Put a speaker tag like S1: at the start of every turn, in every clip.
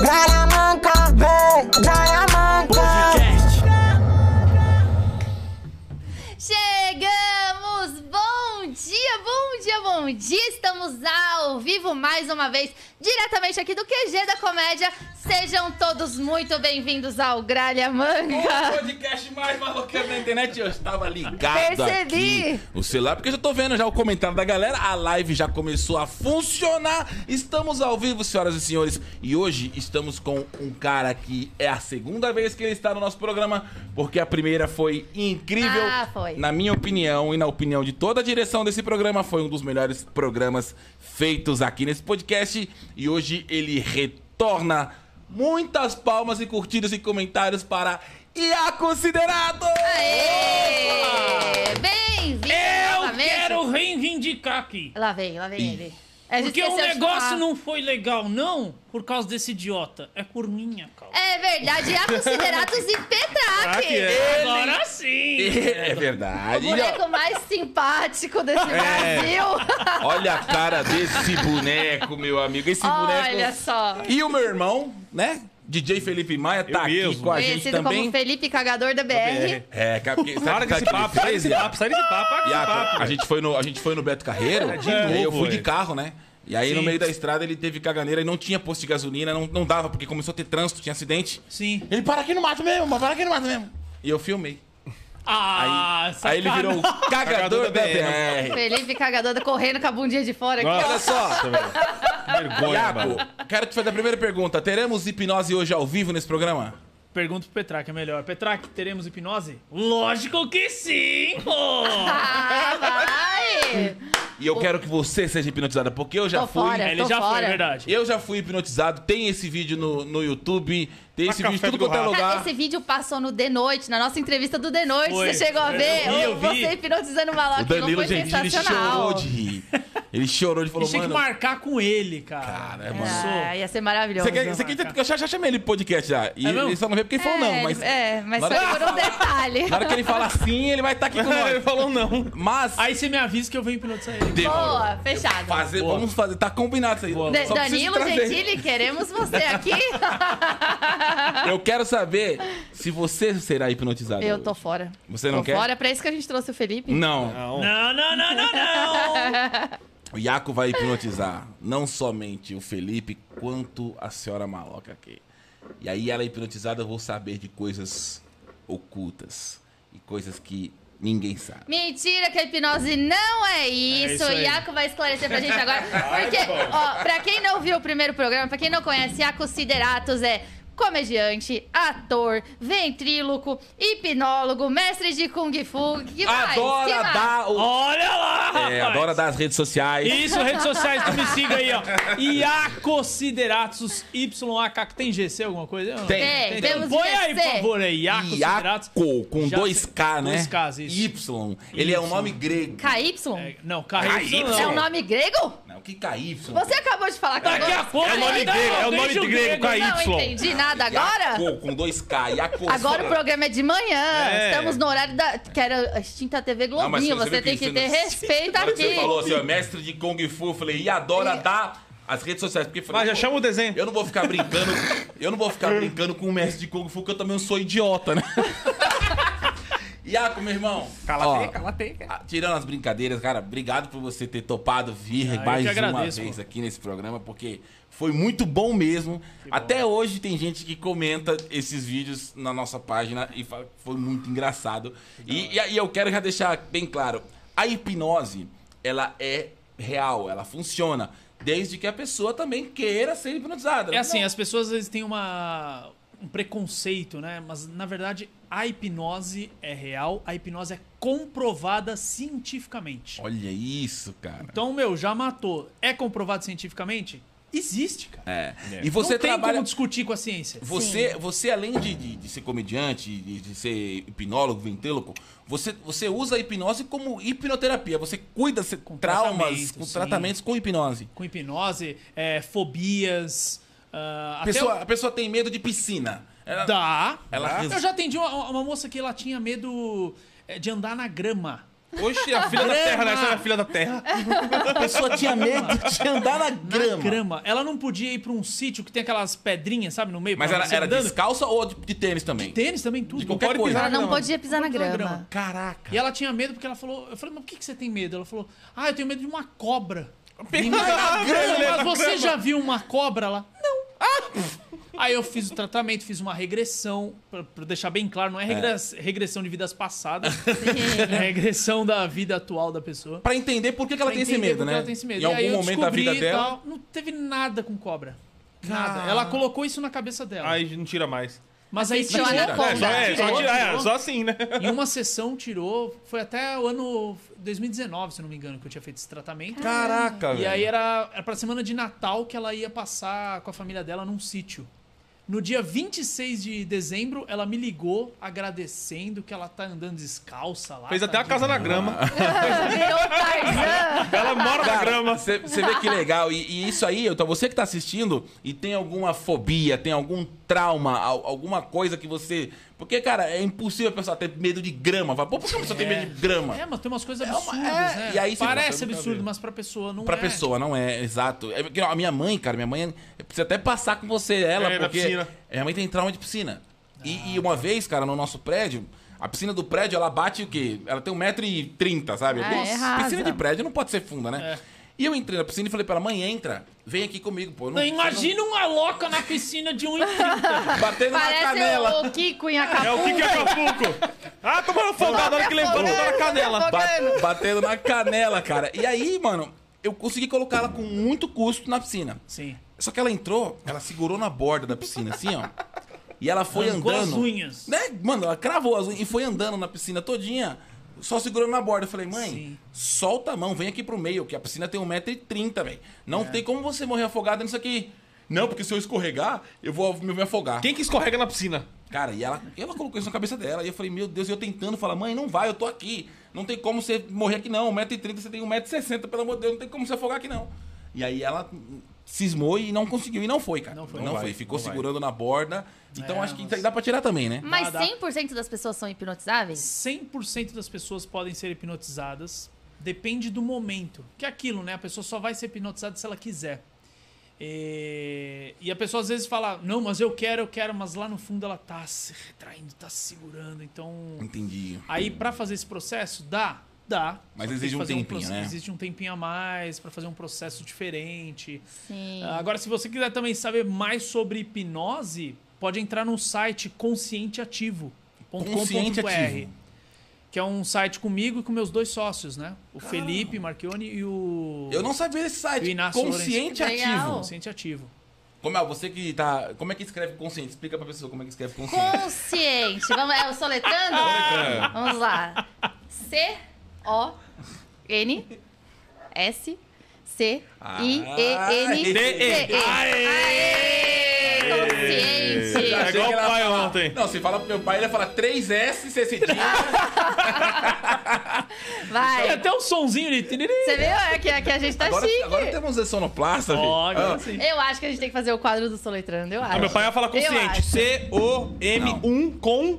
S1: Garamanca, vem, Garamanca.
S2: Chegamos! Bom dia, bom dia, bom dia! Estamos ao vivo mais uma vez, diretamente aqui do QG da Comédia. Sejam todos muito bem-vindos ao Gralha
S3: O
S2: Manga.
S3: podcast mais maloqueiro da internet, eu estava ligado
S2: Percebi.
S3: aqui. O celular, porque eu já tô vendo já o comentário da galera. A live já começou a funcionar. Estamos ao vivo, senhoras e senhores. E hoje estamos com um cara que é a segunda vez que ele está no nosso programa, porque a primeira foi incrível.
S2: Ah, foi.
S3: Na minha opinião e na opinião de toda a direção desse programa, foi um dos melhores programas feitos aqui nesse podcast. E hoje ele retorna muitas palmas e curtidas e comentários para IA Considerado!
S2: Aê! Bem-vindo
S4: Eu
S2: novamente.
S4: quero reivindicar aqui.
S2: Lá vem, lá vem ele. A gente
S4: Porque o
S2: esqueceu de falar.
S4: negócio não foi legal, não, por causa desse idiota. É por minha causa.
S2: É verdade, há considerados e Petraque.
S4: é. Agora sim!
S3: É
S2: O
S3: verdade.
S2: boneco mais simpático
S4: É.
S2: desse Brasil.
S3: Olha a cara desse boneco, meu amigo. Esse
S2: Olha
S3: boneco. é um
S2: só.
S3: E o meu irmão, né? DJ Felipe Maia tá aqui
S5: mesmo.
S3: com a gente
S2: Conhecido
S3: também.
S2: como Felipe Cagador da BR.
S3: É, cara, porque- sabe
S5: Larga
S3: que tá
S5: esse
S3: aqui?
S5: papo, sai desse papo, sai desse papo, para com esse
S3: Iaco,
S5: papo.
S3: a gente foi no, a gente foi no Beto Carreiro,
S5: de
S3: e aí
S5: novo,
S3: eu fui de
S5: é.
S3: carro, né? E aí no
S4: Sim.
S3: meio da estrada ele teve caganeira e não tinha posto de gasolina, não, não dava, porque começou a ter trânsito, tinha acidente.
S4: Sim.
S3: Ele para aqui no mato mesmo, mas para aqui no mato mesmo. E eu filmei.
S4: Ah,
S3: Aí ele virou o cagador
S5: Cagador
S3: da
S5: da
S3: BR.
S2: Felipe Cagador da- correndo com a bundinha de fora aqui. ó.
S3: Olha só,
S5: Que vergonha, mano.
S3: Iaco, quero te fazer a primeira pergunta. Teremos hipnose hoje ao vivo nesse programa?
S4: Pergunta pro Petraque, é melhor. Petraque, teremos hipnose? Lógico que sim, pô!
S2: Ah, vai!
S3: E eu quero que você seja hipnotizada, porque eu já
S2: Tô
S3: fui.
S2: fora.
S4: É,
S2: tô
S4: ele já foi,
S2: fora.
S4: é verdade.
S3: Eu já fui hipnotizado, tem esse vídeo no, no YouTube, tem esse
S5: Taca
S3: vídeo em
S5: a
S3: tudo
S5: febre
S3: quanto é
S5: do rato.
S3: lugar.
S2: Esse vídeo passou no The Noite, na nossa entrevista do The Noite.
S4: Foi.
S2: Você chegou a
S4: Eu
S2: ver?
S4: vi, eu
S2: Ô,
S4: vi.
S2: Você hipnotizando o
S3: O
S2: maloca
S3: Danilo
S2: foi
S3: Gentili
S2: sensacional.
S3: chorou de rir. Ele chorou, ele
S4: A
S3: falou,
S4: gente tinha que
S3: mano...
S4: marcar com ele, cara.
S3: Cara,
S4: Pensou?
S3: mano.
S2: Ah, ia ser maravilhoso.
S3: Você quer, você quer que eu já, já chamei ele pro podcast já. E
S4: É mesmo?
S3: ele só não veio porque ele
S2: é,
S3: falou não, mas...
S2: É, mas
S3: Na
S2: só
S3: hora-
S2: por um detalhe.
S3: Na hora que ele falar sim, ele vai estar aqui com
S5: Ele
S3: nós.
S5: falou não.
S3: Mas...
S4: Aí você me avisa que eu venho hipnotizar ele.
S3: demorou.
S2: Boa, fechado.
S3: Fazer,
S4: Boa.
S3: vamos fazer, tá combinado isso aí.
S4: Boa.
S2: Da-
S3: Só preciso
S2: Danilo
S3: trazer.
S2: Gentili, queremos você aqui.
S3: Eu quero saber se você será hipnotizado.
S2: Eu tô fora.
S3: Você não
S2: tô
S3: quer?
S2: fora, pra isso que a gente trouxe o Felipe.
S3: Não.
S4: Não, não, não, não, não!
S3: O Iaco vai hipnotizar não somente o Felipe, quanto a senhora maloca aqui. E aí, ela é hipnotizada, eu vou saber de coisas ocultas e coisas que ninguém sabe.
S2: Mentira, que a hipnose não é isso.
S4: isso aí.
S2: o Iaco vai esclarecer pra gente agora. Porque, ó, pra quem não viu o primeiro programa, pra quem não conhece, Iaco Sideratos é comediante, ator, ventríloco, hipnólogo, mestre de Kung Fu. Que mais? Que
S3: Adora
S2: mais?
S3: dar o.
S4: Olha lá, rapaz!
S3: É, adora dar as redes sociais.
S4: Isso, redes sociais, tu me siga aí, ó. Iacosideratus, Y-A-K. Tem GC alguma coisa?
S3: Tem.
S2: Tem, temos
S4: Então Põe aí,
S2: GC.
S4: por favor, aí. Iacosideratus.
S3: Iaco, com
S4: Já
S3: 2K, né?
S4: Dois Ks, isso.
S3: Y. Ele é um nome grego.
S2: KY?
S4: É, não, carrega
S3: Ah,
S4: isso
S3: Y.
S2: É um
S4: não.
S2: nome grego?
S3: Não, que é KY?
S2: Você acabou de falar que
S4: Daqui a
S2: agora-
S4: pouco.
S5: É o nome
S4: não,
S5: grego, é o
S4: deixa
S5: nome de grego,
S4: aí.
S2: Não
S5: Y.
S2: entendi nada agora?
S3: Iaco, com 2K. Iaco.
S2: Agora o programa é de manhã.
S5: É.
S2: Estamos no horário da. que era a extinta TV
S3: Não, mas
S2: Globinho. você
S3: viu
S2: tem que,
S3: você
S2: ter
S3: não-
S2: respeito
S3: Na hora que
S2: aqui.
S3: Você falou assim, ó, mestre de Kung Fu. Eu falei, e adora dar as redes sociais. Porque eu falei,
S5: Mas já
S3: pô,
S5: chama o desenho.
S3: Eu não vou ficar brincando. eu não vou ficar brincando com o mestre de Kung Fu, porque eu também sou idiota, né? Iaco, meu irmão. ó, ah, Tirando as brincadeiras, cara, obrigado por você ter topado vir
S4: Ah, eu
S3: mais
S4: que
S3: uma
S4: agradeço,
S3: vez
S4: mano.
S3: aqui nesse programa, porque foi muito bom mesmo. Até hoje tem gente que comenta esses vídeos na nossa página e fala que foi muito engraçado. E, e- e eu quero já deixar bem claro: a hipnose, ela é real, ela funciona. Desde que a pessoa também queira ser hipnotizada.
S4: É assim,
S3: Não-
S4: as pessoas às vezes têm uma, um preconceito, né? Mas na verdade, a hipnose é real, a hipnose é comprovada cientificamente.
S3: Olha isso, cara.
S4: Então, meu, já matou. É comprovado cientificamente? Existe, cara.
S3: É. E você
S4: não tem
S3: trabalha.
S4: como discutir com a ciência.
S3: Você, você além de, de, de ser comediante, de, de ser hipnólogo, ventríloco, você, você usa a hipnose como hipnoterapia. Você cuida se, com traumas,
S4: tratamento,
S3: com
S4: sim.
S3: tratamentos com hipnose.
S4: Com hipnose, é, fobias. ah,
S3: A
S4: até
S3: pessoa,
S4: o-
S3: a pessoa tem medo de piscina. Ela-
S4: Dá.
S3: Ela-
S4: Eu já atendi uma, uma moça que ela tinha medo é, de andar na grama.
S5: Oxe, a filha da terra, né? Essa é a filha da terra.
S3: A pessoa tinha medo de andar na grama.
S4: Na grama. Ela não podia ir pra um sítio que tem aquelas pedrinhas, sabe, no meio.
S3: Mas
S4: pra
S3: era,
S4: você tá
S3: era
S4: andando.
S3: descalça ou de, de tênis também?
S4: Tênis também, tudo.
S3: De qualquer
S5: Pode
S3: coisa.
S5: pisar
S2: Ela não
S5: Não,
S2: podia pisar na
S4: Pode na
S2: grama.
S4: grama.
S3: Caraca.
S4: E ela tinha medo porque ela falou... Eu falei, mas por que, que você tem medo? Ela falou, ah, eu tenho medo de uma cobra.
S3: né?
S4: Mas você já viu uma cobra lá? Não. Ah! Aí eu fiz o tratamento, fiz uma regressão, pra, pra deixar bem claro, não é, regra- regressão de vidas passadas, é regressão da vida atual da pessoa.
S3: Pra entender por que, que ela
S4: Pra
S3: tem esse
S4: entender
S3: medo,
S4: por que
S3: né?
S4: Ela tem esse medo.
S3: Em
S4: E aí
S3: algum
S4: eu
S3: momento da vida
S4: descobri e
S3: dela. Ah.
S4: tal, não teve nada com cobra. Nada. Ela colocou isso na cabeça dela.
S5: Aí não tira mais.
S4: mas aí
S2: Assistiu
S4: tirou,
S2: a
S5: É, só, é, só
S4: Ah, Tirou,
S5: tirar, é,
S4: tirou.
S5: só assim, né?
S4: Em uma sessão tirou, foi até o ano 2019, se eu não me engano, que eu tinha feito esse tratamento.
S3: Caraca,
S4: E
S3: velho.
S4: aí era, era pra semana de Natal que ela ia passar com a família dela num sítio. No dia 26 de dezembro, ela me ligou agradecendo que ela tá andando descalça lá. tá
S5: Fez até a
S4: tadinha.
S5: casa na grama.
S2: Virou Tarzan.
S5: Ela mora na grama.
S3: Você vê que legal. E, e isso aí, então, você que tá assistindo e tem alguma fobia, tem algum trauma, al- alguma coisa que você. Porque, cara, é impossível a pessoa ter medo de grama. Fala, Pô, por que a pessoa tem medo de grama?
S4: É, mas tem umas coisas
S3: É uma-
S4: absurdas,
S3: é,
S4: né?
S3: e aí você
S4: Parece
S3: gosta, nunca
S4: absurdo,
S3: vi.
S4: mas pra pessoa não
S3: Pra
S4: é.
S3: pessoa, não é, exato. É porque a minha mãe, cara, minha mãe precisa até passar com você, ela,
S5: É, na
S3: porque.
S5: piscina.
S3: Minha mãe tem trauma de piscina. E, e uma vez, cara, no nosso prédio, a piscina do prédio, ela bate o quê? Ela tem 1,30m, sabe?
S2: Ah,
S3: Nossa,
S2: é rasa.
S3: piscina de prédio não pode ser funda, né? E eu entrei na piscina e falei pra ela, mãe, entra, vem aqui comigo, pô. eu
S4: Não,
S3: eu
S4: imagina uma louca na piscina de 1,30.
S3: Batendo na
S2: Parece
S3: canela.
S2: o Kiko em
S5: É
S2: Acapulco.
S5: o que que é Acapulco? Ah, tomou uma folgada, olha que lembrou, tá na canela.
S3: Ba- batendo na canela, cara. E aí, mano, eu consegui colocar ela com muito custo na piscina.
S4: Sim.
S3: Só que ela entrou, ela segurou na borda da piscina, assim, ó. E ela foi
S4: Arrancou
S3: andando.
S4: as unhas.
S3: Né? Mano, ela cravou as unhas e foi andando na piscina todinha, só segurando na borda. Eu falei, mãe,
S4: Sim.
S3: solta a mão, vem aqui pro meio, que a piscina tem 1,30m, velho.
S4: É.
S3: Não tem como você morrer afogada nisso aqui. Não, porque se eu escorregar, eu vou me afogar.
S5: Quem que escorrega na piscina?
S3: Cara, e ela, ela colocou isso na cabeça dela. E eu falei, meu Deus, e eu tentando falar, mãe, não vai, eu tô aqui. Não tem como você morrer aqui não. 1,30m, você tem 1,60m, pelo amor de Deus, não tem como você afogar aqui não. E aí ela cismou e não conseguiu. E não foi, cara.
S4: Não
S3: Não
S4: foi.
S3: foi.
S5: Não vai,
S3: Ficou
S5: não vai.
S3: segurando na borda. Então
S4: É,
S3: acho que isso
S4: nossa.
S3: aí dá pra tirar também, né?
S2: Mas
S4: Nada.
S2: 100% das pessoas são hipnotizáveis?
S4: 100% das pessoas podem ser hipnotizadas. Depende do momento. Que é aquilo, né? A pessoa só vai ser hipnotizada se ela quiser. É, E... e a pessoa às vezes fala, não, mas eu quero, eu quero, mas lá no fundo ela tá se retraindo, tá se segurando. Então.
S3: Entendi.
S4: Aí pra fazer esse processo, dá? Dá.
S3: Mas
S4: Só que tem
S3: exige
S4: que
S3: um
S4: fazer
S3: tempinho,
S4: proce-
S3: né?
S4: Existe um tempinho a mais pra fazer um processo diferente.
S2: Sim.
S4: Ah, Agora, se você quiser também saber mais sobre hipnose, pode entrar no site conscienteativo.com.br,
S3: Consciente ativo.
S4: que é um site comigo e com meus dois sócios, né? O Felipe Marchione e o
S3: Ah. Eu não sabia desse
S4: E o
S3: site.
S4: Inácio
S3: Consciente
S2: Lourenço. Legal.
S3: ativo.
S4: Consciente Ativo.
S3: Como é, você que tá... Como é que escreve consciente? Explica pra pessoa como é que escreve consciente.
S2: Consciente. Vamos, é o soletrando? Vamos lá. C O N S C I
S3: Ah,
S2: E N T E. Aê!
S5: É
S2: Consciente.
S5: igual o pai ontem.
S3: Não, você fala pro meu pai, ele fala 3S, você se
S4: Tem
S2: Vai.
S4: até um sonzinho ali. tiriri.
S2: Ah, é. Você viu? É que, é que a gente tá
S3: Agora,
S2: chique.
S3: agora temos a sonoplasta, filho.
S4: Ó, agora
S3: Ah,
S4: sim.
S2: Eu acho que a gente tem que fazer o quadro do soletrando, eu acho.
S5: Ah, meu pai ia falar
S2: Eu
S5: consciente.
S2: acho.
S5: C-O-M-1 com.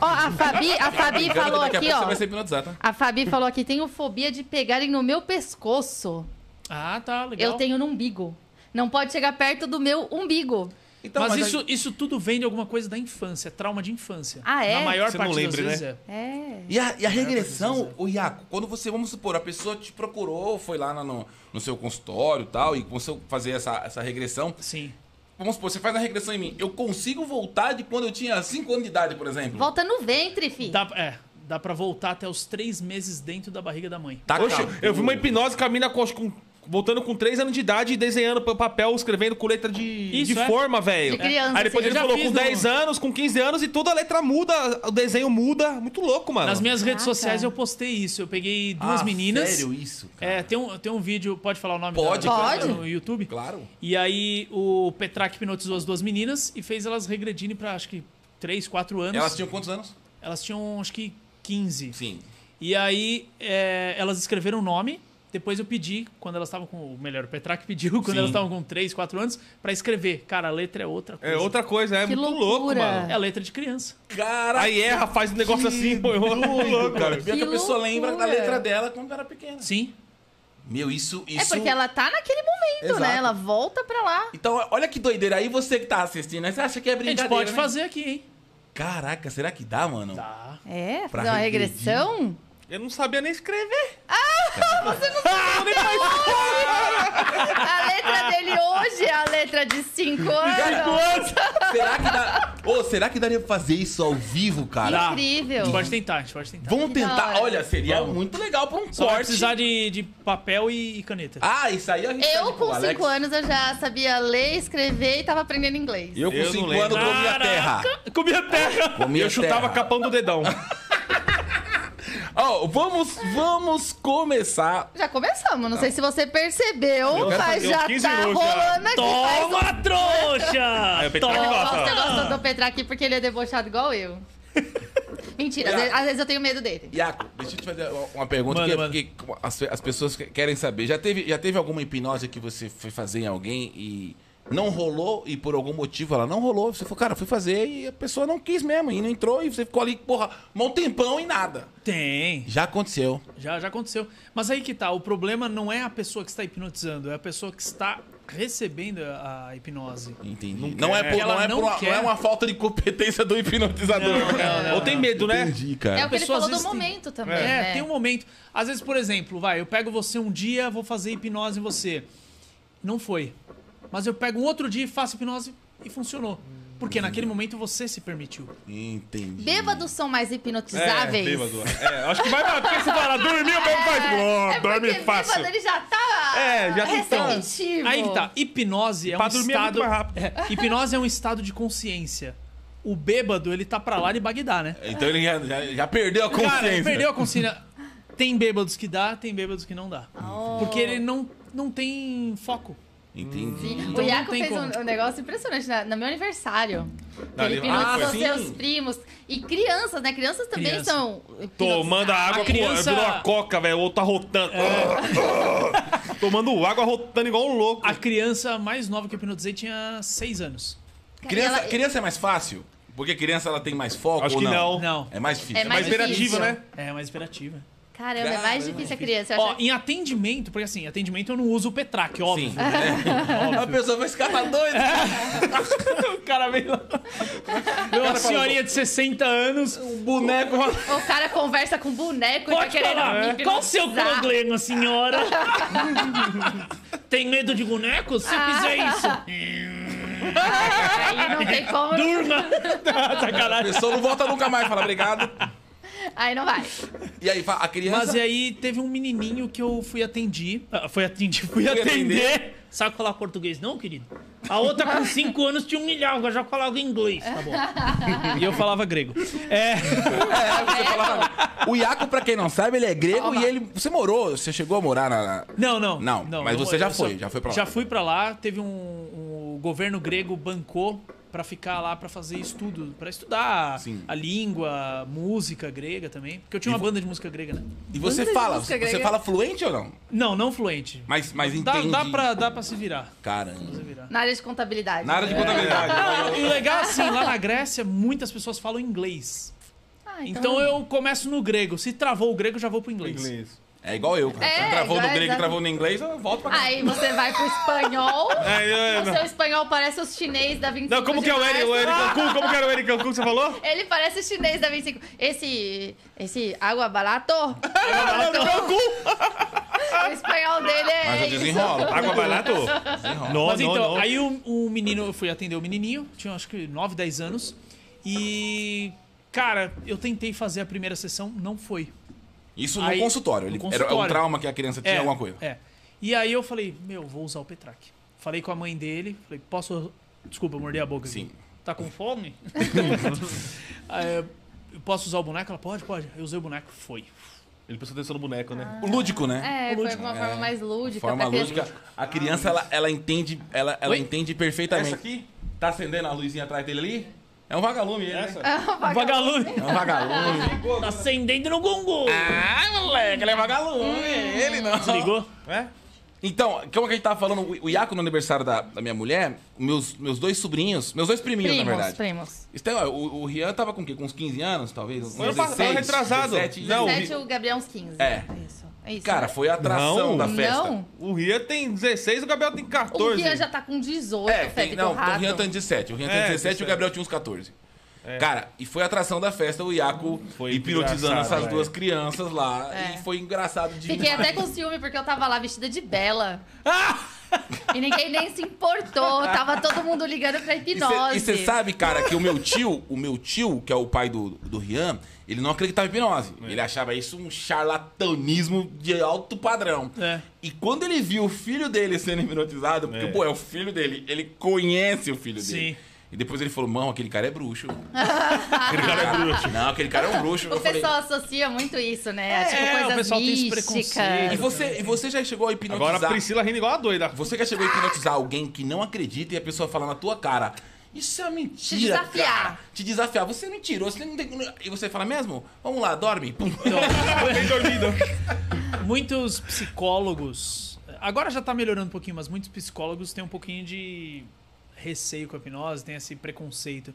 S2: Ó, a Fabi, a Fabi
S3: Engana,
S2: falou
S3: Tá daqui a
S2: aqui,
S3: pouco
S2: ó.
S3: Você vai ser hipnotizado, tá?
S2: A Fabi falou aqui, tenho fobia de pegarem no meu pescoço.
S4: Ah, tá, legal.
S2: Eu tenho no umbigo. Não pode chegar perto do meu umbigo.
S3: Então,
S4: mas
S3: mas
S4: isso,
S3: aí-
S4: isso tudo vem de alguma coisa da infância, trauma de infância.
S2: Ah, é?
S4: Na maior
S5: Você não
S4: parte
S5: lembra,
S4: das vezes
S5: né?
S4: é.
S2: É.
S3: E a, e a regressão, o Iaco, quando você, vamos supor, a pessoa te procurou, foi lá na- no, no seu consultório e tal, e começou a fazer essa, essa regressão.
S4: Sim.
S3: Vamos supor, você faz a regressão em mim. Eu consigo voltar de quando eu tinha 5 anos de idade, por exemplo.
S2: Volta no ventre, fi.
S3: Tá,
S4: Dá, é, dá pra voltar até os três meses dentro da barriga da mãe.
S3: Tá,
S5: Oxe,
S3: cara.
S5: eu vi uma hipnose com a mina com- acho que com- voltando com 3 anos de idade e desenhando pa- papel, escrevendo com letra de,
S4: Isso,
S5: de
S4: é.
S5: forma, velho.
S2: De criança,
S5: Aí depois
S2: assim.
S5: ele
S4: Eu já
S5: falou
S4: fiz
S5: com
S4: no-
S5: 10 anos, com 15 anos e toda a letra muda, o desenho muda. Muito louco, mano.
S4: Nas minhas redes
S2: Caraca.
S4: sociais eu postei isso. Eu peguei
S3: Ah,
S4: duas meninas.
S3: Sério isso, cara?
S4: É, tem um, tem um vídeo, pode falar o nome
S3: Pode,
S4: da,
S2: claro.
S4: da- no YouTube?
S3: Claro.
S4: E aí o Petrak hipnotizou as duas meninas e fez elas regredirem pra acho que 3, 4 anos.
S3: Elas tinham quantos anos?
S4: Elas tinham, acho que 15.
S3: Sim.
S4: E aí é, elas escreveram o nome. Depois eu pedi, quando elas estavam com. Ou melhor, o Petrac pediu, quando elas estavam com 3, 4 anos, pra escrever. Cara, a letra é outra coisa.
S5: É outra coisa, é
S2: Que
S5: muito
S2: loucura.
S5: louco, mano.
S4: É a letra de criança.
S3: Cara,
S5: Aí erra, faz um negócio assim, pô. louco,
S3: cara,
S5: cara.
S3: pior que, a
S2: Que
S3: pessoa
S2: loucura.
S3: lembra da letra dela quando era pequena.
S4: Sim.
S3: Meu, isso,
S2: É
S3: isso...
S2: porque ela tá naquele momento,
S3: Exato.
S2: né? Ela volta pra lá.
S3: Então, olha que doideira. Aí você que tá assistindo, né? você acha que é
S4: A
S3: brincadeira,
S4: gente pode
S3: né?
S4: fazer aqui, hein?
S3: Caraca, será que dá, mano?
S4: Tá.
S2: É,
S3: Pra
S2: fazer uma
S3: regredir.
S2: regressão.
S5: Eu não sabia nem escrever.
S2: A letra dele hoje é a letra de 5 anos.
S3: será que dá? Ô, será que daria pra fazer isso ao vivo, cara?
S4: Dá.
S2: Incrível.
S4: A
S3: Tá.
S4: gente pode tentar, a gente pode tentar.
S3: Vamos
S2: Que da
S3: tentar.
S2: hora.
S3: Olha, seria muito legal pra um
S4: Só vai
S3: corte.
S4: precisar de, de papel e, e caneta.
S3: Ah, isso aí a gente
S2: Eu,
S3: pede pro
S2: com
S3: Alex.
S2: 5 anos, eu já sabia ler, escrever e tava aprendendo inglês.
S3: Eu
S5: Eu
S3: com
S5: não
S3: 5
S5: lembro.
S3: anos comi a terra.
S4: Comi a terra!
S3: Comi
S5: E eu
S3: a
S5: chutava
S3: terra.
S5: capão do dedão.
S3: Ó, vamos, vamos começar.
S2: Já começamos, não sei
S4: Tá.
S2: se você percebeu,
S5: Eu quero
S2: mas
S5: fazer
S2: já
S4: um
S5: uns 15
S2: tá
S5: minutos, já.
S2: rolando aqui. faz um-
S4: Toma, trouxa!
S5: Aí o Petraque
S4: Toma.
S5: gosta.
S2: Nossa, eu gosto do Petra aqui porque ele é debochado igual eu. Mentira, às vezes, às vezes eu tenho medo dele.
S3: Iaco, deixa eu te fazer uma- uma pergunta
S4: Manda,
S3: que,
S4: manda.
S3: que as, as pessoas que- querem saber. Já teve, já teve alguma hipnose que você foi fazer em alguém e não rolou e por algum motivo ela não rolou? Você falou, cara, fui fazer e a pessoa não quis mesmo e não entrou e você ficou ali, porra, mó um tempão e nada.
S4: Tem.
S3: Já aconteceu.
S4: Já, já aconteceu. Mas aí que tá, o problema não é a pessoa que está hipnotizando, é a pessoa que está recebendo a a hipnose.
S3: Entendi. Não, é, por,
S4: Ela
S3: não, é
S4: não
S3: por uma,
S4: quer.
S3: não é uma falta de competência do hipnotizador.
S4: Não, não, não.
S5: Ou tem medo, né?
S3: Entendi,
S2: É o
S3: cara.
S2: que ele
S4: pessoa às
S2: falou do
S4: vezes tem-
S2: momento também,
S4: É,
S2: né?
S4: tem um momento. Às vezes, por exemplo, vai, eu pego você um dia, vou fazer hipnose em você. Não foi. Mas eu pego um outro dia e faço hipnose e funcionou.
S5: Hum.
S4: Porque naquele momento você se permitiu.
S3: Entendi.
S2: Bêbados são mais
S5: É,
S2: hipnotizáveis.
S5: bêbado. É, acho que vai bater. Porque você fala, dormiu, bebo faz.
S2: É,
S5: Oh,
S2: é
S5: dorme
S2: porque
S5: fácil.
S2: bêbado ele já tá
S5: É, já se tá.
S2: ressentido.
S4: Aí que tá. Hipnose é
S5: Pra
S4: um
S5: dormir é
S4: estado.
S5: muito mais rápido.
S4: É, hipnose é um estado de consciência. O bêbado, ele tá pra lá de Bagdá, né?
S3: Então ele já, já- já perdeu a consciência.
S4: Cara, ele perdeu a consciência. Tem bêbados que dá, tem bêbados que não dá.
S2: Oh.
S4: Porque ele não, não tem foco.
S3: Entendi.
S2: o
S4: Então não
S2: Iaco
S4: tem
S2: fez um,
S4: como.
S2: um negócio impressionante na- no meu aniversário.
S5: Ah,
S2: ele
S5: ele-
S2: hipnotizou
S5: ah, foi.
S2: seus primos. E crianças, né? Crianças também
S4: Criança.
S2: são.
S5: Tomando a água,
S4: A criança-
S5: virou uma coca, velho. O outro tá rotando. Tomando água, rotando igual um louco.
S4: A criança mais nova que eu hipnotizei tinha 6 anos.
S3: Criança,
S2: Ela-
S3: criança é mais fácil? Porque criança ela tem mais foco
S5: Acho
S3: ou
S5: que
S3: não?
S5: não.
S4: Não.
S3: É mais difícil.
S2: É mais
S5: Mas imperativo,
S2: difícil.
S5: né?
S4: É mais imperativa.
S2: Caramba, é mais difícil a criança. Eu
S4: Ó,
S2: acho-
S4: em atendimento, porque assim, atendimento eu não uso o Petraque, óbvio.
S3: Sim. É. A pessoa vai ficar doida.
S4: o cara veio lá. Veio Uma senhorinha de 60 anos.
S3: O boneco.
S2: O cara conversa com boneco e tá
S4: Pode
S2: querendo me
S4: falar.
S2: hipnotizar.
S4: É. Qual o seu problema, senhora? Tem medo de bonecos? Se
S2: Ah.
S4: fizer isso,
S2: Aí não tem como.
S4: durma.
S3: A pessoa não volta nunca mais, fala obrigado.
S2: né? Aí não vai.
S3: E aí fa- a criança.
S4: Mas e aí teve um menininho que eu fui atendi. Ah, Foi atendi, fui,
S3: Fui
S4: atender.
S3: atender.
S4: Sabe falar português não, querido? A outra com 5 anos te humilhava, já falava inglês, tá bom? e eu falava grego. É,
S3: Você fala- O Iaco, pra quem não sabe, ele é grego e ele. Você morou, você chegou a morar na.
S4: não, não.
S3: Não, mas
S4: eu-
S3: você já
S4: eu só-
S3: foi, já foi pra lá.
S4: Já fui pra lá, teve um, um- o governo grego bancou pra ficar lá pra fazer estudo, pra estudar
S3: Sim.
S4: a língua, música grega também, porque eu tinha uma banda de música grega, né?
S3: E você
S2: Banda de
S3: fala,
S2: música
S3: você
S2: grega.
S3: fala fluente ou não?
S4: Não, não fluente.
S3: Mas, mas
S4: Dá,
S3: entende.
S4: dá, pra, dá pra se virar.
S3: Caramba.
S4: Se virar.
S2: Na área de contabilidade.
S3: Na área de contabilidade.
S4: E o legal é assim, lá na Grécia, muitas pessoas falam inglês.
S2: Ah,
S4: Então eu começo no grego. Se travou o grego, já vou pro inglês.
S3: É igual eu, cara.
S2: É,
S3: Você travou no
S2: igual-
S3: grego,
S2: exato. É
S3: travou no inglês, eu volto pra cá.
S2: Aí você vai pro espanhol.
S5: É, é,
S2: o
S5: não.
S2: seu espanhol parece os chinês da 25
S5: Não, como
S2: de
S5: que é o Eric,
S2: março.
S5: o Eric Cancun? Como que era o Eric Cancun que você falou?
S2: Ele parece o chinês da 25. Esse. Esse água barato. o espanhol dele é.
S3: Mas eu
S2: isso.
S3: desenrolo.
S5: Água barato?
S3: Desenrolo.
S5: Não,
S4: Mas
S5: não,
S4: então,
S5: não.
S4: aí o, o menino, eu fui atender o menininho, tinha acho que 9, 10 anos. E. Cara, eu tentei fazer a primeira sessão, não foi.
S3: Isso no
S4: Aí-
S3: consultório.
S4: no
S3: Ele, Era um
S4: consultório.
S3: trauma que a criança tinha, alguma coisa.
S4: É. E aí eu falei, meu, vou usar o Petrac. Falei com a mãe dele, falei, posso. Desculpa, eu mordi a boca. aqui.
S3: Sim.
S4: Tá com fome? Aí eu- eu posso usar o boneco? Ela pode, pode. Eu usei o boneco, foi.
S5: Ele prestou atenção no boneco, né?
S3: Lúdico, né?
S2: É, foi uma forma
S3: É.
S2: mais lúdica.
S3: Forma
S2: pra criança.
S3: lúdica. A criança, ela, ela entende, ela, ela
S4: Oi?
S3: entende perfeitamente.
S5: aqui?
S3: Tá acendendo a luzinha atrás dele ali? É um vagalume ele, né?
S4: Vagalume.
S3: É um vagalume.
S4: Tá acendendo no gongo.
S3: ah, moleque, ele é vagalume. Ele não.
S4: Ligou?
S5: É?
S3: Então, como que a gente tava falando, o Iaco no aniversário da, da minha mulher, meus, meus dois sobrinhos, meus dois priminhos, na
S2: Primos,
S3: verdade.
S2: primos.
S3: Isso tem, ó, o, o Rian tava com o quê? Com uns 15 anos, talvez? Uns
S5: ano passado, retrasado.
S3: 17,
S5: Não,
S2: Sete, o Gabriel uns 15.
S3: É.
S2: Isso. É isso.
S3: Cara, foi a atração
S5: Não.
S3: da festa.
S2: Não,
S5: O Ria tem 16, o Gabriel tem
S2: o
S5: 14.
S2: Rian já tá com 18,
S3: É, tem,
S2: Febre
S3: não,
S2: do Rato.
S3: o Rian tá em 17. O Rian tem
S5: É,
S3: 17 e o
S5: 17.
S3: Gabriel tinha uns 14. Cara, e foi a atração da festa, o Iaco
S5: Foi
S3: hipnotizando
S5: engraçado,
S3: essas
S5: velho.
S3: duas crianças lá.
S2: É.
S3: E foi engraçado de
S2: Fiquei até com ciúme porque eu tava lá vestida de Bela.
S3: Ah!
S2: E ninguém nem se importou. Tava todo mundo ligando pra hipnose.
S3: E você sabe, cara, que o meu tio, o meu tio, que é o pai do, do Rian, ele não acreditava em hipnose. Ele achava isso um charlatanismo de alto padrão.
S4: É.
S3: E quando ele viu o filho dele sendo hipnotizado, porque,
S5: É.
S3: pô, é o filho dele, ele conhece o filho
S4: Sim.
S3: dele. E depois ele falou, mão, aquele cara é bruxo. aquele cara é bruxo. Não, aquele cara é um bruxo.
S2: O
S3: Eu falei, É,
S2: pessoal associa muito isso, né?
S4: o
S2: tipo, coisas
S4: pessoal tem esse
S2: místicas.
S4: preconceito.
S3: e você, e você já chegou a
S2: tá
S3: hipnotizar...
S5: Agora a Priscila rindo igual a doida.
S3: Você já chegou a hipnotizar alguém que não acredita e a pessoa fala na tua cara. Isso é uma mentira.
S2: Te desafiar.
S3: cara. Te desafiar. Você não tirou, você não tem. E você fala mesmo? Vamos lá, dorme. Pum.
S5: Bem dormido.
S4: Muitos psicólogos. Agora já tá melhorando um pouquinho, mas muitos psicólogos têm um pouquinho de receio com a hipnose, tem esse preconceito.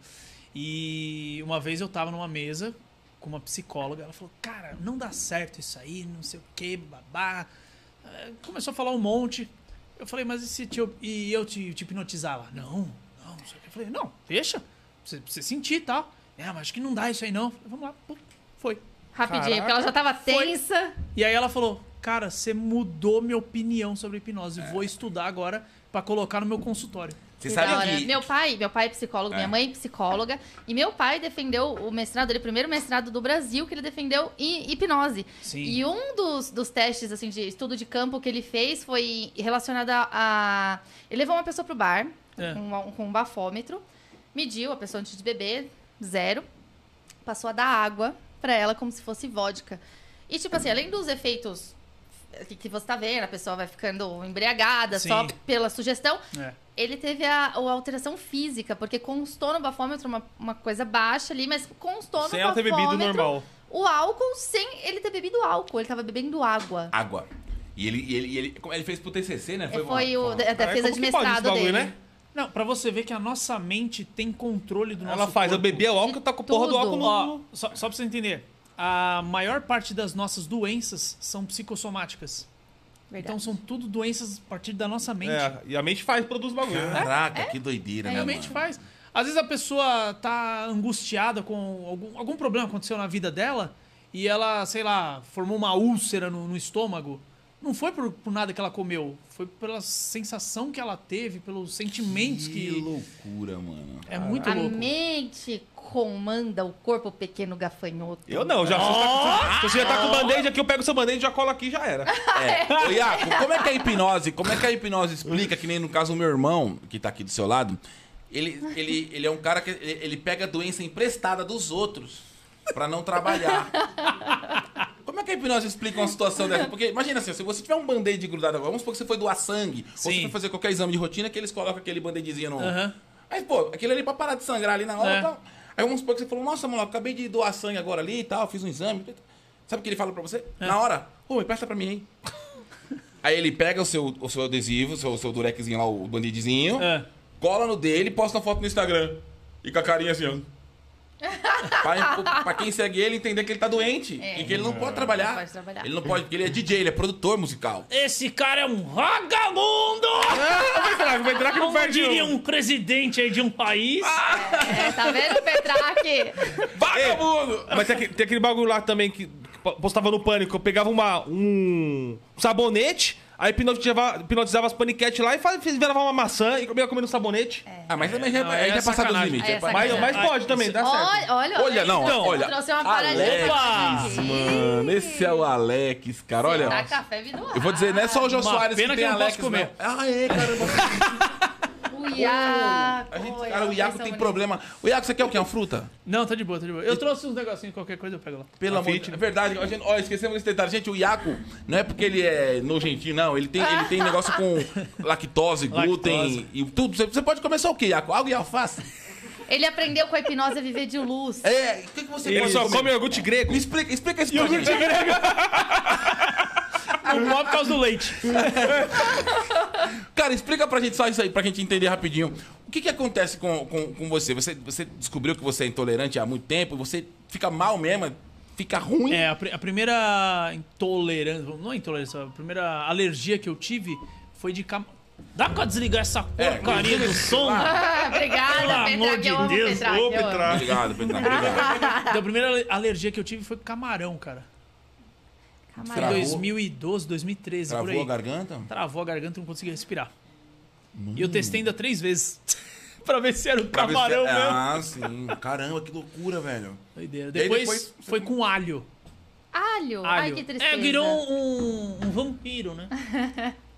S4: E uma vez eu tava numa mesa com uma psicóloga, ela falou: Cara, não dá certo isso aí, não sei o que, babá. Eh, Começou a falar um monte. Eu falei: Mas e se te- e eu te, te hipnotizar lá? Não, não, não sei o que. Eu falei: Não, deixa, pra você, pra você sentir e tal. É, mas acho que não dá isso aí não. Eu falei, Vamos lá, Pum, foi.
S2: Rapidinho, porque ela já tava tensa.
S4: E aí ela falou: Cara, você mudou minha opinião sobre hipnose.
S5: É.
S4: Vou estudar agora pra colocar no meu consultório.
S3: Você
S2: Que da hora.
S3: sabe que.
S2: Meu pai, meu pai é psicólogo, minha mãe é psicóloga. E meu pai defendeu o mestrado dele, o primeiro mestrado do Brasil, que ele defendeu em hipnose.
S4: Sim.
S2: E um dos, dos testes, assim, de estudo de campo que ele fez foi relacionado a... a- Ele levou uma pessoa pro bar,
S4: É.
S2: com, uma- com um bafômetro, mediu a pessoa antes de beber, zero. Passou a dar água pra ela como se fosse vodka. E, tipo assim, além dos efeitos que, que você tá vendo, a pessoa vai ficando embriagada
S4: Sim.
S2: só pela sugestão,
S4: É.
S2: ele teve a, a alteração física, porque constou no bafômetro uma, uma coisa baixa ali, mas constou
S5: Sem
S2: no
S5: ela ter
S2: bafômetro
S5: bebido normal.
S2: o álcool sem ele ter bebido álcool. Ele tava bebendo água.
S3: Água. E ele, e ele, e ele, como ele fez pro TCC, né?
S2: É, Foi,
S3: uma-
S2: o,
S3: uma-
S2: a defesa
S5: como
S2: de
S5: que pode é esse
S2: mestrado
S5: bagulho,
S2: dele.
S5: né?
S4: Não, pra você ver que a nossa mente tem controle do nosso
S5: Ela faz, eu
S4: corpo.
S5: bebi o álcool, tá com a porra
S2: Tudo.
S5: do álcool
S4: Ó,
S5: no...
S4: só, só pra você entender. A maior parte das nossas doenças são psicossomáticas.
S2: Verdade.
S4: Então são tudo doenças a partir da nossa mente.
S5: É, e a mente faz, produz bagulho. né?
S2: É?
S3: Caraca, que doideira, né?
S4: É, Realmente
S3: mano?
S4: faz. Às vezes a pessoa tá angustiada com algum, algum problema aconteceu na vida dela e ela, sei lá, formou uma úlcera no, no estômago. Não foi por, por nada que ela comeu, foi pela sensação que ela teve, pelos sentimentos que.
S3: Que loucura, mano.
S4: É muito
S2: a
S4: louco.
S2: mente comanda o corpo pequeno gafanhoto.
S5: Eu não, já se você tá com- se você já tá com o band-aid aqui, eu pego seu band-aid, já colo aqui e já era.
S3: É. Ô, Iaco, como é que a hipnose, como é que a hipnose explica, que nem no caso o meu irmão, que tá aqui do seu lado, ele, ele, ele é um cara que ele, ele pega a doença emprestada dos outros pra não trabalhar. Como é que a hipnose explica uma situação dessa? Porque imagina assim, se você tiver um band-aid grudado agora, vamos supor que você foi doar sangue, ou você
S4: Zinho.
S3: foi fazer qualquer exame de rotina que eles colocam aquele band-aidzinho no...
S4: Aham.
S3: Aí, pô, aquilo ali é pra parar de sangrar ali na hora
S4: É.
S3: e tal. Aí vamos supor que você falou, nossa, mano, acabei de doar sangue agora ali e tal, fiz um exame. Sabe o que ele fala pra você?
S4: É.
S3: Na hora, ô, me presta pra mim aí. Aí ele pega o seu, o seu adesivo, o seu, o seu durexzinho lá, o bandidzinho,
S4: É.
S3: cola no dele, posta uma foto no Instagram. E com a carinha assim, ó. pra, pra quem segue ele entender que ele tá doente e que ele não pode trabalhar.
S2: Não pode trabalhar.
S3: Ele não pode, porque ele é DJ, ele é produtor musical.
S4: Esse cara é um vagabundo!
S5: Vai entrar, vai entrar que não
S4: Como
S5: perde
S4: diria
S5: um.
S4: um presidente aí de um país.
S2: É, tá vendo, Petraque?
S3: Vagabundo!
S5: É, Mas tem aquele, tem aquele bagulho lá também que que postava no pânico. Eu pegava uma, um sabonete, aí hipnotizava, hipnotizava as paniquetes lá e faz, fez virava uma maçã e comia comendo sabonete.
S3: Ah, mas também já,
S4: Não,
S3: aí
S4: é
S3: já é passado dos
S4: sacanagem.
S3: limites.
S2: Aí é
S3: pa-
S5: Mas, mas
S4: Ah,
S5: pode também,
S4: isso-
S5: dá certo.
S2: Olha, olha,
S3: Olha, não,
S2: Então,
S3: olha.
S2: Trouxe uma paralisia
S3: Alex,
S2: pra gente.
S3: Mano, esse é o Alex, cara. Olha.
S2: Tá café vindo
S3: Eu vou dizer, não é só o Jô
S4: Uma
S3: Soares
S4: pena
S3: que tem
S4: que eu não
S3: Alex,
S4: posso comer.
S3: não. Ah, é, caramba.
S2: O Iaco.
S3: A gente,
S2: olha,
S3: cara, o Iaco
S2: vocês são
S3: tem
S2: bonitos.
S3: problema. O Iaco, você quer o quê? Uma fruta?
S4: Não, tá de boa, tá de boa. Eu trouxe uns negocinhos, qualquer coisa eu pego lá.
S3: Pelo amor de Deus. É verdade. Ó, gente, ó, esquecemos desse detalhe. Gente, o Iaco, não é porque ele é nojentinho, não. Ele tem, ele tem negócio com lactose, glúten
S4: Lactose.
S3: e tudo. Você- Você pode comer só o quê, Iaco? Água e alface?
S2: Ele aprendeu com a hipnose a viver de luz.
S3: É, o que, que você
S5: Ele
S3: pode
S5: só
S3: comer?
S5: come iogurte grego.
S3: Me Explica, explica isso pra gente.
S4: Ah,
S6: Não
S4: um
S6: come por causa do leite.
S3: Cara, explica pra gente só isso aí, pra gente entender rapidinho. O que que acontece com, com, com você? você? Você descobriu que você é intolerante há muito tempo, você fica mal mesmo, fica ruim.
S6: É,
S4: É, a, pri- a primeira intolerância, não é intolerância, a primeira alergia que eu tive foi de cam... Dá pra desligar essa
S3: É,
S6: porcaria do som?
S2: Ah, obrigada,
S6: Pelo amor
S2: Petra, que
S6: de
S2: eu amo
S6: Deus,
S2: Petra. que
S5: ô,
S2: eu amo.
S5: Petra.
S3: Obrigado, Tá Pedro. Obrigado.
S4: Então, a primeira ale- alergia que eu tive foi com camarão, cara. Foi em
S2: Camarão.
S3: Travou.
S4: 2012, 2013, por
S3: Travou
S4: aí.
S3: a garganta?
S4: Travou a garganta, não conseguia respirar. E eu testei ainda três vezes. pra ver se era o
S3: Hum. Pra ver se-
S4: camarão mesmo.
S3: Ah, sim. Caramba, que loucura, velho.
S4: Doideira.
S3: E aí
S4: Depois,
S3: depois-
S4: foi com alho.
S2: Alho. Ai,
S4: alho.
S2: que tristeza.
S4: É, virou um, um vampiro, né?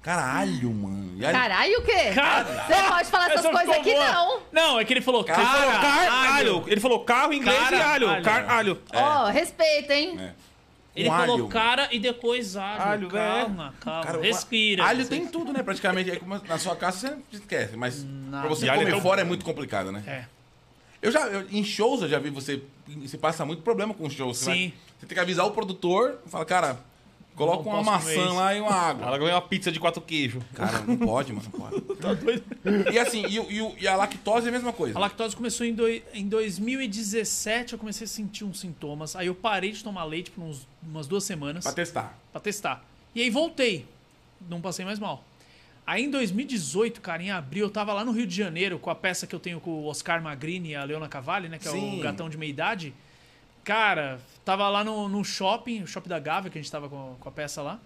S3: Caralho, mano. E aí-
S2: Caralho, o quê?
S4: Cara, É
S2: Você pode falar essas
S6: essa
S2: coisas
S6: ficou
S2: aqui,
S6: boa.
S2: não.
S4: não, é que ele falou, cara, alho.
S5: Caralho. Ele falou carro em inglês e
S4: Caralho.
S5: alho. Caralho.
S2: Ó, respeita, hein?
S3: É.
S4: Ele
S3: Com
S4: falou
S3: alho.
S4: cara e depois alho.
S5: Alho,
S4: calma, calma.
S3: Cara, o
S4: Respira.
S3: a- Alho tem tudo, né? Praticamente. Aí, como na sua casa você esquece, mas
S4: Hum,
S3: pra você
S5: E alho é
S3: comer
S5: tão-
S3: fora é muito complicado, né?
S4: É.
S3: Eu já, eu- em shows, eu já vi você. Você passa muito problema com shows. Você,
S4: Sim.
S3: vai- você tem que avisar o produtor e fala, cara, coloca
S4: Não
S3: uma
S4: posso comer
S3: maçã
S4: isso.
S3: lá e uma água.
S5: Ela ganhou uma pizza de quatro queijos.
S3: Cara, não pode, mano, não pode.
S4: tá
S3: E assim, e, o- e o- e a lactose é a mesma coisa.
S4: A lactose começou em, doi- em 2017, eu comecei a sentir uns sintomas. Aí eu parei de tomar leite por uns- umas duas semanas
S3: Pra testar.
S4: pra testar. E aí voltei. Não passei mais mal. Aí em 2018, cara, em abril, eu tava lá no Rio de Janeiro com a peça que eu tenho com o Oscar Magrini e a Leona Cavalli, né? Que é
S3: Sim.
S4: o gatão de meia idade. Cara, tava lá no, no shopping, o shopping da Gávea, que a gente tava com, com a peça lá.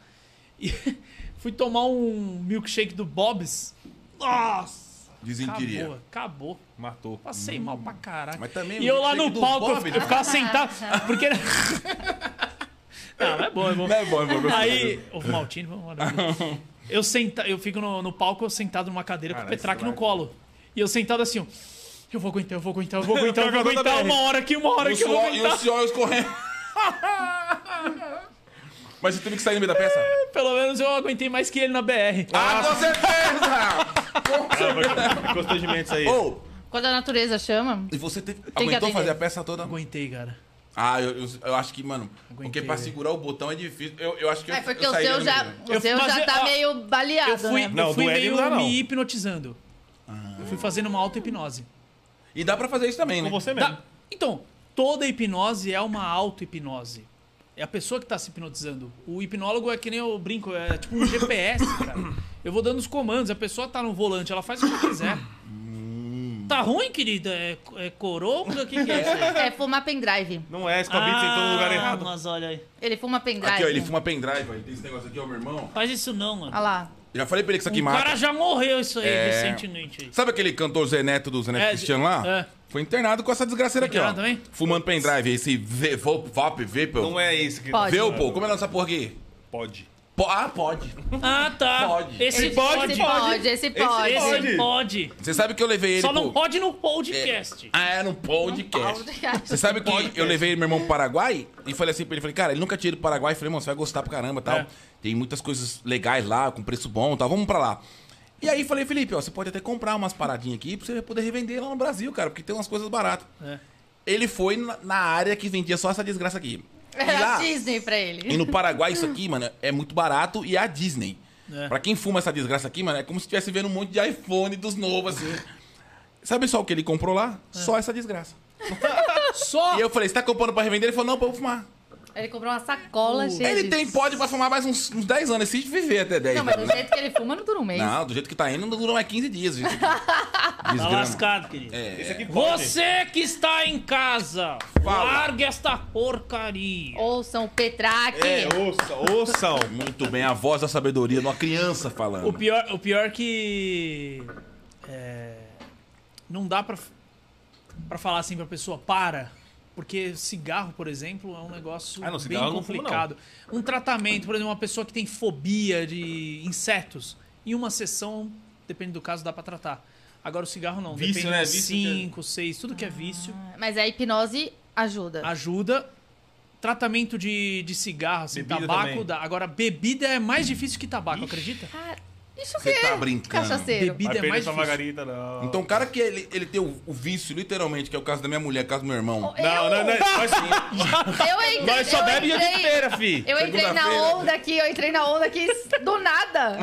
S4: E fui tomar um milkshake do Bob's. Nossa!
S3: Dizem que
S4: Acabou,
S3: iria.
S4: acabou.
S5: Matou.
S4: Passei mal pra caralho.
S3: Mas também
S4: e
S3: o
S4: eu lá no
S3: milkshake do
S4: palco,
S3: Bob,
S4: eu,
S3: né?
S4: eu ficava sentado, porque... não, é bom, é bom.
S3: Não é bom, é bom.
S4: Aí, o Maltini, vamos lá. Eu, senta, eu fico no, no palco eu sentado numa cadeira com o
S5: Caralho,
S4: Petraque
S5: esse
S4: no colo. E eu sentado assim, ó. Eu vou aguentar, eu vou aguentar, eu vou aguentar, eu vou
S5: Jogador da
S4: aguentar.
S5: BR.
S4: Uma hora aqui, uma hora
S3: E o
S4: aqui, eu vou
S3: suor, e o
S4: aguentar.
S3: suor escorrendo. Mas você teve que sair no meio da peça?
S4: Pelo menos eu aguentei mais que ele na BR.
S3: Ah, com certeza!
S5: Gostou de mente aí.
S3: Ou,
S2: Quando a natureza chama.
S3: e você teve,
S2: que
S3: aguentou
S2: atender.
S3: fazer a peça toda?
S4: Aguentei, cara.
S3: Ah, eu, eu, eu acho que, mano, porque
S4: Aguentei,
S3: pra
S4: velho.
S3: segurar o botão é difícil. Eu, eu acho que eu
S2: É porque
S3: eu
S2: o
S3: sairia
S2: seu
S3: no
S2: já,
S3: meio.
S2: o
S4: Eu
S2: seu
S4: fui
S2: já
S4: fazer-
S2: tá
S4: ó,
S2: meio baleado,
S4: Eu fui,
S2: né?
S5: Não,
S4: eu fui
S5: do Hélio
S4: meio
S5: não dá, não.
S4: me hipnotizando. Eu fui fazendo uma auto-hipnose.
S3: E dá pra fazer isso também, né?
S5: Com você mesmo.
S4: Dá- Então, toda hipnose é uma auto-hipnose. É a pessoa que tá se hipnotizando. O hipnólogo é que nem eu brinco, é tipo um GPS, cara. Eu vou dando os comandos, a pessoa tá no volante, ela faz o que quiser.
S3: Hum.
S4: Tá ruim, querida? É, é coroa? O que, que é isso? aí?
S2: É fumar pendrive.
S5: Não é, Scobit sentou no
S4: Ah,
S3: Ah,
S5: lugar errado.
S6: mas olha aí.
S2: Ele fuma pendrive.
S3: Aqui, ó, ele fuma pendrive, aí tem esse negócio aqui, ó, meu irmão.
S6: Faz isso não, mano.
S2: Olha lá.
S3: Eu já falei pra ele que isso aqui
S6: o
S3: mata.
S6: cara já morreu isso aí
S3: É.
S6: recentemente. Aí.
S3: Sabe aquele cantor Zé Neto do Zé Neto
S4: É,
S3: Cristiano lá?
S4: é.
S3: Foi internado com essa desgraceira aqui, ó.
S4: Internado também?
S3: Fumando pendrive, esse ve- vop, vop, vapor.
S5: Não é isso que
S2: Pode.
S3: Velpo, como é essa porra aqui?
S5: pode.
S3: Po- ah, pode.
S6: Ah, tá.
S3: Pode.
S6: Esse
S2: Esse
S6: pode.
S2: esse pode, esse pode.
S6: Esse
S5: pode.
S6: pode.
S3: Você sabe que eu levei ele
S6: Só não
S3: pro-
S6: pode no podcast.
S3: Ah, era um podcast.
S2: podcast.
S3: Você sabe que eu levei meu irmão pro Paraguai e falei assim pra ele, falei, cara, ele nunca tinha ido pro Paraguai. Eu falei, mano, você vai gostar pra caramba e tal.
S4: É.
S3: Tem muitas coisas legais lá, com preço bom e tal, vamos pra lá. E aí falei, Felipe, ó, você pode até comprar umas paradinhas aqui pra você poder revender lá no Brasil, cara, porque tem umas coisas baratas.
S4: É.
S3: Ele foi na, na área que vendia só essa desgraça aqui. E
S2: É a
S3: lá,
S2: Disney pra
S3: e
S2: ele.
S3: no Paraguai isso aqui, mano, é muito barato e é a Disney.
S4: É.
S3: Pra quem fuma essa desgraça aqui, mano, é como se estivesse vendo um monte de iPhone dos novos, assim. Sabe só o que ele comprou lá? Só essa desgraça.
S4: Só
S3: E eu falei, você tá comprando pra revender? Ele falou, não, pra eu fumar.
S2: Ele comprou uma sacola cheia
S3: Ele
S2: de-
S3: tem pode pra fumar mais uns, uns 10 anos, se viver até 10
S2: Não, mas do
S3: anos. né?
S2: jeito que ele fuma, não dura um mês.
S3: Não, do jeito que tá indo, não dura mais 15 dias. Gente.
S6: Tá
S3: Desgrama.
S6: lascado, querido.
S5: Isso aqui pode.
S6: Você que está em casa,
S3: Fala.
S6: largue esta porcaria.
S2: Ouçam o Petraque.
S5: É, ouça, ouça. ó.
S3: Muito bem, a voz da sabedoria de uma criança falando.
S4: o pior, o pior que é, não dá pra para falar assim pra pessoa para, porque cigarro, por exemplo, é um negócio
S5: Ah, não,
S4: bem
S5: cigarro eu não fumo,
S4: complicado. Um tratamento, por exemplo, uma pessoa que tem fobia de insetos, em uma sessão, depende do caso, dá pra tratar. Agora o cigarro não,
S5: Vício,
S4: depende
S5: né?
S4: de
S5: Vício que é-
S4: 5, 6, tudo que é vício,
S2: Mas a hipnose ajuda.
S4: ajuda. Tratamento de, de cigarro, assim,
S5: Bebida
S4: tabaco,
S5: também.
S4: dá. agora bebida é mais difícil que tabaco, acredita?
S2: Cara, Isso
S3: Você
S2: que
S3: tá brincando.
S2: Cachaceiro.
S4: Bebida
S7: Vai
S4: é
S7: perder
S4: mais
S7: sua
S4: difícil.
S7: margarida, não.
S3: Então o cara que ele, ele tem o, o vício, literalmente, que é o caso da minha mulher, caso do meu irmão.
S2: Eu,
S5: Não, não, não. Nós,
S2: eu entrei,
S5: nós só
S2: eu
S5: bebe dia de
S2: entrei-
S5: feira, fi.
S2: Eu entrei na
S3: Segunda-feira.
S2: onda aqui, eu entrei na onda aqui do nada.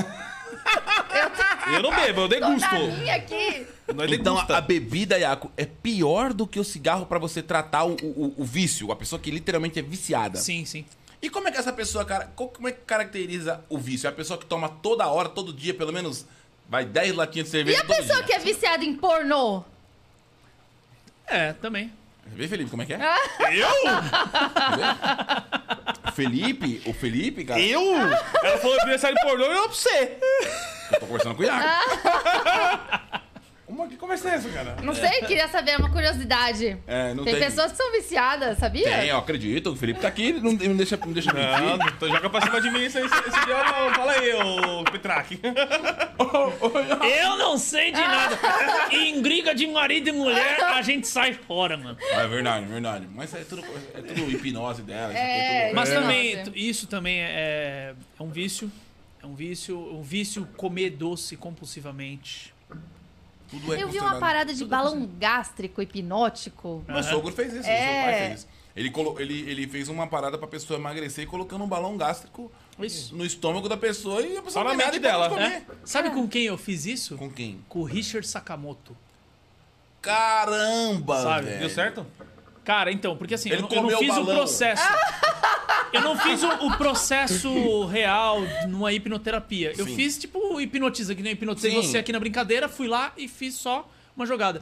S5: Eu não bebo, eu
S2: Tô na
S5: degusto.
S2: minha aqui.
S5: Nós
S3: Então
S5: degusta.
S3: a, a bebida, Iaco, é pior do que o cigarro pra você tratar o, o- o vício, a pessoa que literalmente é viciada.
S4: Sim, sim.
S3: E como é que essa pessoa, cara, co- como é que caracteriza o vício? É a pessoa que toma toda hora, todo dia, pelo menos, vai 10 latinhas de
S2: E
S3: cerveja
S2: a
S3: todo
S2: pessoa
S3: dia.
S2: que é viciada em pornô?
S4: É, também.
S3: Vê, Felipe, como é que é? Eu? Felipe, o Felipe, cara,
S5: Eu? Ela falou que ia sair pornô e eu pra você.
S3: eu tô conversando com o Iaco.
S7: Uma, que conversa é essa, cara?
S2: Não sei, queria saber, é uma curiosidade.
S3: É, não
S2: tem,
S3: tem-
S2: pessoas que são viciadas, sabia?
S3: Tem, é eu acredito, o Felipe tá aqui, ele não, ele não deixa, não deixa
S5: Não,
S3: mentir.
S5: não tô- joga pra cima de mim esse, esse, esse dia, não. Fala aí, ô Petraque.
S6: Eu não sei de nada. Em briga de marido e mulher, a gente sai fora, mano.
S3: É verdade, é verdade. Mas é tudo, é tudo hipnose dela. isso aqui
S2: É,
S3: tudo-
S4: Mas
S2: É.
S4: também,
S2: Nossa.
S4: isso também é, é um vício. É um vício. Um vício comer doce compulsivamente.
S3: tudo é
S2: Eu vi uma
S3: considerado-
S2: parada de
S3: tudo é
S2: balão gástrico hipnótico.
S3: Meu sogro fez isso,
S2: É.
S3: meu pai fez isso. Ele, colo- ele, ele fez uma parada pra pessoa emagrecer colocando um balão gástrico no estômago da pessoa e a pessoa
S5: Só na
S3: não tem
S5: mente
S3: nada e
S5: dela,
S3: pode comer.
S4: Sabe com quem eu fiz isso?
S3: É? Com quem?
S4: Com o Richard Sakamoto.
S3: Caramba,
S4: Sabe,
S3: velho.
S5: Deu certo?
S4: Cara, então, porque assim,
S3: Ele
S4: eu, não- eu
S3: comeu
S4: não
S3: o
S4: fiz o
S3: balão.
S4: processo. Eu não fiz o, o processo real numa hipnoterapia. Eu
S3: Sim.
S4: fiz tipo hipnotiza, que nem eu hipnotizei
S3: Sim.
S4: você aqui na brincadeira, fui lá e fiz só uma jogada.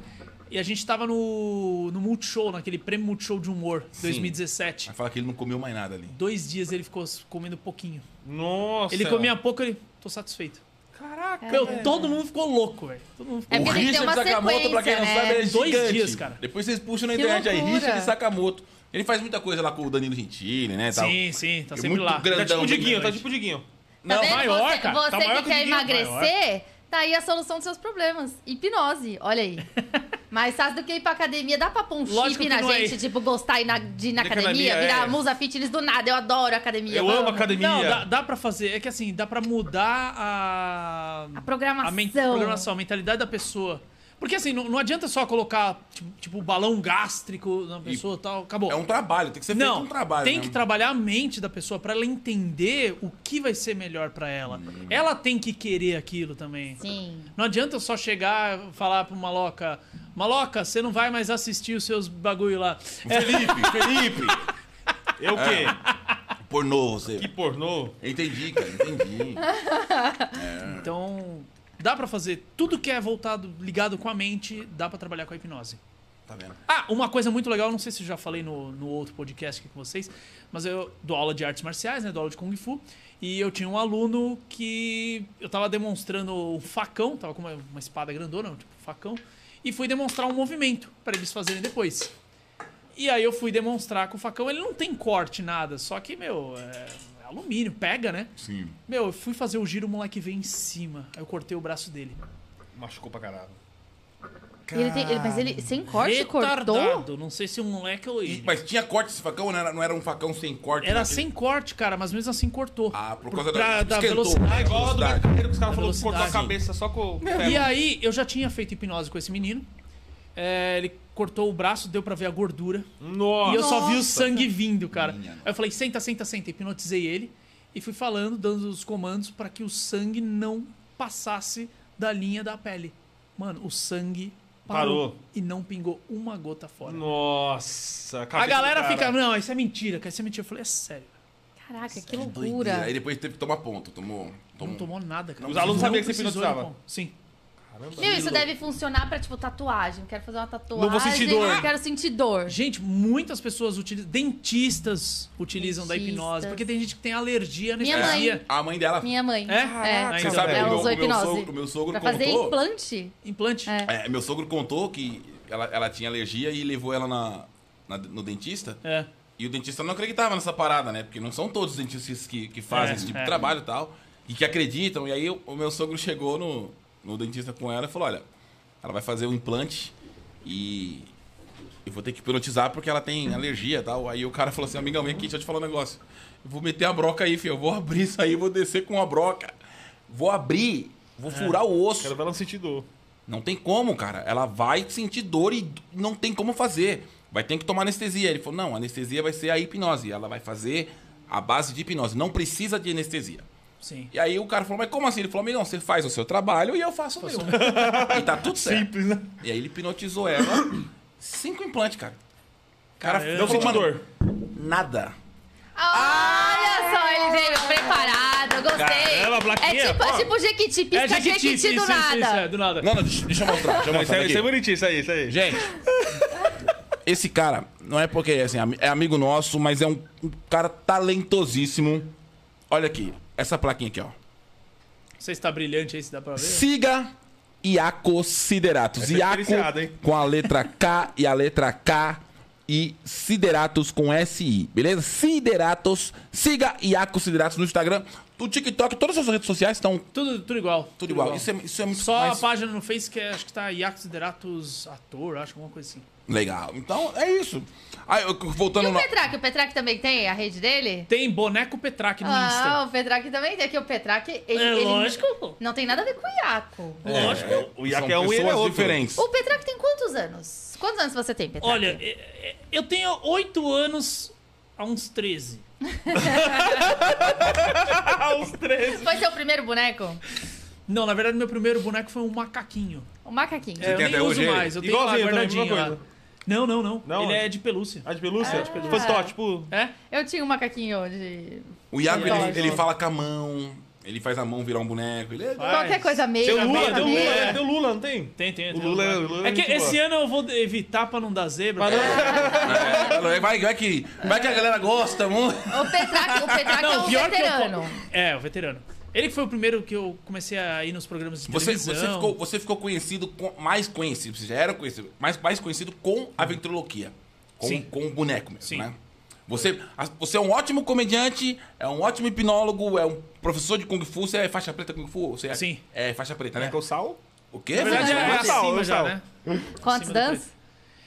S4: E a gente tava no, no Multishow, naquele prêmio Multishow de Humor 2017.
S3: Vai falar que ele não comeu mais nada ali.
S4: Dois dias ele ficou comendo pouquinho.
S5: Nossa.
S3: é.
S4: Ele comia pouco, ele. tô satisfeito.
S5: Caraca.
S4: Meu, todo mundo ficou louco, velho. Todo mundo ficou
S2: É porque tem que ter uma sequência,
S3: pra quem não
S2: né?
S3: sabe, ele é
S4: Dois
S3: gigante.
S4: dias, cara.
S3: Depois vocês puxam na
S2: Que
S3: internet aí,
S2: loucura.
S3: Richard Sakamoto. Ele faz muita coisa lá com o Danilo Gentili, né? tal.
S4: Sim, sim, tá
S3: É
S4: sempre
S3: muito
S4: lá.
S5: Tá
S3: grandão. né?
S5: tipo o Diguinho,
S3: bem
S5: tá
S3: grande.
S5: tipo o Diguinho.
S2: Tá vendo?
S4: maior,
S2: você
S4: cara.
S2: você
S7: Tá maior
S2: que
S7: que o
S2: quer
S7: Diguinho,
S2: emagrecer, tá aí a solução dos seus problemas. Hipnose, olha aí. Mais fácil do que ir pra academia. Dá pra pôr um chip
S4: Lógico que
S2: na
S4: não é
S2: gente,
S4: isso.
S2: tipo, gostar de ir na, de ir na
S5: De
S2: academia,
S5: academia,
S2: virar
S5: é.
S2: musa fitness do nada. Eu adoro academia.
S5: Eu amo academia.
S4: Não, dá, dá pra fazer. É que assim, dá pra mudar a.
S2: A programação.
S4: A, men- programação, a mentalidade da pessoa. Porque assim, não, não adianta só colocar, tipo, tipo, balão gástrico na pessoa e tal. Acabou.
S3: É um trabalho, tem que ser
S4: não,
S3: feito um trabalho.
S4: tem
S3: né?
S4: que trabalhar a mente da pessoa pra ela entender o que vai ser melhor pra ela. Ela tem que querer aquilo também.
S2: Sim.
S4: Não adianta eu só chegar e falar pro Maloca, Maloca, você não vai mais assistir os seus bagulho lá.
S3: Felipe, Felipe!
S5: Eu o quê?
S3: Pornô, você.
S5: Que pornô?
S3: Entendi, cara, entendi.
S4: Então, dá pra fazer tudo que é voltado, ligado com a mente, dá pra trabalhar com a hipnose.
S3: Tá vendo?
S4: Ah, uma coisa muito legal, não sei se eu já falei no, no outro podcast aqui com vocês, mas eu dou aula de artes marciais, né? Dou aula de Kung Fu. E eu tinha um aluno que eu tava demonstrando um facão, tava com uma, uma espada grandona, um tipo facão, e fui demonstrar um movimento pra eles fazerem depois. E aí eu fui demonstrar com o facão, ele não tem corte, nada, só que, meu, é é alumínio, pega, né?
S3: Sim.
S4: Meu, eu fui fazer o giro, o moleque veio em cima. Aí eu cortei o braço dele.
S5: Machucou pra caralho.
S2: E Ele tem, ele- mas ele, sem corte,
S4: Retardado.
S2: cortou?
S4: Não sei se o moleque ou
S3: E-
S4: ele.
S3: mas tinha corte esse facão, não era, não era um facão sem corte? né?
S4: Era
S3: Aquele-
S4: sem corte, cara, mas mesmo assim cortou.
S3: Ah, por causa da,
S4: pra- da
S3: esquentou.
S4: velocidade.
S5: Ah, igual a do meu carreiro que os caras falaram que cortou a
S4: Velocidade.
S5: cabeça só com o
S3: É,
S4: E
S5: ferro.
S4: aí, eu já tinha feito hipnose com esse menino. É, ele cortou o braço, deu pra ver a gordura.
S5: Nossa.
S4: E eu só vi o sangue vindo, cara.
S3: Minha
S4: Aí eu falei, senta, senta, senta. Hipnotizei ele e fui falando, dando os comandos pra que o sangue não passasse da linha da pele. Mano, o sangue parou,
S5: Parou.
S4: e não pingou uma gota fora.
S5: Nossa.
S4: A
S5: cabeça
S4: galera
S5: do cara.
S4: fica, não, isso é mentira, cara, isso é mentira. Eu falei, é sério.
S2: Caraca, que
S3: Que doideira. Aí
S2: loucura.
S3: depois teve que tomar ponto. Tomou.
S4: Não
S3: tomou.
S4: tomou nada, cara.
S5: Os alunos
S4: Não
S5: sabiam que você
S4: precisou,
S5: hipnotizava.
S4: ele tomou. Sim.
S2: Meu, isso deve funcionar pra, tipo, tatuagem. Quero fazer uma tatuagem.
S5: Não vou sentir dor.
S2: Quero sentir dor.
S4: Gente, muitas pessoas utilizam. Dentistas utilizam da
S2: Dentistas.
S4: hipnose, porque tem gente que tem alergia à
S2: Minha
S4: anestesia.
S2: mãe.
S3: A mãe dela.
S2: Minha mãe.
S4: É?
S2: É.
S4: Você
S3: Você
S4: Então,
S3: sabe,
S2: ela
S3: o meu,
S2: usou
S3: o meu
S2: hipnose.
S3: sogro, o meu sogro
S2: Pra
S3: contou.
S2: fazer implante?
S4: Implante?
S2: É.
S3: É, meu sogro contou que ela, ela tinha alergia e levou ela na, na- no dentista.
S4: É.
S3: E o dentista não acreditava nessa parada, né? Porque não são todos os dentistas que, que fazem
S4: É,
S3: esse tipo
S4: é.
S3: de trabalho e tal. E que acreditam. E aí o, o meu sogro chegou no, no dentista com ela e falou: olha, ela vai fazer um implante e. Eu vou ter que hipnotizar porque ela tem alergia e tal. Aí o cara falou assim, amigão, vem aqui, deixa eu te falar um negócio. Eu vou meter a broca aí, filho. Eu vou abrir isso aí, vou descer com a broca. Vou abrir Vou
S4: É.
S3: furar o osso.
S5: Quero ver ela não sentir dor.
S3: Não tem como, cara. Ela vai sentir dor e não tem como fazer. Vai ter que tomar anestesia. Ele falou: não, a anestesia vai ser a hipnose. Ela vai fazer a base de hipnose. Não precisa de anestesia.
S4: Sim.
S3: E aí o cara falou: mas como assim? Ele falou: amigão, você faz o seu trabalho e eu faço o meu. e tá tudo certo.
S5: Simples, né?
S3: E aí ele hipnotizou ela. Cinco implantes, cara. Cara,
S5: Não
S3: falou,
S5: sentiu
S3: "Mano,
S5: dor.
S3: Nada.
S2: Olha só, ele veio preparado, gostei.
S5: Caramba, plaquinha,
S2: é tipo,
S5: ó.
S2: é tipo Jequiti, pisca
S4: É Jequiti,
S2: Jequiti
S4: isso,
S2: do
S4: isso,
S2: nada.
S4: isso, é, do nada.
S3: Não, não, deixa, deixa eu mostrar. Deixa eu
S5: Isso
S3: mostrar
S5: aí,
S3: aqui.
S5: isso aí é bonitinho, isso aí, isso aí.
S3: Gente, esse cara não é porque assim, ami- é amigo nosso, mas é um, um cara talentosíssimo. Olha aqui, essa plaquinha aqui, ó.
S4: Você está brilhante aí, se dá pra ver.
S3: Siga Iaco Sideratos.
S5: Essa é
S3: Iaco
S5: diferenciada, hein?
S3: com a letra K e a letra K e Sideratos com SI, beleza? Sideratos. Siga Iaco Sideratos no Instagram, no TikTok, todas as suas redes sociais estão
S4: Tudo, tudo igual.
S3: tudo igual. Isso é, isso é muito
S4: Só
S3: mais-
S4: a página no Face que é, acho que tá Iaco Sideratos Ator, acho, alguma coisa assim.
S3: legal. Então, é isso. Aí, eu-
S2: E
S3: voltando
S2: o
S3: na-
S2: Petraque, o Petraque também tem a rede dele?
S4: Tem Boneco Petraque no Insta.
S2: Ah, o Petraque também tem, que o Petraque, ele,
S6: É
S2: ele
S6: lógico.
S2: não tem nada a ver com o Iaco.
S6: Lógico.
S5: O Iaco
S3: São
S5: é um e ele é
S3: pessoas
S5: outro.
S3: diferentes.
S2: O Petraque tem quantos anos? Quantos anos você tem, Petraque?
S6: Olha, é- é- eu tenho 8 anos a uns 13.
S5: Ah,
S2: Foi seu primeiro boneco?
S4: Não, na verdade, meu primeiro boneco foi um macaquinho.
S2: O macaquinho.
S4: É, eu
S5: tem
S4: nem
S5: até
S4: uso
S5: hoje ele?
S4: mais, eu tenho
S5: Igualzinho,
S4: lá
S5: também, mesma
S4: guardadinho.
S5: coisa.
S4: lá. Não, não, não,
S5: Não,
S4: Ele
S5: é-
S4: é de pelúcia.
S5: Ah, de pelúcia? Ah, de pelúcia. Fantó, tipo...
S4: É?
S2: Eu tinha um macaquinho de...
S3: O Iago,
S2: Sim.
S3: ele, ele fala com a mão, ele faz a mão virar um boneco. Ele...
S4: Faz.
S2: Qualquer coisa meio.
S5: Tem o Lula,
S2: coisa
S5: tem o Lula,
S2: meio.
S5: né? Tem o Lula, não tem?
S6: Tem, tem,
S5: O
S6: tem.
S5: Lula é...
S4: É que esse ano eu vou evitar pra não dar zebra. É.
S3: Vai, vai, que, vai que a galera gosta muito.
S2: O Petraque, o Petraque é um veterano.
S4: que eu. É, o veterano. Ele que foi o primeiro que eu comecei a ir nos programas de
S3: Você,
S4: televisão.
S3: você, ficou, você ficou conhecido, com- mais conhecido, você já era conhecido, mas mais conhecido com a ventriloquia. Com,
S4: Sim.
S3: com o boneco mesmo,
S4: Sim.
S3: né? Você, a- você é um ótimo comediante, é um ótimo hipnólogo, é um professor de Kung Fu, você é faixa preta Kung Fu? Você é,
S4: Sim.
S3: É faixa preta, né?
S5: É o Sal?
S3: O quê?
S4: Na verdade,
S2: tá
S3: Faixa
S4: é
S3: preta?
S5: sal,
S4: acima
S5: é
S4: já,
S5: sal.
S4: né?
S2: Quantos
S4: Acima do
S2: danos?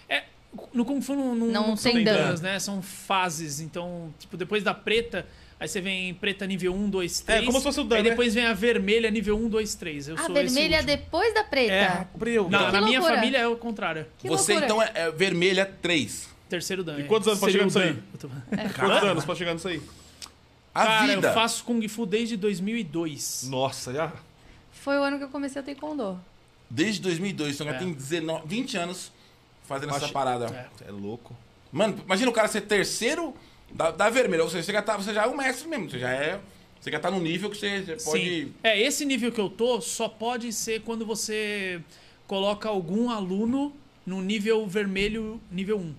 S4: É, no Kung Fu não, não,
S2: Não
S4: são
S2: tem
S4: danos,
S2: dano.
S4: né? São fases. Então, tipo, depois da preta, aí você vem preta nível 1, 2, 3.
S5: como se fosse o dano,
S4: Aí
S5: né?
S4: depois vem a vermelha nível 1, 2, 3. Eu
S2: A
S4: sou
S2: vermelha é
S4: esse último. É.
S2: depois da preta.
S5: Breu.
S4: Na, na minha
S2: loucura.
S4: família é o contrário.
S2: Que
S3: Você
S2: loucura.
S3: então é, é vermelha 3.
S4: Terceiro dano.
S5: E
S4: é.
S5: quantos anos pra
S4: Seria
S5: chegar
S4: o
S5: nisso
S4: dan. Eu tô-
S5: é
S2: É.
S5: Quantos anos pra chegar nisso aí?
S3: A
S4: Cara,
S3: vida.
S4: eu faço Kung Fu desde 2002.
S5: Nossa, já...
S2: Foi o ano que eu comecei a taekwondo.
S3: Desde 2002, então já
S4: É.
S3: tem 19, 20 anos fazendo essa
S5: Acho-
S3: parada.
S5: É louco.
S3: Mano, imagina o cara ser terceiro da, da vermelha. Ou seja, você já, tá, você já é um mestre mesmo. Você já é. Você já tá num nível que você já pode.
S4: Sim. É, esse nível que eu tô só pode ser quando você coloca algum aluno no nível vermelho, nível 1.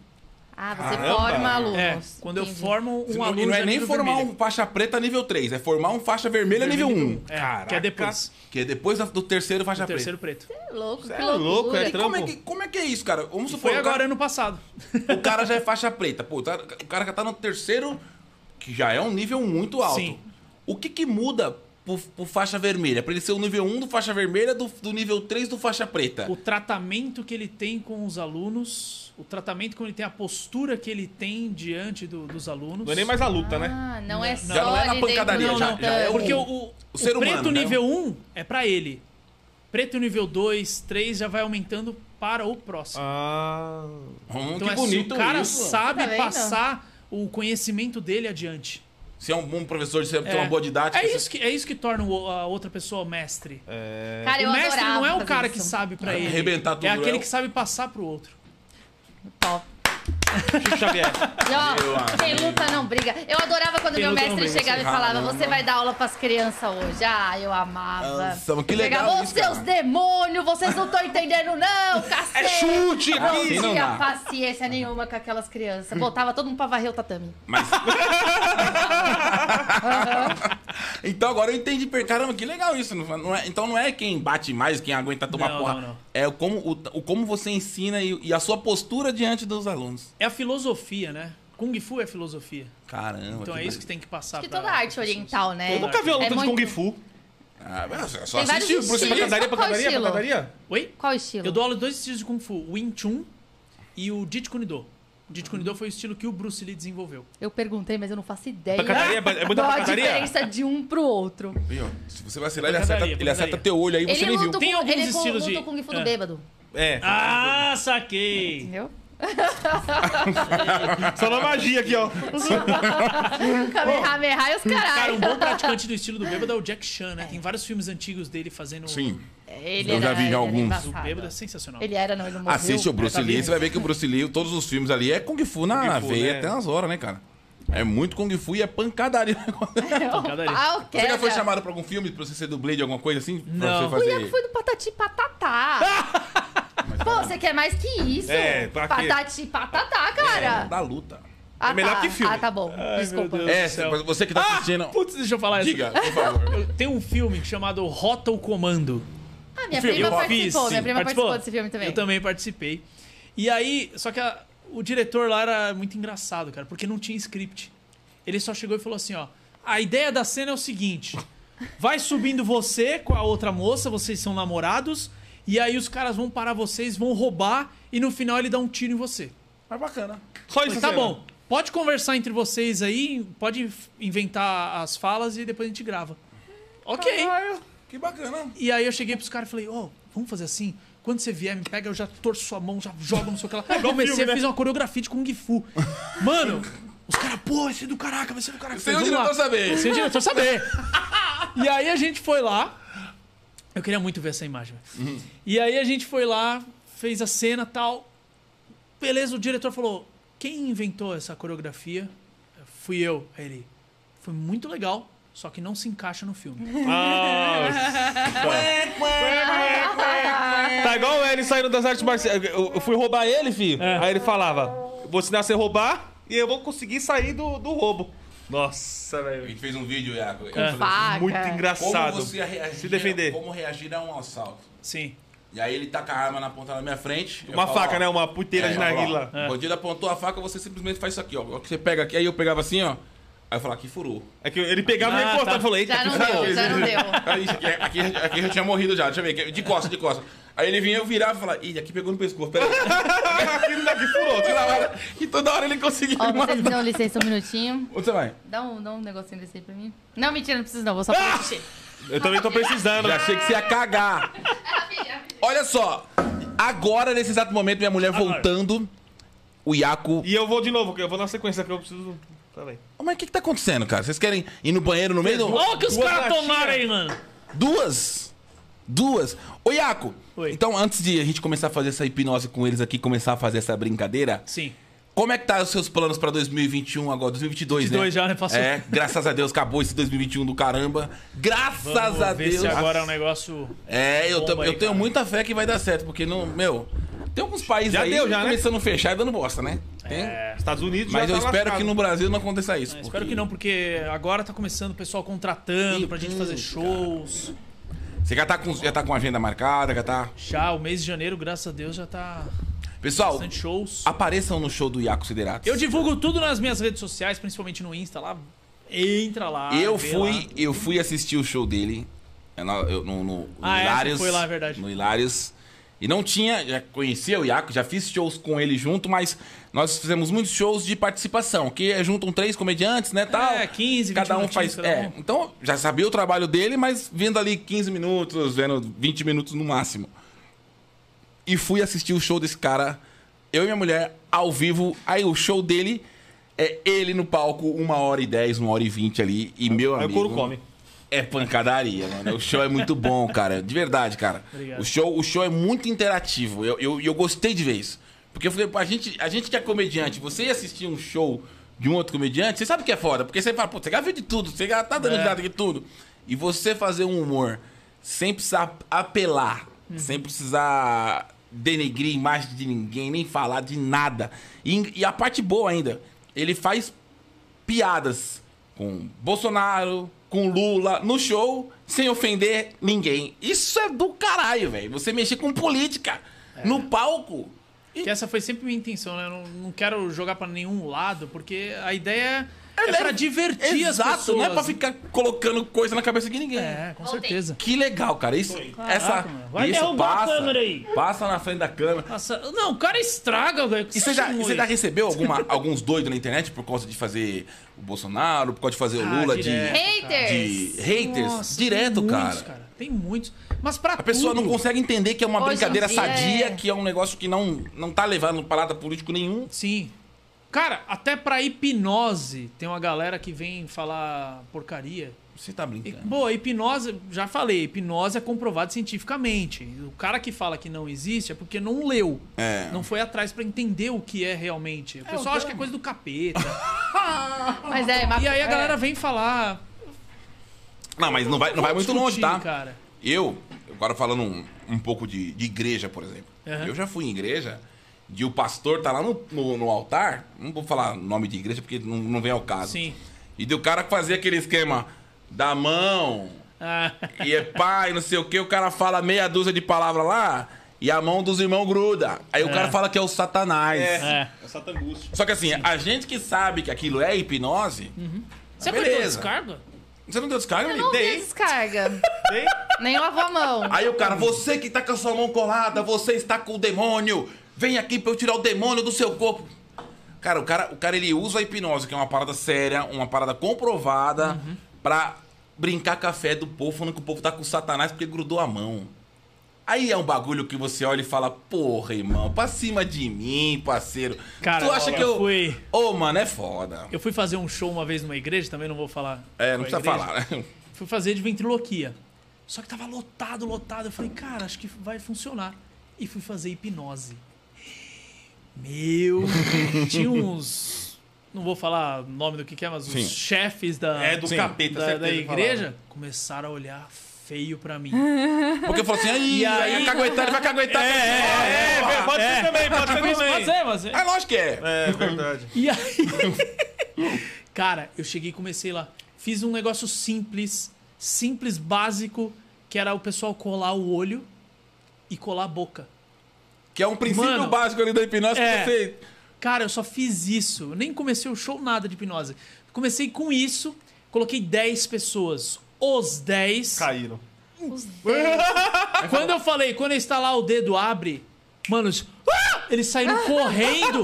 S2: Ah, você
S3: Caramba.
S2: forma alunos.
S4: É, quando eu
S2: Entendi.
S4: formo um
S3: Você não,
S4: aluno.
S3: e não
S4: já
S3: é nem
S4: nível
S3: formar
S4: vermelho.
S3: um faixa preta nível 3, é formar um faixa vermelha nível 1.
S4: É, que é depois.
S3: Que é depois da- do terceiro faixa
S4: O terceiro
S3: preta.
S4: preto.
S2: É louco,
S5: é
S2: que loucura.
S5: louco, é
S3: E como é,
S5: trampo.
S3: que, como é que é isso, cara? Vamos supor.
S4: Foi
S3: o
S4: agora
S3: cara,
S4: ano passado.
S3: o cara já é faixa preta. Pô, tá- o cara já tá no terceiro, que já é um nível muito alto.
S4: Sim.
S3: O que que muda pro, pro faixa vermelha? Pra ele ser o nível 1 do faixa vermelha, do, do nível 3 do faixa preta.
S4: O tratamento que ele tem com os alunos, o tratamento que ele tem, a postura que ele tem diante do- dos alunos.
S5: Não é nem mais a luta, né?
S2: Ah, não é só
S3: Já não é na
S2: ali dentro
S3: pancadaria,
S2: do
S3: já- já é
S2: tatame.
S4: Porque o,
S3: um-
S4: o-
S3: o ser
S4: o preto
S3: humano, né?
S4: nível 1 é pra ele. Preto nível 2, 3 já vai aumentando para o próximo.
S5: Ah...
S3: Hum,
S4: então
S3: que
S4: é se
S3: bonito
S4: o cara
S3: isso.
S4: sabe
S2: Tá vendo?
S4: passar o conhecimento dele adiante.
S3: Se é um bom professor, se é, tem uma
S4: É.
S3: boa didática.
S4: É
S3: se-
S4: isso que, é isso que torna o- a outra pessoa mestre.
S2: Cara, eu
S4: o mestre
S2: adorava
S4: não é o
S2: fazer
S4: cara
S2: isso.
S4: que sabe pra
S3: É,
S4: ele.
S3: arrebentar tudo,
S4: é
S3: é
S4: aquele
S3: o-
S4: que sabe passar pro outro.
S2: Top.
S5: Chico Xavier.
S2: E ó,
S3: Meu
S2: quem luta não briga. Eu adorava quando
S4: Quem
S2: meu
S4: luta não
S2: mestre
S4: briga,
S2: chegava e
S3: você
S2: falava:
S3: rala,
S2: Você vai dar aula pras crianças hoje. Ah, eu amava.
S3: Nossa, mas que legal
S2: Pegava,
S3: isso,
S2: Ô, seus
S3: cara."
S2: demônios, vocês não estão entendendo, não, cacete.
S5: É chute, é
S2: Não
S5: piso.
S3: não
S2: tinha
S3: dá.
S2: paciência nenhuma com aquelas crianças. Voltava todo mundo pra varrer o tatame.
S3: Mas... então agora eu entendi. per- Caramba, que legal isso. não- não é- então não é quem bate mais, quem aguenta tomar
S4: Não,
S3: porra.
S4: não, não.
S3: É o como, o, o como você ensina e, e a sua postura diante dos alunos.
S4: É a filosofia, né? Kung Fu é filosofia.
S3: Caramba.
S4: Então é isso que tem que passar.
S2: Acho que
S4: pra-
S2: toda a arte
S4: pra pessoas.
S2: oriental, né?
S5: Eu nunca vi uma
S2: É
S5: luta de
S2: muito-
S5: Kung Fu.
S3: Ah, mas é só
S2: Tem vários
S3: assistir. Por isso que
S2: estilos.
S3: eu
S5: Pancadaria,
S2: Qual
S5: pancadaria,
S2: estilo?
S5: pancadaria.
S4: Oi?
S2: Qual estilo?
S4: Eu dou aula de dois estilos de Kung Fu. O Wing Chun e o Jeet Kune Do. de Jeet foi o estilo que o Bruce Lee desenvolveu.
S2: Eu perguntei, mas eu não faço ideia.
S5: Pancadaria, é muita
S2: da
S5: pancadaria?
S2: diferença de um pro outro.
S7: Viu? Se você vacilar, ele acerta,
S6: Pancadaria,
S7: ele
S6: pancadaria.
S7: acerta teu olho aí, você
S2: Ele
S7: nem viu.
S2: luta um
S6: Tem
S2: com,
S6: alguns
S2: ele com,
S6: estilos de-
S2: luta com o Kung Fu do
S6: é.
S2: bêbado,
S5: É.
S6: Ah, saquei.
S2: entendeu?
S5: Só na magia aqui, ó.
S2: Kamehameha e os Hum.
S4: Cara,
S2: caralho.
S4: um bom praticante do estilo do bêbado é o Jack Chan, né? Tem vários filmes antigos dele fazendo.
S3: Sim.
S2: Ele
S3: Eu já
S2: era-
S3: vi já
S2: ele era
S3: alguns.
S4: O
S2: embaçado.
S4: bêbado é sensacional.
S2: Ele era, não, ele não morreu.
S3: Assiste o Bruce Lee, você vai ver que o Bruce Lee, todos os filmes ali, é Kung Fu na
S5: Fu,
S3: veia
S5: né?
S3: até nas horas, né, cara? É muito Kung Fu e é pancadaria.
S6: Pancadaria.
S2: Ah, o
S3: Você já foi
S2: Kevin.
S3: chamado pra algum filme pra você ser dublê de alguma coisa assim? Pra
S6: Não.
S3: você
S2: Fui eu que
S3: fazer.
S2: fui do Patati Patatá. Pô, você quer mais que isso?
S5: É, pra quê?
S2: Patati Patatá,
S3: É,
S2: cara.
S3: Da luta.
S2: Ah,
S5: melhor
S2: tá.
S5: que filme.
S2: Ah, tá bom. Desculpa.
S4: Deus.
S3: É,
S4: do céu.
S3: você que tá assistindo.
S4: Putz, deixa eu falar isso.
S3: Diga, por favor.
S4: Tem um filme chamado Rota o Comando.
S2: Ah, minha
S4: filme,
S2: prima
S4: eu
S2: participou. minha
S4: fiz, sim.
S2: prima participou? desse filme também.
S4: Eu também participei. E aí, só que a- o diretor lá era muito engraçado, cara, porque não tinha script. Ele só chegou e falou assim, ó, a ideia da cena é o seguinte, vai subindo você com a outra moça, vocês são namorados, e aí os caras vão parar vocês, vão roubar, e no final ele dá um tiro em você.
S7: Mas bacana.
S5: Só
S4: Falei,
S5: isso
S4: tá
S5: assim,
S4: bom, pode conversar entre vocês aí, pode inventar as falas e depois a gente grava. Ok.
S7: Caralho, que bacana.
S4: E aí eu cheguei pros caras e falei, ô, vamos fazer assim? Quando você vier, me pega, eu já torço sua mão, já jogo, não sei o que lá. Eu comecei, fiz uma coreografia de Kung Fu. Mano, os caras, pô, esse é do caraca, vai ser do caraca.
S3: Sem
S4: Eu
S3: o
S4: falei,
S3: diretor
S4: "Vamos lá."
S3: saber.
S4: Sem é o diretor saber. E aí a gente foi lá. Eu queria muito ver essa imagem. velho. E aí a gente foi lá, fez a cena tal. Beleza, o diretor falou: quem inventou essa coreografia? Fui eu. Aí ele. Foi muito legal, só que não se encaixa no filme.
S5: Tá igual o Eren saindo das artes marciais. Eu, eu fui roubar ele, filho. Aí ele falava: Vou ensinar você a roubar e eu vou conseguir sair do, do roubo. Nossa,
S3: A
S5: velho.
S3: gente fez um vídeo, Iago. assim,
S2: Faca.
S5: Muito
S3: Como
S5: engraçado.
S3: você reagir,
S5: Se defender.
S3: Como reagir a um assalto.
S4: Sim.
S3: E aí ele taca a arma na ponta da minha frente. eu
S5: Uma
S3: falo,
S5: faca,
S3: ó,
S5: né? Uma puteira
S3: é,
S5: de
S3: eu falo,
S5: narguila.
S3: ó, O bandido apontou a faca, você simplesmente faz isso aqui, ó. O que você pega aqui, aí eu pegava assim, ó. Aí eu falava, aqui furou.
S5: É que ele pegava e
S6: Ah,
S5: ia cortar.
S6: tá.
S5: Eu falei: Eita,
S2: Já
S5: que
S2: não
S5: cara-
S2: deu, já não deu.
S3: Cara, isso aqui, aqui, aqui eu já tinha morrido já, deixa eu ver. De costas, de costas. Aí ele vinha, eu virava e falava, ih, aqui pegou no pescoço, peraí.
S5: Aquilo daqui furou.
S3: toda hora, e toda hora ele conseguia
S2: Ó,
S3: me
S2: vocês me
S3: matar.
S2: dão licença um minutinho.
S3: Onde você vai?
S2: Dá um, dá um negocinho desse aí pra mim. Não, mentira, não preciso não. Vou só fazer xixi.
S5: Eu também tô precisando.
S3: Já achei que você ia cagar. Olha só, agora, nesse exato momento, minha mulher voltando, o Iaco...
S5: E eu vou de novo, que eu vou na sequência que eu preciso. Tá bem.
S3: Ô, mas o que que tá acontecendo, cara? Vocês querem ir no banheiro no meio do...
S6: Olha o que os
S5: Duas
S6: caras
S5: latinhas.
S6: tomaram aí, mano.
S3: Duas? Duas? Ô, Iaco,
S4: Oi.
S3: então antes de a gente começar a fazer essa hipnose com eles aqui, começar a fazer essa brincadeira,
S4: Sim.
S3: como é que tá os seus planos pra 2021 agora? 2022,
S4: 22
S3: né?
S4: já, né? Passou.
S3: É, graças a Deus, acabou esse 2021 do caramba. Graças a
S6: Vamos ver
S3: Deus.
S6: se agora é um negócio...
S3: É, eu,
S6: Bomba
S3: tam-
S6: aí,
S3: eu tenho
S6: cara.
S3: muita fé que vai dar certo, porque, não, meu, tem alguns países
S5: Já
S3: aí
S5: deu, já, né?
S3: começando a fechar e dando bosta, né? Tem-
S5: Estados Unidos
S3: Mas
S5: já
S3: eu
S5: tá
S3: espero
S5: lascado.
S3: que no Brasil não aconteça isso.
S4: É, né? Espero que não, porque agora tá começando o pessoal contratando pra gente fazer shows.
S3: Você já tá, com, já tá com a agenda marcada, já tá...
S4: Já o mês de janeiro, graças a Deus, já tá
S3: Pessoal,
S4: bastante shows.
S3: apareçam no show do Iaco Siderato.
S4: Eu divulgo tudo nas minhas redes sociais, principalmente no Insta lá. Entra lá.
S3: Eu
S4: vê
S3: fui,
S4: lá.
S3: eu fui assistir o show dele é na- eu- no, no- no
S4: Ah, é, você
S3: Hilários.
S4: foi lá, é verdade.
S3: No Hilários. E não tinha, já conhecia o Iaco, já fiz shows com ele junto, mas nós fizemos muitos shows de participação, que é- juntam três comediantes, né, tal.
S4: É, 15, 20
S3: Cada um
S4: minutinhos,
S3: faz,
S4: cada
S3: é.
S4: um.
S3: Então, já sabia o trabalho dele, mas vendo ali 15 minutos, vendo 20 minutos no máximo. E fui assistir o show desse cara, eu e minha mulher, ao vivo. Aí o show dele é ele no palco, uma hora e dez, uma hora e vinte ali, e meu
S5: Aí o
S3: amigo...
S5: couro come.
S3: É pancadaria, mano. O show é muito bom, cara. De verdade, cara.
S4: Obrigado.
S3: O show, o show é muito interativo. Eu, eu, eu gostei de ver isso. Porque eu falei, pô, a gente, a gente que é comediante, você ia assistir um show de um outro comediante, você sabe que é foda. Porque você fala, pô, você já viu de tudo, você já tá dando risada de tudo. E você fazer um humor sem precisar apelar, sem precisar denegrir a imagem de ninguém, nem falar de nada. E, e a parte boa ainda, ele faz piadas com Bolsonaro, com Lula, no show, sem ofender
S4: É.
S3: ninguém. Isso é do caralho, velho. Você mexer com política no palco.
S4: Que essa foi sempre minha intenção, né? Eu não, não quero jogar pra nenhum lado, porque a ideia é, pra divertir as
S3: Exato,
S4: pessoas.
S3: não é pra ficar colocando coisa na cabeça de ninguém.
S4: É, com
S2: Voltei.
S4: certeza.
S3: Que legal, cara. Isso, essa,
S6: mano. Vai
S3: isso
S6: derrubar a
S3: passa,
S6: câmera aí.
S3: Passa na frente da câmera.
S4: Nossa, não, o cara estraga, velho.
S3: E você já,
S4: Continue.
S3: você já recebeu alguma, alguns doidos na internet por causa de fazer o Bolsonaro, por causa de fazer o
S4: Ah,
S3: Lula, de,
S4: direto.
S2: Haters!
S3: de haters?
S4: Nossa,
S3: direto,
S4: tem
S3: cara.
S4: muitos, Tem muitos. Mas pra
S3: A pessoa não consegue entender que é uma
S2: Hoje em
S3: brincadeira
S2: dia,
S3: sadia,
S2: é.
S3: que é um negócio que não, não tá levando pra lado político nenhum.
S4: Sim. Cara, até pra hipnose tem uma galera que vem falar porcaria.
S3: Você tá
S4: E,
S3: brincando.
S4: Boa, hipnose, já falei, hipnose é comprovado cientificamente. O cara que fala que não existe é porque não leu.
S3: É.
S4: Não foi atrás pra entender o que é realmente. O pessoal acha que é coisa do capeta.
S2: Mas é, mas
S4: e aí a galera vem falar.
S3: Não, mas não vai, não vai muito
S4: discutir,
S3: longe, tá?
S4: Cara.
S3: Eu, agora falando um, um pouco de, de igreja, por exemplo.
S4: Aham.
S3: Eu já fui em igreja e o pastor tá lá no, no, no altar. Não vou falar o nome de igreja porque não, não vem ao caso.
S4: Sim.
S3: E do cara fazer aquele esquema da mão
S4: Ah,
S3: e é pai, não sei o que. O cara fala meia dúzia de palavra lá e a mão dos irmãos gruda. Aí o cara fala que é o satanás.
S6: É.
S5: É satangústia.
S3: Só que assim, a gente que sabe que aquilo é hipnose,
S4: Você apertou
S3: Beleza.
S4: descarga?
S3: você não deu descarga,
S2: Eu
S3: Lili?
S2: não vi
S3: Dei.
S2: descarga. Nem lavou a mão.
S3: Aí o cara, você que tá com a sua mão colada, você está com o demônio, vem aqui pra eu tirar o demônio do seu corpo. Cara, o cara, o cara ele usa a hipnose, que é uma parada séria, uma parada comprovada, pra brincar com a fé do povo, falando que o povo tá com satanás porque grudou a mão. Aí é um bagulho que você olha e fala, porra, irmão, pra cima de mim, parceiro.
S4: Cara,
S3: tu acha
S4: eu
S3: que eu.
S4: fui-
S3: Ô, mano, é foda.
S4: Eu fui fazer um show uma vez numa igreja, também não vou falar.
S3: É, não
S4: qual
S3: precisa
S4: igreja.
S3: falar, né?
S4: Fui fazer de ventriloquia. Só que tava lotado, lotado. Eu falei, cara, acho que vai funcionar. E fui fazer hipnose. Meu. tinha uns. Não vou falar o nome do que, que é, mas
S3: Sim.
S4: os chefes da,
S3: É, do capeta,
S4: da,
S3: certeza
S4: da
S3: que né?
S4: igreja começaram a olhar feio pra mim.
S3: Porque falou assim, aí,
S4: E aí-
S3: vai caguetar, ele vai caguetar. É,
S5: É, pode ser também, pode ser
S4: Pode
S5: também.
S4: ser, mas é.
S3: é lógico que é.
S5: É verdade.
S4: E aí. Cara, eu cheguei e comecei lá. Fiz um negócio simples, simples, básico, que era o pessoal colar o olho e colar a boca.
S3: Que é um princípio
S4: Mano,
S3: básico ali da hipnose
S4: é.
S3: que você.
S4: Cara, eu só fiz isso. Eu nem comecei o show nada de hipnose. Comecei com isso, coloquei 10 pessoas. Os 10.
S5: Caíram.
S4: Quando eu falei, quando eu instalar o dedo abre, mano, eles, Ah! eles saíram correndo.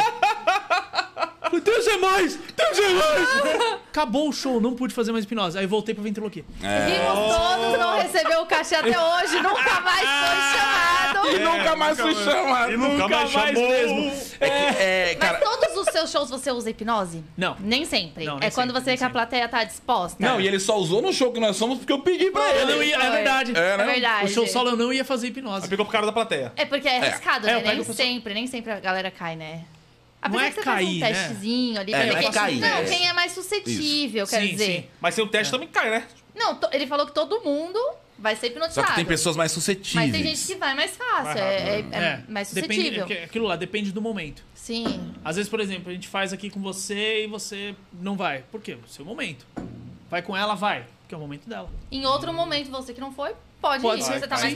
S5: Deus é mais! Deus é mais!
S4: Acabou o show, não pude fazer mais hipnose. Aí voltei pra ventriloquia.
S2: Vimos todos, não recebeu o cachê até hoje, nunca mais foi chamado.
S3: E nunca mais fui chamado.
S5: E nunca mais chamou.
S3: É, que, é,
S2: Mas
S3: cara.
S2: todos os seus shows você usa hipnose?
S4: Ah! Não.
S2: Nem sempre.
S4: Não, nem
S2: é quando
S4: sempre,
S2: você
S4: nem
S2: que a
S4: sempre.
S2: plateia tá disposta.
S3: Não, e ele só usou no show que nós somos porque eu pedi pra
S4: Eu
S3: ele.
S4: não ia, é
S2: Foi.
S4: verdade.
S3: É, né?
S2: É verdade.
S4: O show solo eu não ia fazer hipnose.
S5: Aí pegou pro cara da plateia.
S2: É porque é arriscado,
S4: É,
S2: né?
S4: eu
S2: Nem
S4: pego o pessoal-
S2: sempre, nem sempre a galera cai, né?
S4: Não
S2: Apesar
S4: é
S2: que você
S4: cair, né?
S2: faz um testezinho ali.
S3: É,
S2: pra
S3: não
S2: ver
S3: é
S2: quem-
S3: cair,
S2: Não,
S3: é.
S2: quem é mais suscetível, quer
S4: Sim,
S2: dizer.
S4: sim.
S5: Mas sem o teste também cai, né?
S2: Não, to- ele falou que todo mundo vai ser
S3: Só
S2: hipnotizado.
S3: que tem pessoas mais
S2: Mas
S3: suscetíveis.
S2: tem gente que vai mais fácil, é, é- é mais
S4: né? depende,
S2: suscetível.
S4: é aquilo lá depende do momento.
S2: Sim.
S4: Às vezes, por exemplo, a gente faz aqui com você e você não vai. Por quê? Seu momento. Vai com ela, vai. Porque é o momento dela.
S2: Em outro momento, você que não foi, pode,
S4: Pode
S2: ir.
S4: ser,
S2: Você tá
S4: sim.
S2: mais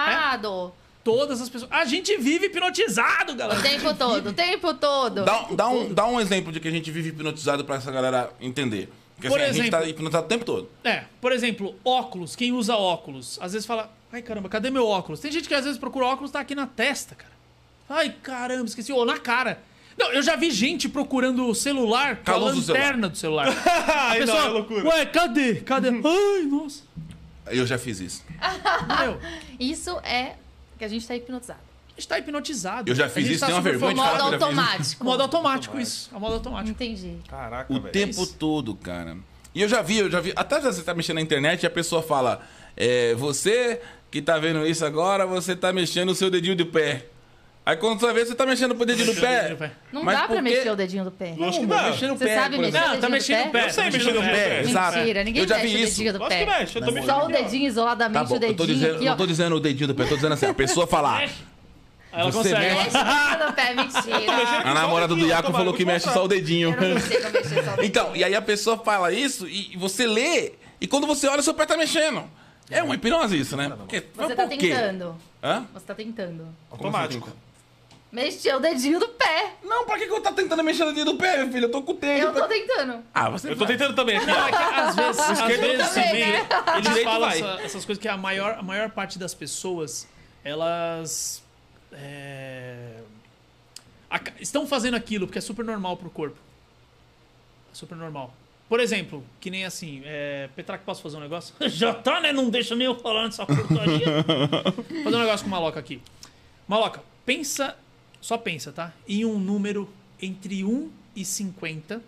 S2: concentrado.
S4: Todas as pessoas. A gente vive hipnotizado,
S2: O
S4: galera.
S2: tempo todo, o tempo todo.
S3: Dá, dá um, dá um exemplo de que a gente vive hipnotizado pra essa galera entender. Porque
S4: Por
S3: assim, a gente
S4: exemplo.
S3: tá hipnotizado o tempo todo.
S4: É, por exemplo, óculos. Quem usa óculos, às vezes fala: ai caramba, cadê meu óculos? Tem gente que às vezes procura óculos, tá aqui na testa, cara. Ai caramba, esqueci. Ou na cara. Não, eu já vi gente procurando o celular com
S3: Com a
S4: a
S3: luz do
S4: lanterna do celular.
S3: é
S5: Ai,
S4: Pessoal, Ué, cadê? Cadê? Ai, nossa.
S3: Eu já fiz isso.
S4: Meu,
S3: um-
S2: Isso é que a gente tá hipnotizado.
S4: a gente tá hipnotizado.
S3: Eu já
S4: A
S3: fiz
S4: gente
S3: isso,
S4: tá
S3: tem uma
S4: super
S3: vergonha de falar
S2: Modo
S4: focado.
S3: que eu já fiz
S2: automático.
S4: Modo automático, isso. É o modo automático.
S2: Entendi.
S5: Caraca,
S3: O
S5: velho.
S3: tempo todo, cara. E eu já vi, eu já vi. Até às vezes você tá mexendo na internet e a pessoa fala: é, Você que tá vendo isso agora, você tá mexendo o seu dedinho do pé. Aí quando você vê, você tá mexendo pro dedinho do pé.
S4: dedinho do pé.
S2: Não
S3: Mas
S2: dá
S3: por
S2: pra
S3: quê?
S2: mexer o dedinho do pé.
S5: Lógico que
S3: Não,
S5: dá.
S3: mexer Tipo, no
S2: Você
S3: pé.
S2: sabe
S3: por
S2: mexer
S3: exemplo.
S2: o
S4: Não, tá
S2: dedinho
S4: mexendo
S2: do
S4: o pé.
S2: pé?
S5: Eu sei mexer no
S3: Mexer no pé,
S5: pé.
S3: exato.
S2: Mentira, ninguém
S3: eu já
S2: mexe
S3: vi
S2: o
S3: isso.
S2: dedinho do
S5: Lógico que
S2: pé.
S5: mexe, eu tô mexendo
S2: Só o
S5: aqui, ó.
S2: dedinho
S3: Tá
S2: isoladamente,
S3: bom,
S2: o
S3: eu tô
S2: dedinho
S3: dizendo,
S2: aqui,
S3: não
S2: ó.
S3: tô dizendo o dedinho do pé, eu tô dizendo assim, a pessoa falar.
S4: Aí ela
S3: Você
S4: consegue.
S3: mexe.
S2: Mexe o dedo do pé, mentira.
S3: A namorada do Iaco
S4: tá
S5: tá
S3: falou que mexe só o dedinho.
S2: Eu não sei como mexer só o dedinho.
S3: Então, e aí a pessoa fala isso e você lê, e quando você olha, seu pé tá mexendo. É uma hipnose isso, né? Porque- mas
S2: Você tá
S3: por quê?
S2: tentando.
S3: Hã?
S2: Você tá tentando.
S5: Automático.
S2: Mexeu o dedinho do pé.
S3: Não, pra que, que eu tô tentando mexer no dedo do pé, meu filho? Eu tô com o tempo.
S2: Eu tô tentando.
S3: Ah, você
S5: Eu tô tentando também aqui,
S4: Não, é que às vezes, às
S2: também,
S4: vezes também,
S2: né?
S4: eles
S5: Direito
S4: falam
S5: vai.
S4: essa- essas coisas que a maior, a maior parte das pessoas, elas é, aca- estão fazendo aquilo porque é super normal pro corpo. É super normal. Por exemplo, que nem assim, é... Petraco, posso fazer um negócio?
S6: Já tá, né? Não deixa nem eu falar nessa porcaria.
S4: fazer um negócio com o Maloca aqui. Maloca, pensa, só pensa, tá? Em um número entre 1 e 50,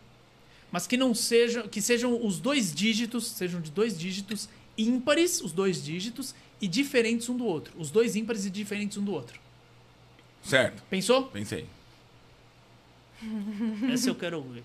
S4: mas que não seja, que sejam os dois dígitos, sejam de dois dígitos ímpares, os dois dígitos e diferentes um do outro, os dois ímpares e diferentes um do outro.
S3: Certo,
S4: Pensou?
S3: pensei.
S6: Essa eu quero ouvir.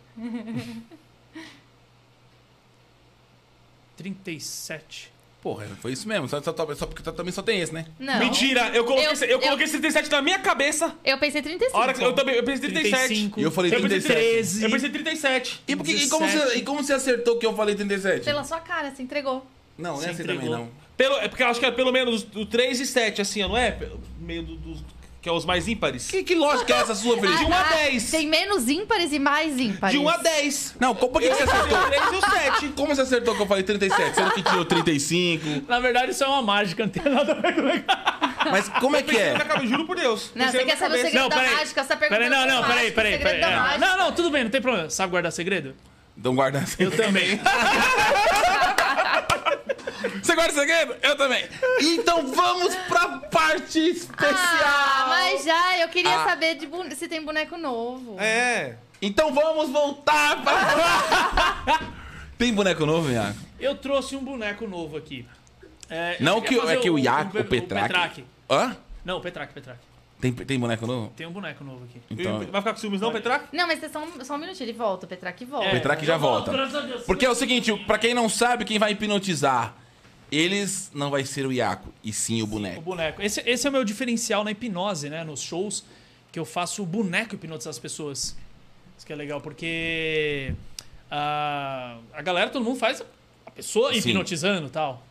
S4: 37.
S3: Porra, foi isso mesmo. Só, só, só- só porque também só tem esse, né?
S2: Não.
S5: Mentira, eu coloquei,
S2: Eu-
S5: esse- eu, coloquei
S2: eu-
S5: 37 na minha cabeça.
S2: Eu pensei 35.
S5: A hora que, eu também, eu pensei 37.
S4: 35.
S3: E eu falei
S5: Eu pensei
S3: 37.
S5: 13. Eu pensei 37.
S3: E, por que- e como você,
S4: 17.
S3: e como você acertou que eu falei 37?
S2: Pela sua cara, se entregou.
S3: Não, não é
S4: Se
S3: assim também,
S4: entregou.
S3: não.
S5: Pelo, é porque eu acho que é pelo menos do 3 e 7, assim, ó, não é? Pelo meio do- dos. que é os mais ímpares.
S3: Que, que lógica é essa sua, Felipe?
S5: De 1 a 10.
S2: Tem menos ímpares e mais ímpares.
S5: De 1 a 10.
S3: Não, como- por que, que você acertou?
S5: O 3 e o 7.
S3: Como você acertou que eu falei 37? Sendo que tinha o 35.
S4: Na verdade, isso é uma mágica, não tem nada a ver com
S3: Mas como é que é?
S5: Na cabeça, juro por Deus.
S2: Não,
S5: Pensei
S2: você
S5: na
S2: quer saber o
S5: cabeça.
S2: segredo
S4: Não,
S2: da
S4: peraí.
S2: mágica? Você tá perguntando
S4: Peraí, não, não,
S2: da
S4: peraí,
S2: mágica,
S4: peraí,
S2: o segredo
S4: peraí.
S2: da
S4: É.
S2: mágica.
S4: Não, não, tudo bem, não tem problema. Sabe guardar segredo?
S3: Então guarda
S4: Eu também.
S3: Você guarda segredo? Eu também. Então vamos pra parte
S2: Ah,
S3: especial.
S2: mas já, eu queria
S3: Ah.
S2: saber de bone- se tem boneco novo.
S5: É.
S3: Então vamos voltar pra... Tem boneco novo, Iago?
S4: Eu trouxe um boneco novo aqui. É, eu
S3: Não
S4: cheguei
S3: que
S4: a
S3: o-
S4: fazer um
S3: é que o Iaco, o Petraque- Hã?
S4: Não, o Petraque, Petraque.
S3: Tem, tem boneco novo?
S4: Tem um boneco novo aqui.
S3: Então...
S5: Vai ficar com ciúmes, não, Petraca?
S2: Não, mas é só um, só um minutinho, ele volta, o Petraque volta.
S4: É.
S3: Petraque já volta.
S6: Graças a Deus.
S3: Porque é o seguinte, pra quem não sabe, quem vai hipnotizar eles não vai ser o Iaco, e sim o
S4: O
S3: boneco.
S4: boneco. Esse, esse é o meu diferencial na hipnose, né? Nos shows, que eu faço o boneco hipnotizar as pessoas. Isso que é legal, porque a, a galera, todo mundo faz a pessoa
S3: Sim.
S4: hipnotizando e tal.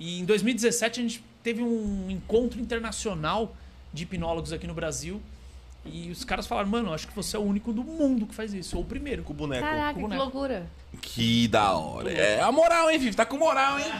S4: E em 2017 a gente teve um encontro internacional de hipnólogos aqui no Brasil. E os caras falaram, mano, acho que você é o único do mundo que faz isso, ou o primeiro.
S5: Com o boneco.
S2: Caraca,
S4: com o
S2: que
S4: boneco.
S2: loucura.
S3: Que da hora. É a moral, hein, Fifi? Tá com moral, hein?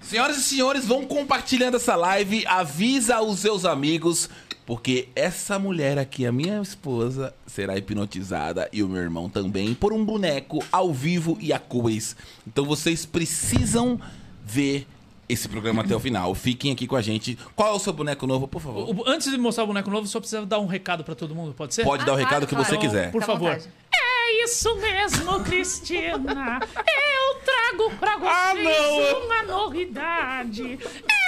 S3: Senhoras e senhores, vão compartilhando essa live, avisa os seus amigos, porque essa mulher aqui, a minha esposa, será hipnotizada e o meu irmão também por um boneco ao vivo e a cores. Então vocês precisam ver esse programa até o final. Fiquem aqui com a gente. Qual é o seu boneco novo, por favor?
S4: O- o- antes de mostrar o boneco novo, só precisa dar um recado pra todo mundo, pode ser?
S3: Pode dar o
S2: Ah,
S3: recado que
S2: claro,
S3: você
S2: claro.
S3: quiser.
S4: Por
S2: Fica à
S4: favor.
S2: vontade.
S6: É isso mesmo, Cristina. Eu trago pra vocês
S5: Ah, não.
S6: uma novidade.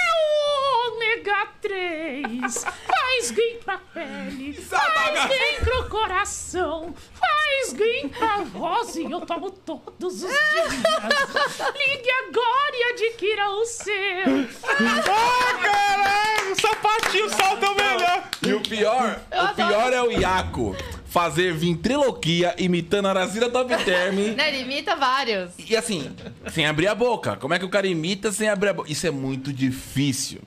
S6: É o ômega 3. Faz bem pra pele, faz bem pro coração, faz bem pra voz e eu tomo todos os dias. Ligue agora e adquira o seu.
S5: Ah, caralho! O sapatinho salta o melhor!
S3: E o pior, o pior é o Iaco fazer ventriloquia imitando a Aracida Top Term.
S2: Né, limita vários.
S3: E assim, sem abrir a boca. Como é que o cara imita sem abrir a boca? Isso é muito difícil.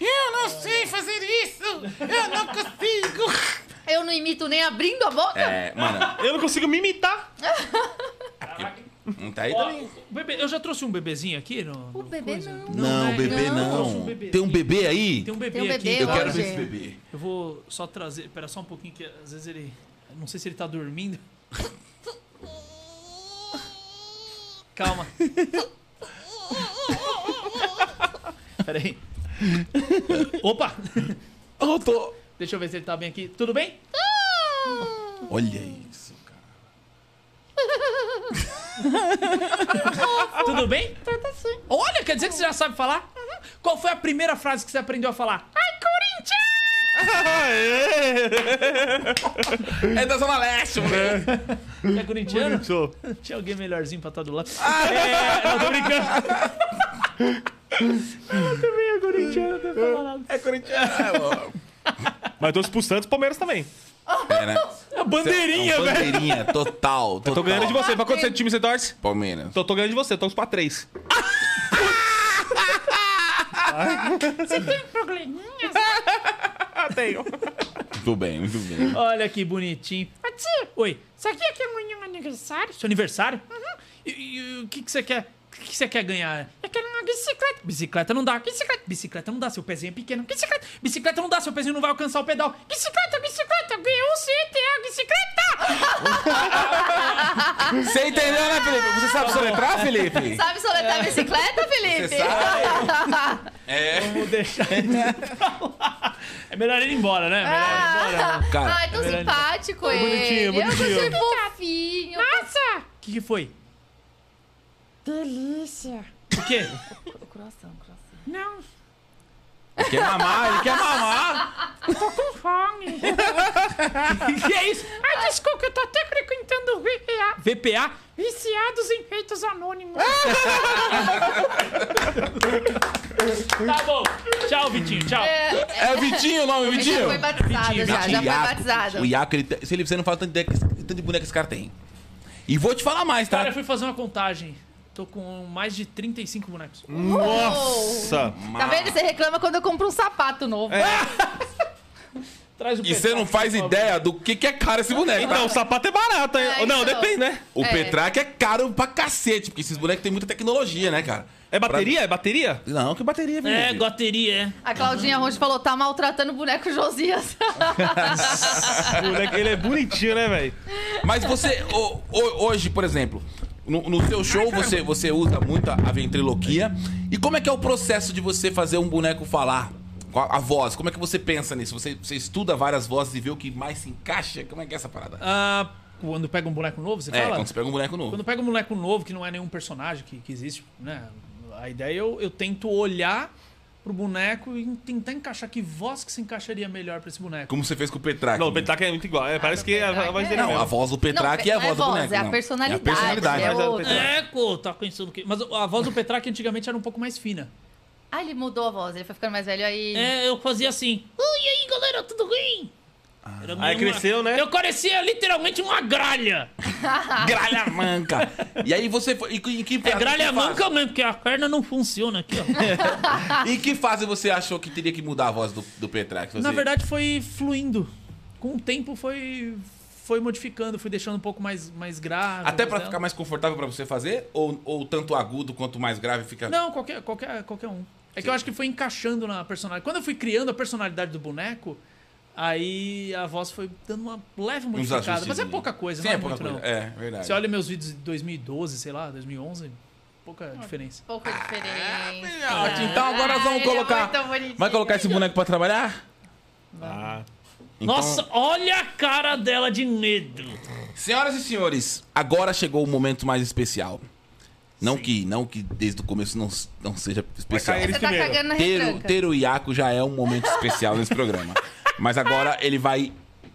S3: Eu não sei fazer isso! Eu não consigo!
S2: Eu não imito nem abrindo a boca?
S3: É, mano,
S5: Eu não consigo me imitar.
S3: não tá aí também.
S4: Bebê, eu já trouxe um bebezinho aqui? No,
S2: O
S4: no
S2: bebê
S4: coisa?
S2: não.
S3: Não, bebê
S2: não.
S3: não. Tem um bebê aí?
S4: Tem um bebê
S2: Tem um bebê
S4: aqui.
S3: Eu quero
S2: Hoje.
S3: ver esse bebê.
S4: Eu vou só trazer. Espera só um pouquinho, que às vezes ele. eu Não sei se ele tá dormindo. Calma. Pera aí. Opa!
S3: Eu tô...
S4: Deixa eu ver se ele tá bem aqui. Tudo bem?
S3: Olha isso, cara.
S2: Tá
S4: Tudo bem? Olha, quer dizer que você já sabe falar? Qual foi a primeira frase que você aprendeu a falar? Ai, Corinthians!
S3: É da Zona Leste, mano.
S4: É corintiano? Tinha alguém melhorzinho pra estar do lado.
S3: Ah,
S4: É, não, tô brincando.
S3: É corintiano.
S5: Mas tô expulsando os Palmeiras também.
S3: É, né?
S5: A bandeirinha,
S3: Não,
S5: velho.
S3: bandeirinha, total, total.
S5: Tô ganhando de você. Pra quanto você de time você torce?
S3: Palmeiras.
S5: Tô, tô ganhando de você, tô pra três.
S6: Tem probleminhas?
S5: Ah, tenho.
S3: Muito bem, muito bem.
S4: Olha que bonitinho. Ah, tio, Oi,
S6: Sabia que amanhã é meu aniversário?
S4: seu aniversário? E, e o que, que você quer? O que, que você quer ganhar?
S6: Eu quero uma bicicleta.
S4: Bicicleta não dá. Bicicleta, bicicleta não dá, seu pezinho é pequeno. Bicicleta, bicicleta não dá, seu pezinho não vai alcançar o pedal.
S6: Bicicleta, bicicleta, eu ganhei um
S4: é
S6: CTA, bicicleta!
S3: Você entendeu, né, Felipe? Você sabe soletrar, Felipe?
S2: Sabe soletar bicicleta, Felipe?
S3: Você sabe? É.
S4: Vou deixar ele pra lá. É melhor ele ir embora, né? Melhor ele ir embora.
S3: Cara,
S2: Ai, Ah, é tão
S4: verdade.
S2: simpático
S5: Bonitinho,
S2: ele.
S5: bonitinho.
S2: Eu achei fofinho.
S6: Nossa!
S4: O que, que foi?
S6: Delícia!
S4: O quê?
S2: Croissant, croissant.
S6: Não,
S3: Quer mamar? Ele quer mamar?
S6: com fome.
S4: que é isso?
S6: Ai, desculpa, eu tô até frequentando o VPA.
S4: VPA?
S6: Viciados em feitos anônimos.
S4: Tá bom. Tchau, Vitinho. Tchau.
S3: É o Vitinho o nome,
S2: Ele já
S3: Vitinho?
S2: foi batizado,
S4: Vitinho,
S2: já. Já
S3: Iaco,
S2: foi batizado.
S3: O Iaco, ele tem- Felipe, você não fala tanto de, tanto de boneco que esse cara tem. E vou te falar mais,
S4: Cara, eu
S3: tá?
S4: fui fazer uma contagem. Tô com mais de 35 bonecos.
S5: Nossa!
S2: Tá vendo? Você reclama quando eu compro um sapato novo.
S4: Traz o
S3: E você não faz ideia do que, que é caro esse boneco,
S5: Então,
S3: tá?
S5: o sapato é barato, hein?
S2: É,
S5: Ou não,
S2: então.
S5: depende, né?
S3: O
S2: É.
S3: Petraque é caro pra cacete, porque esses bonecos têm muita tecnologia, né, cara?
S5: É bateria? É bateria?
S3: Pra- Não, que bateria,
S4: É,
S3: Felipe?
S4: goteria, é.
S2: A Claudinha Rocha falou, tá maltratando o boneco Josias.
S5: O moleque, ele é bonitinho, né, velho?
S3: Mas você, o- o- hoje, por exemplo, no, no seu show você, você usa muito a a ventriloquia. E como é que é o processo de você fazer um boneco falar? Com A, a voz, como é que você pensa nisso? Você, você estuda várias vozes e vê o que mais se encaixa? Como é que é essa parada?
S4: Ah, quando pega um boneco novo, você
S3: É,
S4: fala?
S3: quando você pega um boneco novo.
S4: Quando eu pego um boneco novo, que não é nenhum personagem que, que existe, né? A ideia é eu, eu tento olhar pro boneco e tentar encaixar que voz que se encaixaria melhor pra esse boneco.
S3: Como você fez com o Petraque.
S5: Não, o Petaca é muito igual. É, parece que é a voz dele
S3: Não, a
S5: mesmo.
S3: voz do Petraque
S2: Não,
S3: é a
S2: não é
S3: voz do
S2: voz,
S3: boneco.
S2: é a
S3: não.
S2: personalidade,
S3: É a personalidade.
S2: é o-
S5: Petraque.
S4: Boneco, tá pensando o quê? Mas a voz do Petraque antigamente era um pouco mais fina.
S2: ah, ele mudou a voz, ele foi ficando mais velho aí.
S4: É, eu fazia assim. Oi, e aí, galera, tudo bem?
S3: Ah,
S4: Era uma-
S5: Aí cresceu, né?
S4: Eu parecia literalmente uma gralha.
S2: tá.
S3: Gralha manca. E aí você foi. E em que
S4: É
S3: fase,
S4: gralha
S3: que fase-
S4: manca mesmo, porque a perna não funciona aqui, ó.
S3: Em que fase você achou que teria que mudar a voz do, do Petraque? Você-
S4: Na verdade, foi fluindo. Com o tempo, foi, foi modificando, fui deixando um pouco mais, mais grave.
S3: Até
S4: mais
S3: pra
S4: dela.
S3: ficar mais confortável pra você fazer? Ou, ou tanto agudo quanto mais grave fica.
S4: Não, qualquer, qualquer, qualquer um. É que eu acho que foi encaixando na personalidade. Quando eu fui criando a personalidade do boneco, aí a voz foi dando uma leve modificada. Mas é
S3: ajustezinhos.
S4: pouca coisa,
S3: Sim,
S4: não
S3: é
S4: é,
S3: pouca
S4: muito,
S3: coisa.
S4: não.
S3: É, verdade.
S4: Você olha meus vídeos de 2012, sei lá, 2011, pouca diferença.
S2: um Pouco diferente.
S3: Ótimo, então agora nós
S2: Ah,
S3: vamos
S2: ele é
S3: colocar.
S2: muito bonitinho.
S3: Vai colocar esse boneco pra trabalhar?
S5: Ah.
S3: Então-
S4: Nossa, olha a cara dela de medo.
S3: Senhoras e senhores, agora chegou o momento mais especial. Não que, não que desde o começo não, não seja especial.
S5: cair
S2: Você tá
S5: Primeiro,
S2: cagando na
S3: Ter, o-
S2: retranca.
S3: ter o Iaco já é um momento especial nesse programa. Mas agora ele vai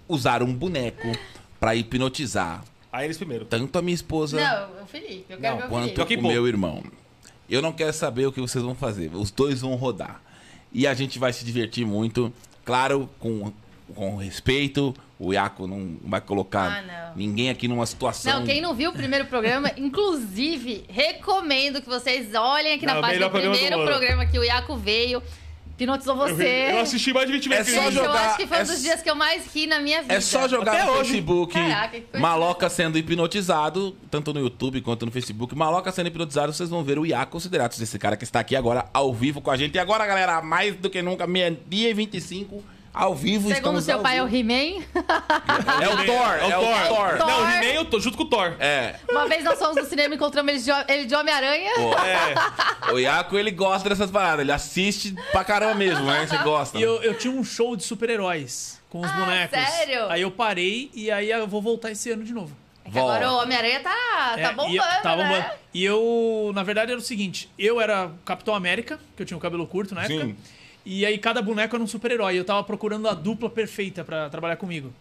S3: usar um boneco pra hipnotizar
S5: Aí eles primeiro.
S3: tanto a minha esposa
S2: Não, o Felipe, eu quero
S5: Não,
S2: ver o
S3: quanto
S2: Felipe.
S5: Que
S3: o
S5: bom.
S3: meu irmão. Eu não quero saber o que vocês vão fazer. Os dois vão rodar. E a gente vai se divertir muito. Claro, com, com respeito. O Iaco não vai
S2: Ah,
S3: colocar
S2: não.
S3: ninguém aqui numa situação.
S2: Não, quem não viu o primeiro programa, inclusive, recomendo que vocês olhem aqui na
S5: Não,
S2: página
S5: melhor
S2: do
S5: programa do
S2: primeiro
S5: ano.
S2: programa que o Iaco veio. Hipnotizou você.
S5: Eu assisti mais de 20
S3: É
S5: vezes.
S3: só
S5: aquele
S2: Gente,
S5: vídeo.
S2: eu
S3: jogar-
S2: acho que foi um
S3: é
S2: dos
S3: s-
S2: dias que eu mais ri na minha vida.
S3: É só jogar
S5: Até
S3: no
S5: hoje.
S3: Facebook.
S2: Caraca, que coisa.
S3: Maloca sendo hipnotizado, tanto no YouTube quanto no Facebook. Maloca sendo hipnotizado, vocês vão ver o IA considerados desse cara que está aqui agora ao vivo com a gente. E agora, galera, mais do que nunca, meia-dia e 25, ao vivo
S2: Segundo
S3: estamos
S2: seu
S3: ao
S2: pai, é o
S3: vivo.
S2: He-Man.
S3: é o Thor, é o Thor.
S2: Thor.
S5: Não, o He-Man eu tô junto com o Thor.
S3: É,
S2: Uma vez nós fomos no cinema e encontramos ele de, ele de Homem-Aranha.
S4: É.
S3: o Iaco ele gosta dessas paradas, ele assiste pra caramba mesmo, né? Você gosta.
S4: E eu, eu tinha um show de super-heróis com os
S2: Ah,
S4: bonecos.
S2: sério?
S4: Aí eu parei e aí eu vou voltar esse ano de novo.
S2: É que agora
S3: Volta.
S2: o Homem-Aranha tá,
S4: É,
S2: tá bombando,
S4: e eu- tá bombando.
S2: né?
S4: E eu, na verdade, era o seguinte: eu era o Capitão América, que eu tinha o cabelo curto na época.
S3: Sim.
S4: E aí cada boneco era um super-herói. Eu tava procurando a dupla perfeita pra trabalhar comigo.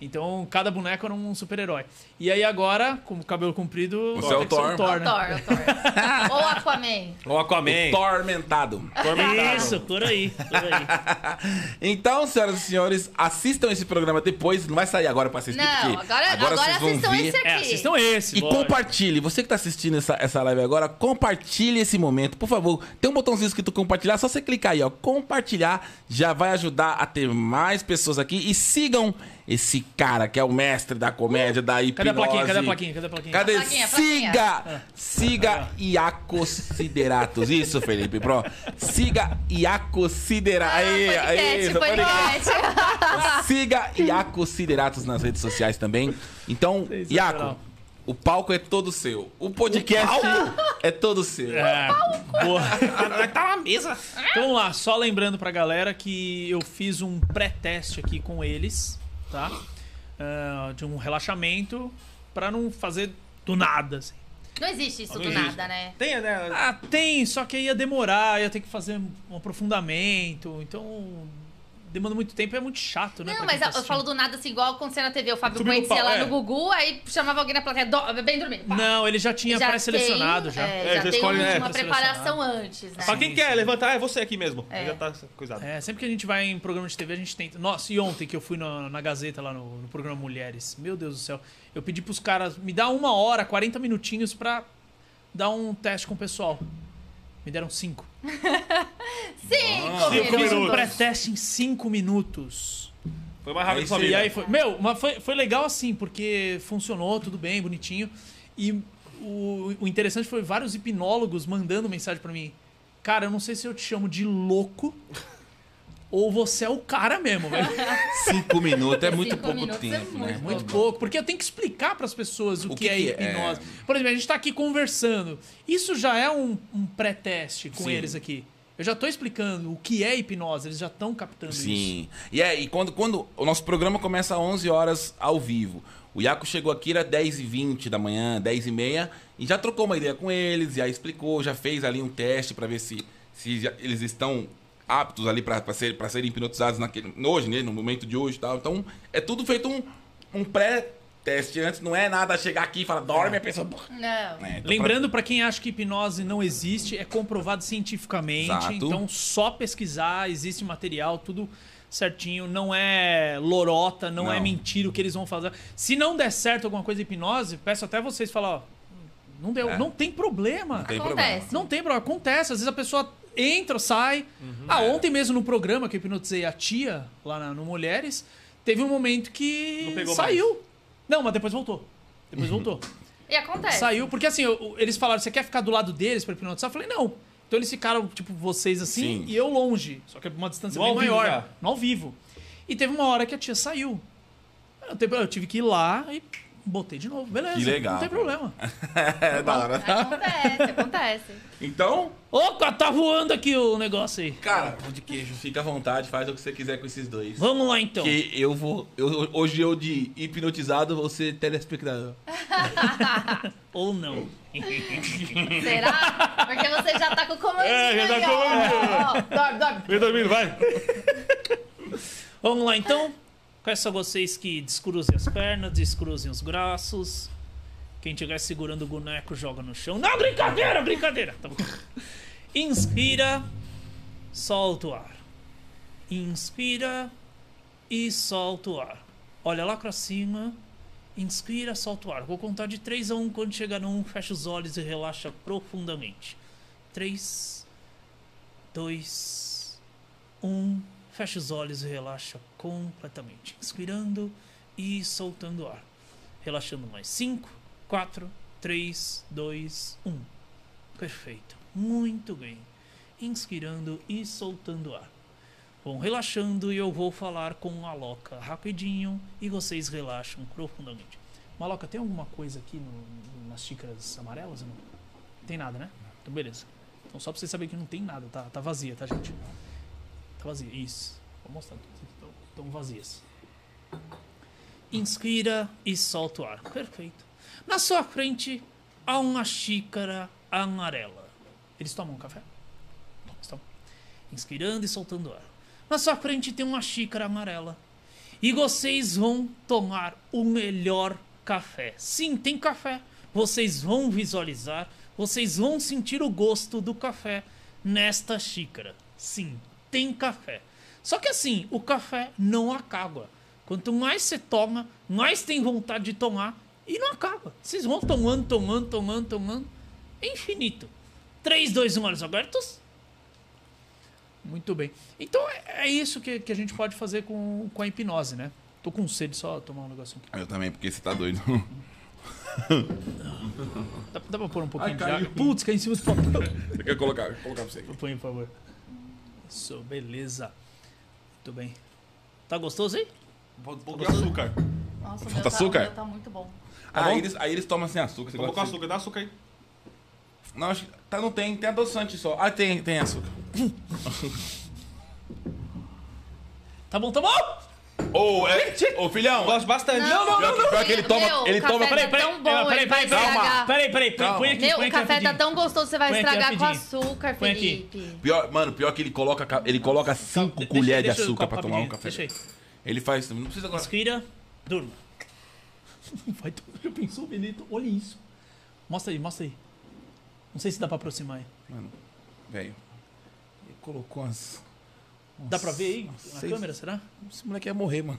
S4: Então, cada boneco era um super-herói. E aí agora, com o cabelo comprido,
S3: Você é o
S4: tem que ser
S3: Thor.
S4: né?
S2: Thor, é o Thor. Ou Aquaman.
S5: O Aquaman.
S3: Tormentado.
S5: Tormentado.
S8: Isso, por aí, por aí.
S3: Então, senhoras e senhores, assistam esse programa depois. Não vai sair agora pra assistir,
S2: Não,
S3: porque
S2: agora, agora,
S3: vocês vão
S2: assistam
S3: ver.
S2: esse aqui.
S4: É, assistam esse.
S3: E
S4: lógico.
S3: compartilhe. Você que tá assistindo essa, essa live agora, compartilhe esse momento. Por favor, tem um botãozinho escrito compartilhar. Só você clicar aí, ó. Compartilhar já vai ajudar a ter mais pessoas aqui. E sigam esse cara que é o mestre da comédia, da hipnose.
S4: Cadê a plaquinha? Cadê a plaquinha? Cadê a plaquinha?
S3: Cadê?
S2: Plaquinha, plaquinha.
S3: siga! Siga Iacosideratos. Isso, Felipe, pro. Siga Iacosideratos. Aí, aí,
S2: Ah, Podcast,
S3: só pra ligar.
S2: podcast.
S3: Siga Iaco Sideratos nas redes sociais também. Então, Iaco, o palco é todo seu. O podcast é todo seu.
S4: É, boa. tá na mesa. Então vamos lá, só lembrando pra galera que eu fiz um pré-teste aqui com eles, tá? Ah, de um relaxamento pra não fazer do nada, assim.
S2: Não existe isso do nada, né?
S5: Tem, né?
S4: Ah, tem, só que aí ia demorar, ia ter que fazer um aprofundamento, então demanda muito tempo e é muito chato, né?
S2: Não,
S4: pra
S2: mas
S4: quem tá
S2: eu, eu falo do nada assim, igual aconteceu na TV. O Fábio
S5: Subiu no
S2: Coentes ia
S5: pau,
S2: lá
S5: é.
S2: no Gugu, aí chamava alguém na plateia, "Do- bem dormindo. Pá.
S4: assistindo. Não, ele já tinha
S2: Já
S4: pré-selecionado
S2: tem,
S4: já.
S2: É,
S5: É,
S2: já
S5: já
S2: tem
S5: escolhe,
S2: um-
S5: né?
S2: uma preparação antes, né?
S5: Pra quem quer levantar, é você aqui mesmo.
S2: É.
S5: Já tá coisado.
S4: É, sempre que a gente vai em programa de TV, a gente tenta. Nossa, e ontem que eu fui na, na Gazeta lá no, no programa Mulheres, meu Deus do céu. Eu pedi pros caras, me dá uma hora, 40 minutinhos pra dar um teste com o pessoal. Me deram cinco.
S2: Cinco
S5: Cinco
S4: Eu fiz um
S5: minutos.
S4: pré-teste em cinco minutos.
S5: Foi mais rápido
S3: Aí
S5: sua
S3: sim.
S5: vida.
S4: E aí foi. Meu, mas foi, foi legal assim, porque funcionou, tudo bem, bonitinho. E o, o interessante foi vários hipnólogos mandando mensagem pra mim. Cara, eu não sei se eu te chamo de louco ou você é o cara mesmo, velho.
S3: Cinco minutos é muito
S2: Cinco
S3: pouco
S2: minutos é
S3: tempo, né?
S2: muito
S4: Muito pouco, porque eu tenho que explicar para as pessoas o, que,
S3: que
S4: é
S3: que é?
S4: hipnose. Por exemplo, a gente tá aqui conversando. Isso já é um, um pré-teste com
S3: Sim.
S4: eles aqui. Eu já tô explicando o que é hipnose, eles já estão captando isso.
S3: Sim. E é, e quando, quando o nosso programa começa às 11 horas ao vivo. O Iaco chegou aqui, era 10h20 da manhã, 10h30, e já trocou uma ideia com eles, já explicou, já fez ali um teste pra ver se, se já- eles estão aptos ali pra pra ser, pra serem hipnotizados naquele, hoje, né, no momento de hoje e tal. Então, é tudo feito um, um pré-teste antes, não é nada chegar aqui e falar, dorme, a pessoa...
S2: Não.
S3: É, então,
S4: Lembrando para quem acha que hipnose não existe, é comprovado cientificamente.
S3: Exato.
S4: Então, só pesquisar, existe material, tudo certinho. Não é lorota, não, é
S3: Não.
S4: mentira o que eles vão fazer. Se não der certo alguma coisa de hipnose, peço até vocês falar, ó, não deu, não tem problema.
S3: É. Não tem
S2: Acontece.
S4: Não tem problema, acontece. Às vezes a pessoa entra, sai. Ah, ontem mesmo no programa que eu hipnotizei a tia, lá na- no Mulheres, teve um momento que
S5: Não pegou
S4: saiu. Não, mas depois voltou. Depois voltou.
S2: E acontece.
S4: Saiu, porque assim, eu- eu- eles falaram, você quer ficar do lado deles pra hipnotizar? Eu falei, não. Então eles ficaram, tipo, vocês
S3: Sim.
S4: assim e eu longe. Só que é uma distância
S5: No
S4: bem
S5: ao vivo
S4: maior.
S5: já.
S4: No ao vivo. E teve uma hora que a tia saiu. Eu, te- eu tive que ir lá e botei de novo. Beleza.
S3: Que legal.
S4: Não tem problema.
S3: É da hora.
S4: tá?
S2: Acontece, acontece.
S3: Então,
S4: Ô, cara, tá voando aqui o negócio aí.
S3: cara, pão de queijo, fica à vontade, faz o que você quiser com esses dois.
S4: Vamos lá então.
S3: Que eu vou. eu- hoje eu de hipnotizado vou ser telespectador.
S4: Ou não.
S2: Será? Porque você já tá com o comandinho
S5: É, já tá
S2: ali,
S5: com o
S2: ó. ó. ó. Dorme, dorme.
S5: Vem dormindo, vai.
S8: Vamos lá então. Peço a vocês que descruzem as pernas, descruzem os braços. Quem estiver segurando o boneco, joga no chão. Não, brincadeira, brincadeira. Tá bom. Inspira, solta o ar. Inspira e solta o ar. Olha lá pra cima. Inspira, solta o ar. Vou contar de 3 a 1. Quando chegar no 1, fecha os olhos e relaxa profundamente. 3, 2, 1. Fecha os olhos e relaxa completamente. Inspirando e soltando o ar. Relaxando mais. 5, 4, 3, 2, 1. Perfeito. Muito bem. Inspirando e soltando o ar. Bom, relaxando e eu vou falar com a Loca rapidinho e vocês relaxam profundamente. Maloca, tem alguma coisa aqui no- nas xícaras amarelas? ou Não? Tem nada, né? Então, beleza. Então, só pra vocês saberem que não tem nada, tá, tá vazia, tá, gente? Tá vazia, isso. Vou mostrar pra vocês. Estão, estão vazias. Inspira e solta o ar. Perfeito. Na sua frente há uma xícara amarela. Eles tomam um café? Eles tomam. Inspirando e soltando o ar. Na sua frente tem uma xícara amarela.
S4: E vocês vão tomar o melhor café. Sim, tem café. Vocês vão visualizar, vocês vão sentir o gosto do café nesta xícara. Sim, tem café. Só que assim, o café não acaba. Quanto mais você toma, mais tem vontade de tomar e não acaba. Vocês vão tomando, tomando, tomando, tomando. É infinito. 3, 2, 1, olhos abertos.
S9: Muito bem. Então é, é isso que, que a gente pode fazer com, com a hipnose, né? Tô com sede só tomar um negocinho aqui.
S3: Ah, Eu também, porque você tá doido.
S9: Dá, dá pra pôr um pouquinho
S3: Ai,
S9: de
S3: caiu.
S9: água? Putz, caiu em cima do papel.
S3: Você quer colocar? Vou colocar pra você aqui.
S9: Põe, por favor. Isso, beleza. Muito bem.
S4: Tá gostoso aí?
S5: Um pouco de açúcar.
S2: Nossa, o
S3: Falta
S2: meu tá, o
S3: açúcar?
S2: meu tá muito bom.
S5: bom?
S3: Aí eles, aí eles tomam sem açúcar. Você
S5: Um pouco de
S3: gosta assim? de-
S5: açúcar, dá açúcar aí.
S3: Não, acho que- tá, não tem, tem adoçante só. Ah, tem, tem açúcar.
S4: Tá bom, tá bom?
S3: Ô, é, ô filhão,
S5: Gosto bastante.
S3: não, não. Pior que ele toma-
S2: Meu,
S3: ele
S2: o café
S3: toma-
S2: Tá tão bom, ele vai estragar.
S4: Peraí, peraí, põe,
S3: Calma.
S4: põe aqui,
S2: Meu,
S4: põe
S2: o
S4: aqui
S2: café tá
S4: rapidinho.
S2: tão gostoso, você vai
S4: Põe aqui
S2: estragar com
S4: rapidinho.
S2: açúcar,
S4: Põe aqui.
S2: Felipe.
S3: pior, mano, pior que ele coloca, ca- ele coloca 5
S4: Deixa-
S3: colheres
S4: deixa
S3: de
S4: o
S3: açúcar
S4: copo
S3: pra tomar um
S4: rapidinho,
S3: café.
S4: Deixa aí.
S3: Ele faz, não precisa agora.
S4: Inspira, durma.
S9: Vai tomar. Já pensou, Benito? Olha isso. Mostra aí, mostra aí. Não sei se dá pra aproximar aí.
S3: Velho. Ele colocou umas.
S4: Dá pra ver aí na
S3: sei.
S4: câmera, será?
S3: Esse moleque ia morrer, mano.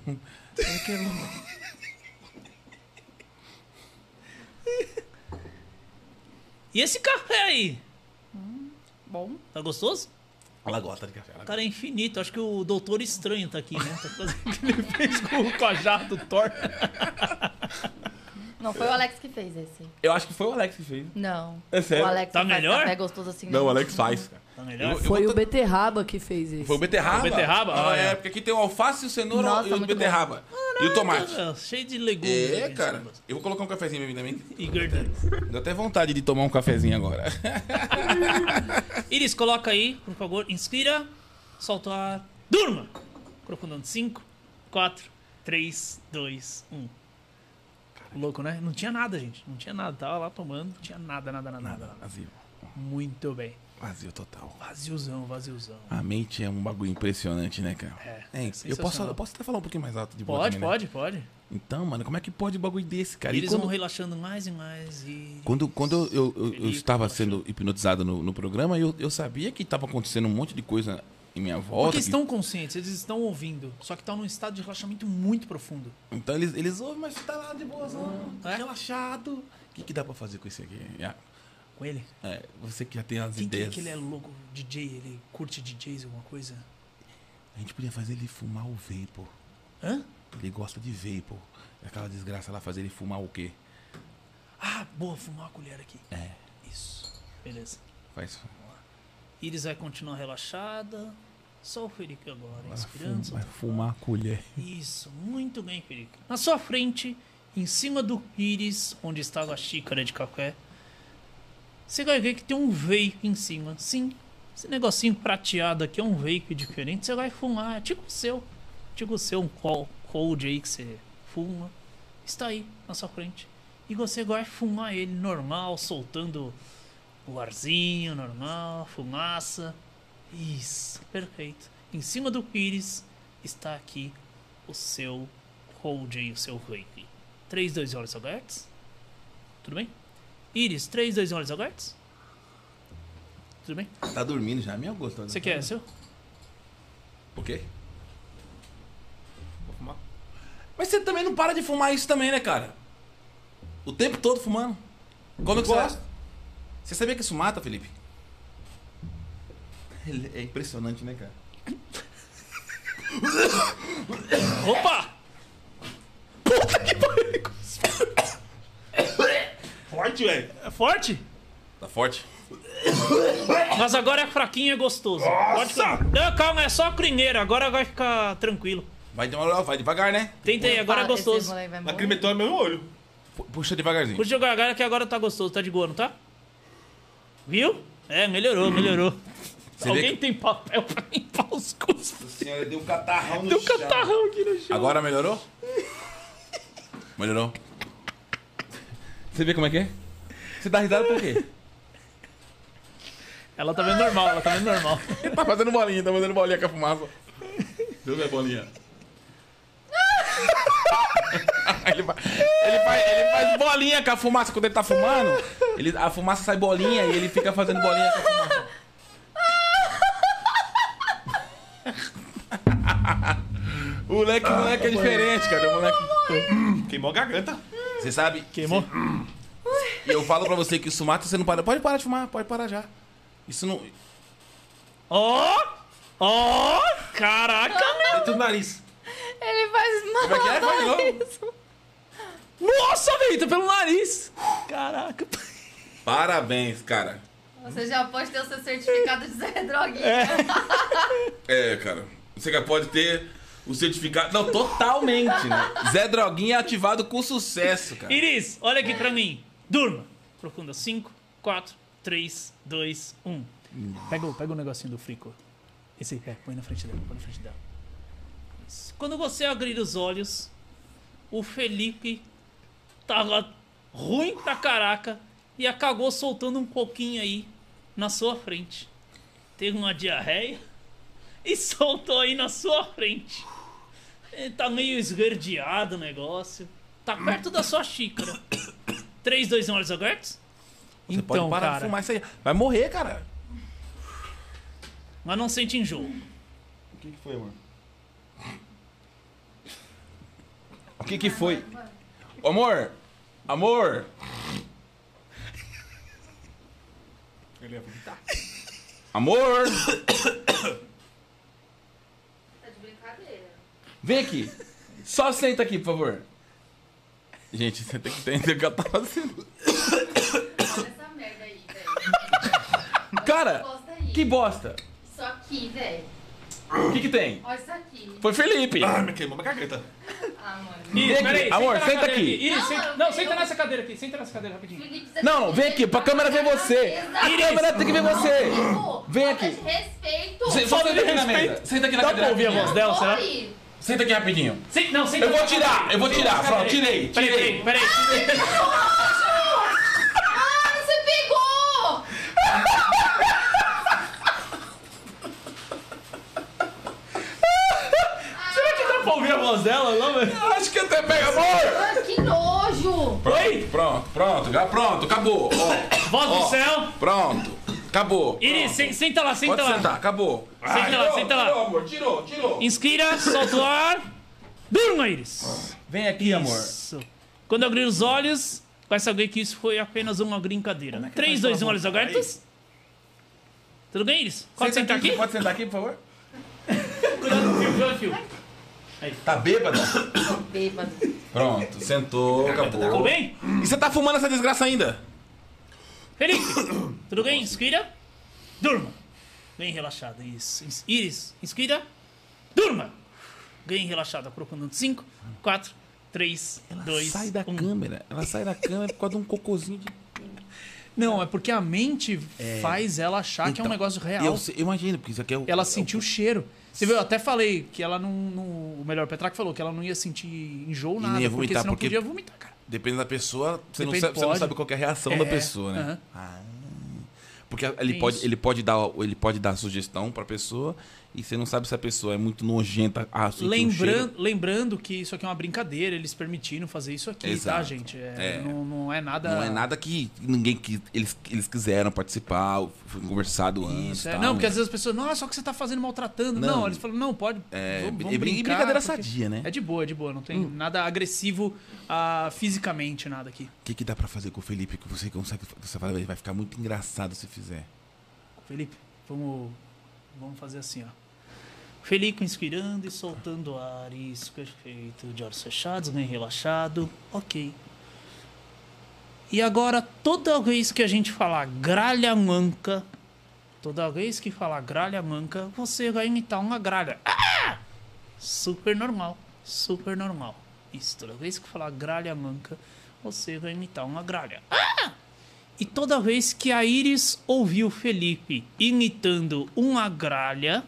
S4: E esse café aí?
S2: Bom.
S4: Tá gostoso?
S3: Ela gosta de café. Ela...
S4: Cara, é infinito. Acho que o Doutor Estranho tá aqui, né? Tá fazendo...
S9: Com a jarra do Thor.
S2: Não, foi o Alex que fez esse.
S3: Eu acho que foi o Alex que fez.
S2: Não.
S3: É sério?
S2: O Alex
S4: Tá
S2: não faz
S4: melhor?
S2: café gostoso assim.
S3: Não, o Alex faz, cara.
S4: Tá melhor?
S3: Eu- eu
S10: Foi
S3: vou
S10: o Beterraba que fez isso.
S3: Foi o beterraba?
S4: Foi o beterraba?
S3: Ah,
S4: Olha.
S3: é, porque aqui tem o alface, o cenoura
S2: Nossa,
S3: e o
S2: muito
S3: beterraba. E o tomate.
S4: Ah, cheio de né, legumes.
S3: É,
S4: ali,
S3: cara.
S4: esse negócio.
S3: Eu vou colocar um cafezinho pra mim também.
S4: E gordura.
S3: Deu até vontade de tomar um cafezinho agora.
S4: Iris, coloca aí, por favor. Inspira, solta o ar. Durma! Crocodão 5, 4, 3, 2, 1. Louco, né? Não tinha nada, gente. Não tinha nada. Tava lá tomando, não tinha nada, nada, nada, nada. nada.
S3: Vazio.
S4: Muito bem.
S3: Vazio total.
S4: Vaziozão, vaziozão.
S3: A mente é um bagulho impressionante, né, cara?
S4: É,
S3: É, eu,
S4: sensacional.
S3: posso, eu posso até falar um pouquinho mais alto de boa
S4: Pode,
S3: também, né?
S4: pode, pode.
S3: Então, mano, como é que pode um bagulho desse, cara?
S4: E
S3: E
S4: eles
S3: quando,
S4: vão relaxando mais e mais e.
S3: quando, quando eu, eu- eu- eu
S4: Felipe, é
S3: estava sendo hipnotizado no, no programa, eu, eu sabia que estava acontecendo um monte de coisa em minha volta.
S9: Porque
S3: que-
S4: tá
S9: estão conscientes, eles estão ouvindo. Só que estão num estado de relaxamento muito profundo.
S3: Então eles, eles ouvem, mas tá lá de boazão,
S4: É?
S3: relaxado. O que, que dá pra fazer com esse aqui? É,
S4: Com ele?
S3: é, você que já tem as
S4: Quem que, é
S3: ideias.
S4: que ele é louco? DJ? Ele curte DJs, alguma coisa?
S3: A gente podia fazer ele fumar o vapor.
S4: Hã?
S3: Ele gosta de vapor. Aquela desgraça lá, fazer ele fumar o quê?
S4: Ah, boa, fumar uma colher aqui. É. Isso. Beleza.
S3: Faz.
S4: Iris vai continuar relaxada. Só o Felipe agora, inspirando.
S3: Vai fumar a colher.
S4: Isso, muito bem, Felipe. Na sua frente, em cima do íris, onde estava a xícara de café, você vai ver que tem um vape em cima. Sim, esse negocinho prateado aqui é um vape diferente. Você vai fumar, é tipo o seu. Tipo o seu, um col- cold aí que você fuma. Está aí, na sua frente. E você vai fumar ele normal, soltando o arzinho normal, fumaça. Isso, perfeito. Em cima do íris está aqui o seu hold aí, o seu vape. 3, 2 horas abertos. Tudo bem? Iris, 3, 2 horas abertos. Tudo bem?
S3: Tá dormindo já, minha gostosa.
S4: Você quer seu?
S3: Por quê? Vou fumar. Mas você também não para de fumar isso também, né, cara? O tempo todo fumando. Quando que você... é- Você sabia que isso mata, Felipe? Ele- É impressionante, né, cara?
S4: Opa!
S5: Forte, velho.
S4: É forte?
S3: Tá forte?
S4: Mas agora é fraquinho e é gostoso.
S5: Nossa!
S4: Forte- Não, calma, é só a crineira. Agora vai ficar tranquilo.
S3: Vai demorar, vai devagar, né?
S4: Tenta aí,
S2: Ah,
S4: agora é gostoso.
S5: Lacrimetou no meu olho.
S3: Pu- Puxa devagarzinho.
S4: Puxa o gargalo que agora tá gostoso, tá de boa, não tá? Viu? É, melhorou, melhorou.
S3: Você vê
S4: Alguém tem papel pra limpar os custos?
S3: senhora deu um catarrão no
S4: O catarrão aqui no chão.
S3: Agora melhorou? melhorou. Você vê como é que é? Você dá risada por quê?
S4: Ela tá vendo normal, ela tá vendo normal.
S3: tá fazendo bolinha, tá fazendo bolinha com a fumaça. Viu minha bolinha? Ele faz, ele, faz, ele faz bolinha com a fumaça quando ele tá fumando. Ele, a fumaça sai bolinha e ele fica fazendo bolinha com a fumaça. O moleque, o moleque é diferente, cara. O moleque...
S5: Queimou a garganta.
S3: Você sabe? Queimou? E eu falo pra você que isso mata, você não para. Pode parar de fumar, pode parar já. Isso não.
S4: Ó! Ó! Caraca!
S5: Dentro do nariz.
S2: Ele faz mal.
S3: Como é que é? Fala de novo.
S4: Nossa, velho, tá pelo nariz! Caraca!
S3: Parabéns, cara.
S2: Você já pode ter o seu certificado de zero droguinha.
S3: É, cara. Você que pode ter o certificado. Não, totalmente, né? Zé Droguinha é ativado com sucesso, cara.
S4: Iris, olha aqui pra mim. Durma. Procura 5, 4, 3, 2, 1. Pega, o- pega o negocinho do frico. Esse aí, é, põe na frente dela, põe na frente dela. Isso. Quando você abrir os olhos, o Felipe tava ruim pra caraca e acabou soltando um pouquinho aí na sua frente. Teve uma diarreia e soltou aí na sua frente. Ele tá meio esverdeado o negócio. Tá perto da sua xícara. 3, 2, 1, olhos abertos?
S3: Você
S4: então,
S3: pode parar de
S4: cara,
S3: fumar isso aí. Vai morrer, cara.
S4: mas não sente enjoo.
S5: O que, que foi, mano?
S3: O que que foi? Ô, Amor! Amor!
S11: Ele ia vomitar.
S3: Amor!
S2: Tá de brincadeira.
S3: Vem aqui. Só senta aqui, por favor. Gente, você tem que entender o que eu tava fazendo.
S2: Olha essa merda aí, velho.
S3: Cara, É. que bosta.
S2: Isso aqui, velho.
S3: O que que tem?
S2: Olha isso aqui.
S3: Foi Felipe.
S5: Ah, me queimou a garganta.
S2: Ah, mano.
S3: Vem aqui. Amor,
S6: na
S3: senta
S6: cadeira
S3: aqui.
S6: Ih,
S2: Não,
S6: senta-
S2: eu
S6: não,
S2: tenho-
S6: senta nessa cadeira aqui, senta nessa cadeira rapidinho.
S2: Felipe, você
S3: Não,
S2: tem
S3: não,
S2: que
S3: vem aqui, pra câmera ver você.
S2: Exato.
S3: A câmera é tem que ver você.
S2: Felipe,
S3: Vem aqui.
S2: falta de Respeito.
S3: Se- Só senta aqui na mesa. Senta aqui na
S4: Dá pra ouvir a
S3: cadeira.
S4: voz dela, será?
S2: Oi.
S3: Senta aqui rapidinho.
S4: Sim, não, senta
S3: Eu vou tirar, eu vou tirar. Pronto, tirei,
S4: Peraí,
S3: tirei.
S4: peraí, peraí.
S2: Ah, você pegou!
S4: Será que dá pra ouvir a voz dela? Não, velho?
S3: Ah, Acho que até pega, amor.
S2: Ah, que nojo!
S4: Oi?
S3: Pronto, pronto, já pronto, acabou. Ó,
S4: Voz do
S3: Ó.
S4: céu.
S3: pronto, acabou.
S4: Iris, sen- senta lá, senta
S3: Pode
S4: lá.
S3: sentar, Ah, acabou.
S4: Senta lá, senta então? lá.
S3: Tirou, amor, tirou, tirou.
S4: Inspira, solta o ar. Durma, Iris.
S3: Vem aqui, amor.
S4: Isso. Quando abrir os olhos, vai saber que isso foi apenas uma brincadeira.
S6: é
S4: 3, 2, 1, olhos abertos. Tudo bem, Iris? Pode sentar tá aqui?
S3: Pode sentar aqui, por favor?
S4: Cuidado com o fio, cuidado com o fio.
S3: Tá bêbada?
S2: Bêbado.
S3: Pronto, sentou,
S4: Tudo
S3: acabou.
S4: bem?
S3: E você tá fumando essa desgraça ainda?
S4: Felipe, tudo bem? Inspira. Durma. Bem relaxada, isso. Ins- Iris, inspira. Durma. Bem relaxada, procurando 5, 4, 3, 2,
S3: Sai da
S4: 1.
S3: câmera. Ela sai da câmera por causa de um cocôzinho de.
S6: Não, é porque a mente faz ela achar que é
S3: Então,
S6: um negócio real.
S3: Eu, sei- eu imagino, porque isso aqui é o. é
S6: Ela
S3: o-
S6: sentiu o cheiro. Você viu, eu até falei que ela não. não o melhor, o Petraco falou que ela não ia sentir enjoo
S3: nem ia
S6: nada, porque
S3: vomitar,
S6: senão
S3: porque-
S6: podia vomitar, cara.
S3: Depende da pessoa, você, não
S6: Depende,
S3: sabe, você não
S6: pode.
S3: sabe qual que é a reação da
S6: É,
S3: pessoa, né?
S6: aham.
S3: Porque ele
S6: Tem
S3: pode,
S6: isso.
S3: ele, pode dar, ele pode dar sugestão pra pessoa e você não sabe se a pessoa é muito nojenta ah, a sentir o um cheiro.
S6: Lembrando, lembrando que isso aqui é uma brincadeira, eles permitiram fazer isso aqui, tá,
S3: Exato.
S6: gente?
S3: É.
S6: É, Não, não é nada.
S3: Não é nada que ninguém que eles, eles quiseram participar, foi um conversado antes.
S6: Isso, é.
S3: tal,
S6: Não, porque
S3: né?
S6: às vezes as pessoas, não, é só que você tá fazendo maltratando. Não,
S3: Não.
S6: eles falam, não, pode.
S3: É,
S6: vamos-
S3: e
S6: vamos
S3: brin- e
S6: brincar,
S3: brincadeira
S6: porque-
S3: sadia, né? Hum.
S6: É de boa, é de boa, não tem nada agressivo ah, fisicamente, nada aqui.
S3: O que, que dá pra fazer com o Felipe que você consegue. que Você fala, vai ficar muito engraçado se fizer.
S4: Felipe, vamos, vamos fazer assim, ó. Felipe inspirando e soltando ar. Isso, perfeito. De olhos fechados, bem relaxado. Ok. E agora, toda vez que a gente falar gralha manca, toda vez que falar gralha manca, você vai imitar uma gralha. Ah! Super normal. Super normal. Isso, toda vez que falar gralha manca, você vai imitar uma gralha. E toda vez que a Iris ouviu Felipe imitando uma gralha,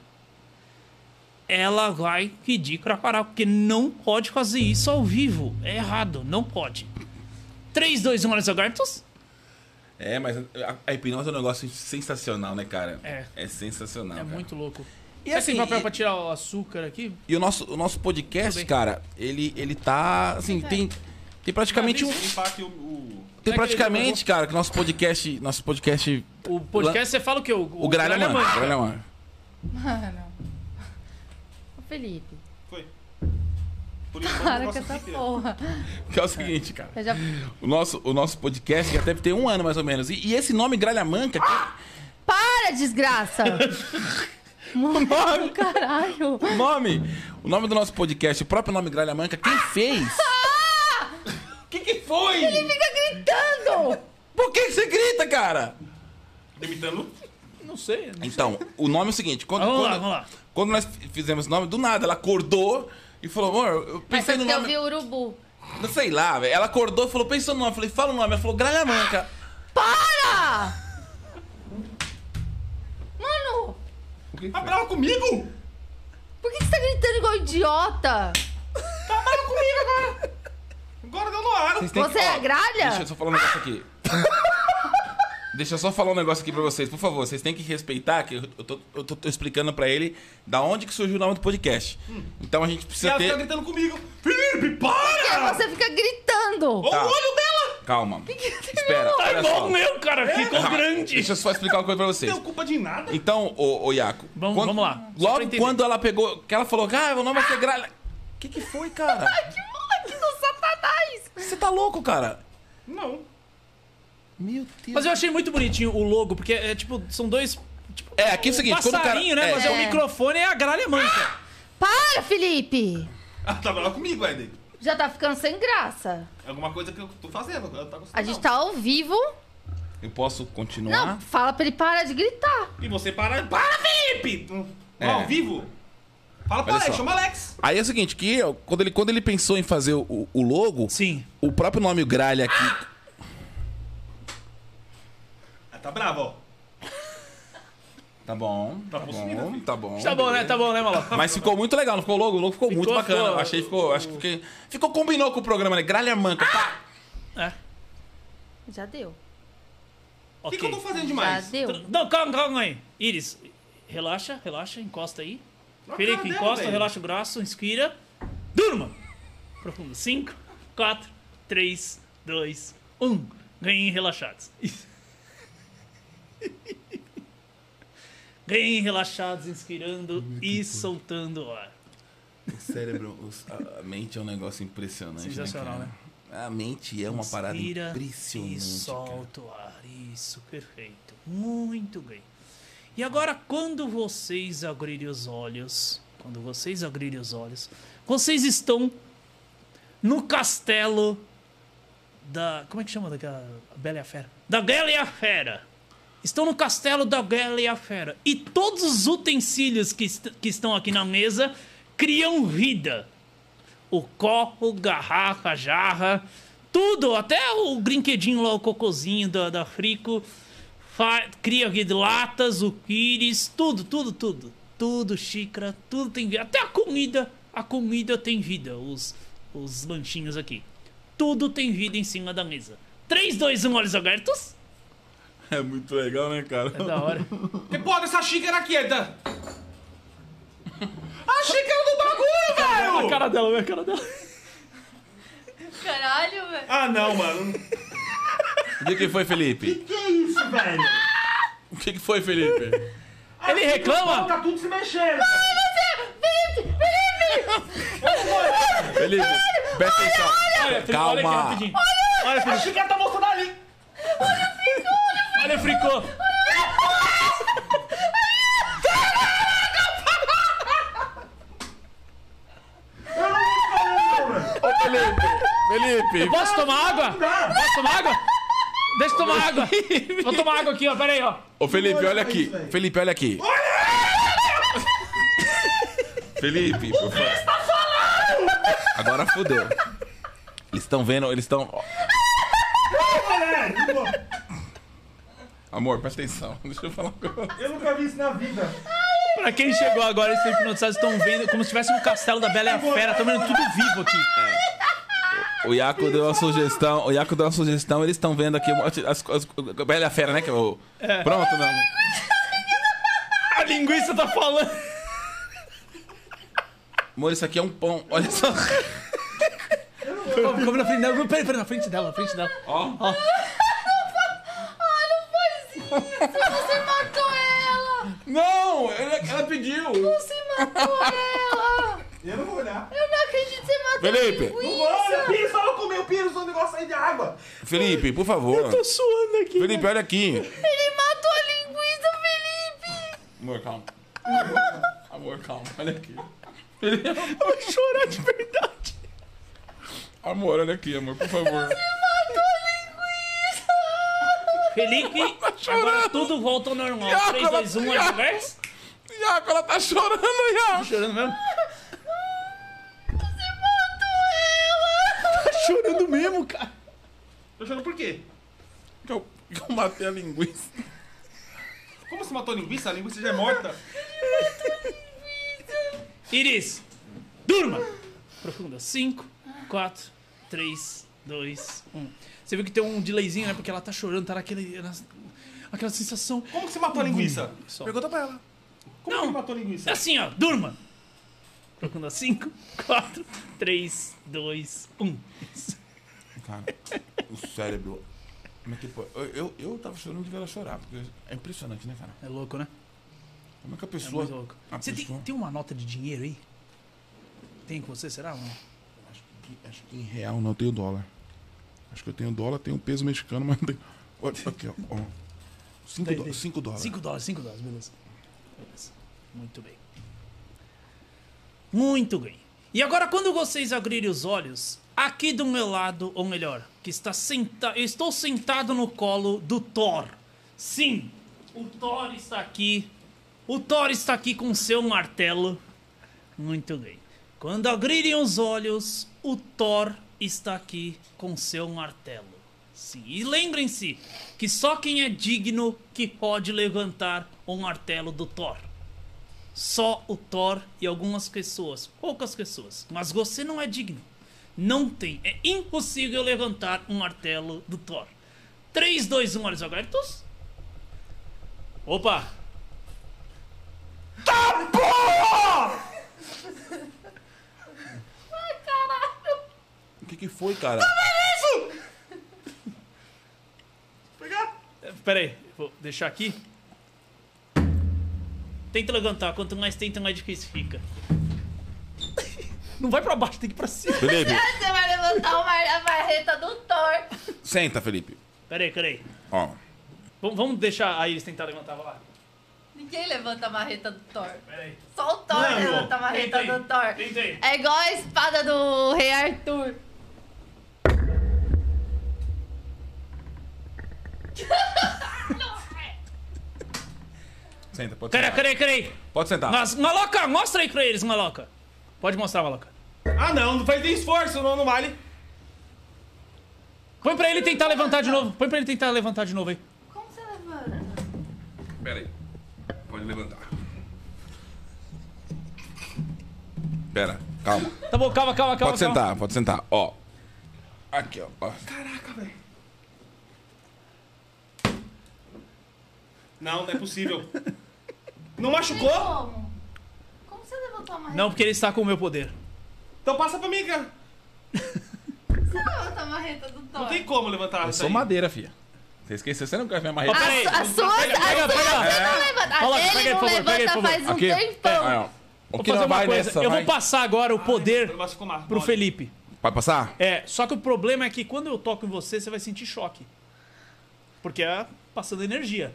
S4: ela vai pedir pra parar, porque não pode fazer isso ao vivo. É errado, não pode. 3, 2, 1, olhos abertos.
S3: É, mas a, a hipnose é um negócio sensacional, né, cara?
S4: É.
S3: É sensacional.
S6: É
S3: cara.
S6: muito louco.
S3: E
S6: E
S3: assim,
S6: assim, tem papel
S3: e-
S6: pra tirar o açúcar aqui?
S3: E o nosso, o nosso podcast, cara, ele, ele tá. Assim, tem. Tem praticamente um.
S5: Limpar aqui o. o...
S3: Tem
S12: Como é que ele
S3: praticamente, cara, que nosso podcast. Nosso podcast.
S12: O podcast, você fala o quê? O,
S3: O Gralha é Mano. Gralha Mano.
S2: Mano. Ô, Felipe,
S5: Foi. Por enquanto,
S2: para com
S5: nossa
S2: essa
S5: vida-
S2: porra.
S3: Que é o seguinte, cara.
S2: Eu já...
S3: O nosso, o nosso podcast já deve ter um ano mais ou menos. E, e esse nome Gralhamanca. que-
S2: Para, desgraça! Mano, caralho!
S3: o nome. O nome do nosso podcast, o próprio nome Gralhamanca, quem fez? O que, que foi?
S2: Fica gritando!
S3: Por que, que você grita, cara?
S5: Limitando.
S12: Não sei.
S3: Então, o nome é o seguinte. Quando,
S4: Vamos
S3: quando,
S4: lá, vamos lá.
S3: quando nós fizemos esse nome, do nada, ela acordou e falou, amor, eu
S2: Mas
S3: pensei
S2: foi
S3: no
S2: porque eu
S3: nome.
S2: vi o urubu.
S3: Não sei lá, velho. Ela acordou e falou, pensou no nome. Eu falei, fala o nome. Ela falou, Gralhamanca.
S2: Para! Mano,
S5: Tá brava comigo?
S2: por que que você tá gritando igual idiota?
S5: Agora deu no ar.
S3: Vocês têm que-
S2: Você é
S3: ó,
S2: a gralha?
S3: Deixa eu só falar um negócio aqui. Deixa eu só falar um negócio aqui pra vocês. Por favor, vocês têm que respeitar que eu eu tô, eu tô- tô explicando pra ele da onde que surgiu o nome do podcast. Então a gente
S5: E
S3: precisa
S5: ela fica
S3: ter...
S5: gritando comigo. Felipe, para!
S2: Você fica gritando!
S5: Olha
S3: Tá.
S5: o olho dela!
S3: Calma. Espera, olha
S4: É Igual
S3: só. É.
S4: o Tá meu, cara. Ficou
S3: Calma.
S4: grande.
S3: Deixa eu só explicar uma coisa pra
S5: Não
S3: vocês.
S5: tem culpa de nada.
S3: Então, ô, ô Iaco...
S4: Vamos- vamos lá. Só pra
S3: Logo
S4: entender.
S3: quando ela pegou... Que ela falou, ah, o nome vai ser Gralha... O que que foi, cara?
S2: Que moleque do satanás!
S3: Você tá louco, cara?
S5: Não.
S3: Meu Deus.
S4: Mas eu achei muito bonitinho o logo, porque é tipo, são dois. Tipo,
S3: É, aqui é o
S4: um
S3: seguinte, quando o cara-
S4: passarinho, né?
S3: é.
S4: Mas é o
S2: É.
S4: microfone é a gralha manca.
S2: Para, Felipe!
S5: Ela tá brava comigo, Eden.
S2: Já tá ficando sem graça.
S5: É alguma coisa que eu tô fazendo. Ela tá gostando.
S2: A gente tá ao vivo.
S4: é-
S3: Eu posso continuar?
S2: Não, fala pra ele parar de gritar.
S5: E você para. Para, Felipe!
S3: É.
S5: Ao vivo? Fala pro
S3: Olha
S5: Alex,
S3: só.
S5: chama Alex.
S3: Aí é o seguinte, que eu- quando ele, quando ele pensou em fazer o, o logo,
S4: Sim.
S3: o próprio nome o Gralha aqui.
S5: Ela tá brava, ó.
S3: Tá bom, tá,
S5: Tá possuindo,
S3: bom,
S5: filho.
S3: tá bom.
S4: Tá bom, né? Tá bom, né, maluco?
S3: Mas ficou muito legal, não ficou o logo? O logo ficou, muito
S4: Ficou,
S3: bacana.
S4: ficou.
S3: Achei, ficou, acho que fiquei- ficou, combinou com o programa, né? Gralha Manca. pá.
S4: É.
S2: Já deu.
S5: O que, que eu tô
S4: Ok.
S5: fazendo
S2: Já
S5: demais?
S2: deu.
S4: Não, calma, calma aí. Iris, relaxa, relaxa, encosta aí.
S5: Olha a cara
S4: Felipe,
S5: dela,
S4: encosta,
S5: velho.
S4: relaxa o braço, inspira. Durma! Profundo. 5, 4, 3, 2, 1. Ganhem um. relaxados. Isso. Ganhem relaxados, inspirando e soltando o ar.
S3: O cérebro, os- a, a mente é um negócio impressionante.
S4: Sensacional,
S3: né? cara? A mente é uma parada
S4: Inspira
S3: impressionante.
S4: E
S3: cara.
S4: solta o ar. Isso, perfeito. Muito bem. E agora, quando vocês abrirem os olhos, quando vocês abrirem os olhos, vocês estão no castelo da. Como é que chama daquela. Bela e a Fera? Da Bela e a Fera! Estão no castelo da Bela e a Fera. E todos os utensílios que, est- que estão aqui na mesa criam vida o copo, garrafa, jarra, tudo, até o brinquedinho lá, o cocôzinho da, da Frico, fa- cria aqui de latas, o pires, tudo, tudo, tudo. Tudo, xícara, tudo tem vida. Até a comida, a comida tem vida, os, os lanchinhos aqui. Tudo tem vida em cima da mesa. 3, 2, 1, olhos abertos.
S3: É muito legal, né, cara?
S4: É da hora.
S5: E bota essa xícara aqui, Eda. A xícara do bagulho, velho!
S4: cara dela, a cara dela.
S2: Caralho, velho.
S5: Ah, não, mano.
S3: O que foi, Felipe?
S5: Que isso, velho?
S3: O que que foi, Felipe?
S4: Ele reclama?
S5: Tá tudo se mexendo.
S2: Felipe, Felipe!
S3: Felipe, presta atenção.
S4: Olha, Frico, olha aqui
S3: Calma.
S4: rapidinho.
S5: A xícara tá mostrando ali.
S4: Olha, Fricô.
S3: Felipe, Felipe.
S4: Posso tomar água? Posso tomar água? Deixa eu tomar água. Vou tomar água aqui, ó. Pera aí, ó.
S3: Ô Felipe, olha aqui. Felipe, olha aqui. Felipe, por favor. Agora fodeu. Eles estão vendo, eles estão. Amor, presta atenção. Deixa eu falar uma coisa.
S5: Eu nunca vi isso na vida.
S4: Pra quem chegou agora, esses hipnotizados estão vendo como se tivesse um castelo da Bela e a Fera. Estão vendo tudo vivo aqui.
S3: O Iaco deu uma sugestão. O Iaco deu uma sugestão, eles estão vendo aqui. um monte- As, as, a Bela Fera, né? Que é o... Pronto, não.
S4: A linguiça tá falando.
S3: Amor, isso aqui é um pão. Olha só.
S5: Eu não
S13: Come, come na frente dela. Peraí, peraí, na frente dela, na frente dela.
S2: Você matou ela!
S3: Não, ela, ela pediu.
S2: Você matou ela!
S14: Eu não vou olhar.
S2: Eu não acredito que você matou
S3: Felipe.
S2: o pinguim.
S14: Olha, Pires falou comigo, Pires, o negócio aí de água.
S3: Felipe, por favor. Eu tô suando aqui. né? Felipe, olha aqui.
S2: Ele matou a linguiça, Felipe!
S3: Amor, calma. Amor, calma. Olha aqui.
S13: Chorar de verdade.
S3: Amor, olha aqui, amor, por favor.
S4: Felipe, agora tudo volta ao normal. um, 3, 2, 1, adverso.
S3: Iaco, ela tá chorando, Iaco.
S13: Chorando mesmo?
S2: Você matou ela!
S13: Tá
S4: É
S13: chorando mesmo, cara.
S5: Tô chorando por quê?
S3: Que eu, que eu matei a linguiça.
S5: Como você matou a linguiça? A linguiça já é morta.
S4: Iris, durma! Profunda. 5, 4, 3, 2, 1. Você viu que tem um delayzinho, né? Porque ela tá chorando, tá naquele, na- aquela sensação.
S5: Como que você matou a linguiça? É
S4: Só.
S5: Pergunta pra ela. Como
S4: Não.
S5: que matou a linguiça?
S4: Assim, ó, durma! Profunda. 5, 4, 3, 2, 1.
S3: Cara, o cérebro. Como é que pô? Eu, eu, eu tava chorando de ver ela chorar, porque é impressionante, né, cara?
S4: É louco, né?
S3: Como é que a
S4: É
S3: pessoa.
S4: muito louco.
S3: a
S4: Você tem,
S3: pessoa-
S4: tem uma nota de dinheiro aí? Tem com você, será? ou não?
S3: Acho que, acho que em real não eu tenho dólar. Acho que eu tenho dólar, tenho peso mexicano, mas não tenho. Olha aqui, ó. ó. Cinco,
S4: Tem,
S3: dó-
S4: tem.
S3: cinco dólares.
S4: 5 dólares, 5 dólares, beleza. Beleza. Muito bem. Muito bem. E agora, quando vocês abrirem os olhos, aqui do meu lado, ou melhor, que está sentado. Eu estou sentado no colo do Thor. Sim, o Thor está aqui. O Thor está aqui com seu martelo. Muito bem. Quando abrirem os olhos, o Thor está aqui com seu martelo. Sim, e lembrem-se que só quem é digno que pode levantar o martelo do Thor. Só o Thor e algumas pessoas, poucas pessoas. Mas você não é digno. Não tem. É impossível levantar um martelo do Thor. 3, 2, 1, olhos abertos. Opa!
S3: O que, que foi, cara?
S4: É, Pera aí, vou deixar aqui. Tenta levantar, quanto mais tenta, mais difícil fica. Não vai pra baixo, tem que ir pra cima.
S3: Felipe,
S2: Você vai levantar o mar- a marreta do Thor.
S3: senta, Felipe.
S4: Pera aí, pera aí.
S3: Ó.
S4: Vamos, vamos deixar a Iris tentar levantar, vai lá.
S2: Ninguém levanta a marreta do Thor.
S4: Pera aí.
S2: Só o Thor levanta a marreta
S4: Tenta aí,
S2: Tá do Thor.
S4: tenta aí.
S2: É igual a espada do Rei Arthur.
S3: Senta, pode
S4: Pera,
S3: sentar.
S4: pera aí, pera aí.
S3: Pode sentar.
S4: Mas, maloca, mostra aí pra eles, maloca. Pode mostrar, maloca.
S5: Ah, não, não faz nem esforço, não, não vale.
S4: Põe pra ele tentar levantar de novo. Põe pra ele tentar levantar de novo aí.
S2: Como você levanta?
S3: Pera aí. Pode levantar. Pera, calma.
S4: Tá bom, calma, calma, calma.
S3: Pode
S4: calma.
S3: sentar, pode sentar. Ó. Aqui, ó. ó.
S5: Não, não é possível. não machucou?
S2: Como? Como você levantou a marreta?
S4: Não, porque ele está com o meu poder.
S5: Então passa pra mim, cara.
S2: Você levanta a marreta do Thor.
S5: Não tem como levantar isso
S3: Sou
S5: aí.
S3: madeira, filha. Você esqueceu, você não quer ver a
S2: A,
S3: marreta?
S4: Pera aí.
S2: su- a sua, a
S4: Pega, pega,
S2: sua
S4: pega.
S2: você não levanta.
S4: Fala,
S2: A
S4: pega aí,
S2: dele não
S4: por favor, pega aí,
S2: levanta
S4: por
S2: faz um
S3: Aqui? É, ó.
S2: tempão.
S3: O
S4: Vou
S3: que
S4: fazer
S3: não
S4: uma
S3: vai
S4: coisa.
S3: nessa,
S4: Eu
S3: vai.
S4: vou passar agora o poder
S5: O negócio ficou mal.
S4: pro Felipe.
S3: Vai passar?
S4: É, só que o problema é que quando eu toco em você, você vai sentir choque. Porque é passando energia.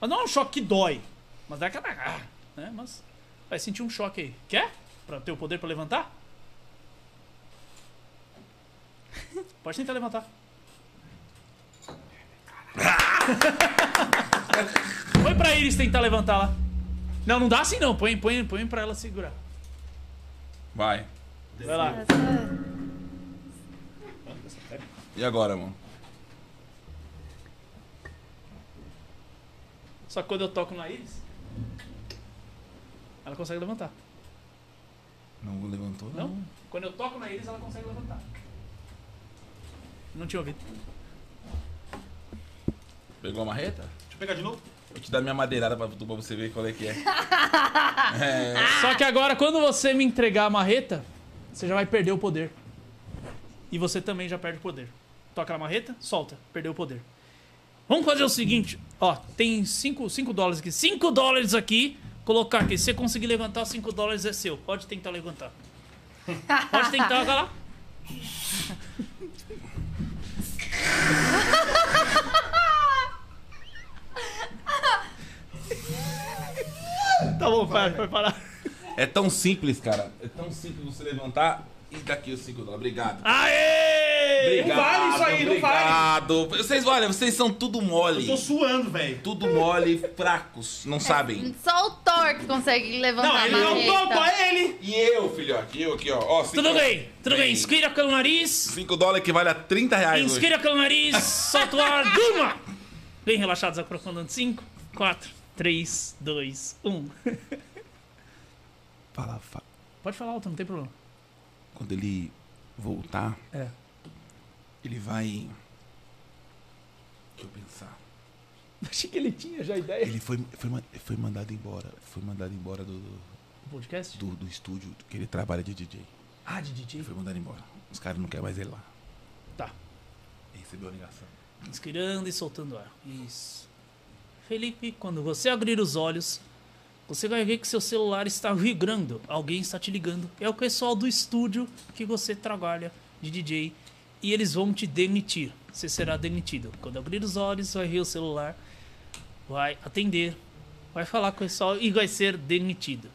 S4: Mas não é um choque que dói. Mas dá aquela. ah, Né? Mas vai sentir um choque aí. Quer? Pra ter o poder pra levantar? Pode tentar levantar. Põe pra Iris tentar levantar lá. Não, não dá assim não. Põe, põe, põe pra ela segurar.
S3: Vai.
S4: Vai lá.
S3: E agora, mano?
S4: Só que quando eu toco na Iris, ela consegue levantar.
S3: Não levantou,
S4: Não? Quando eu toco na Iris, ela consegue levantar. Não tinha ouvido.
S3: Pegou a marreta?
S5: Deixa eu pegar de novo.
S3: Vou te dar minha madeirada pra, pra você ver qual é que é.
S4: Só que agora, quando você me entregar a marreta, você já vai perder o poder. E você também já perde o poder. Toca na marreta, solta, perdeu o poder. Vamos fazer o seguinte, ó, tem 5 dólares aqui. 5 dólares aqui, colocar aqui. Se você conseguir levantar, 5 dólares é seu. Pode tentar levantar. Pode tentar, vai lá. Tá bom, vai, vai parar.
S3: É tão simples, cara. É tão simples você levantar e daqui os 5 dólares. Obrigado.
S4: Aê!
S3: Obrigado,
S5: vale isso aí, não vale.
S3: obrigado. Vocês, olha, vocês são tudo mole.
S15: Tô suando, velho.
S3: Tudo mole, fracos, não sabem.
S2: Só o Thor que consegue levantar
S5: Não,
S2: a
S5: ele
S4: é um
S5: não
S2: marreta.
S5: topa, ele!
S3: E eu, filhote, eu aqui, ó. ó cinco-
S4: Tudo bem, tudo bem. Inscreva pelo nariz.
S3: 5 dólares equivale a 30 reais hoje.
S4: Inscreva pelo nariz. Solta o ar. Durma! Bem relaxados, aprofundando. 5, 4, 3, 2, 1.
S3: Fala, fala.
S4: Pode falar alto, não tem problema.
S3: Quando ele voltar,
S4: É.
S3: ele vai. Deixa eu pensar.
S4: Achei que ele tinha já ideia.
S3: Ele foi, foi, ma- foi mandado embora. Foi mandado embora do,
S4: Podcast?
S3: do, do estúdio que ele trabalha de DJ.
S4: Ah, de DJ.
S3: Ele foi mandado embora. Os caras não querem mais ele lá.
S4: Tá.
S3: Ele recebeu a ligação.
S4: Inspirando e soltando ar. Isso. Felipe, quando você abrir os olhos, você vai ver que seu celular está vibrando. Alguém está te ligando. É o pessoal do estúdio que você trabalha de DJ. E eles vão te demitir. Você será demitido. Quando abrir os olhos, vai ver o celular, vai atender, vai falar com o pessoal e vai ser demitido.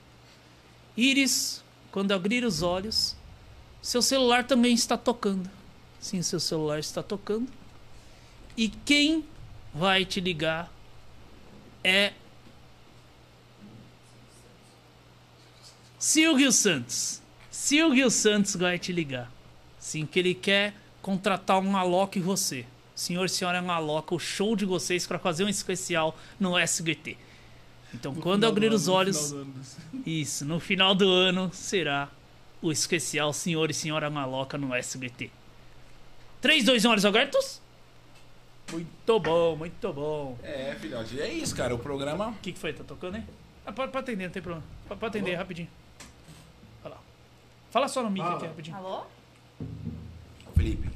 S4: Iris, quando abrir os olhos, seu celular também está tocando. Sim, seu celular está tocando. E quem vai te ligar é. Silvio Santos. Silvio Santos vai te ligar. Sim, que ele quer contratar um Alok e você. Senhor e senhora Maloca, o show de vocês para fazer um especial no SBT. Então, quando abrir os olhos. Isso, no final do ano será o especial Senhor e Senhora Maloca no SBT. 3, 2, 1, olhos abertos? Muito bom, muito bom.
S3: É, filhote, é isso, cara. O programa.
S4: O que, que foi? Tá tocando, hein? Ah, pode, pode atender, não tem problema. Pode, pode atender, rapidinho. Olha lá. Fala só no mic aqui, rapidinho.
S2: Alô?
S3: Felipe.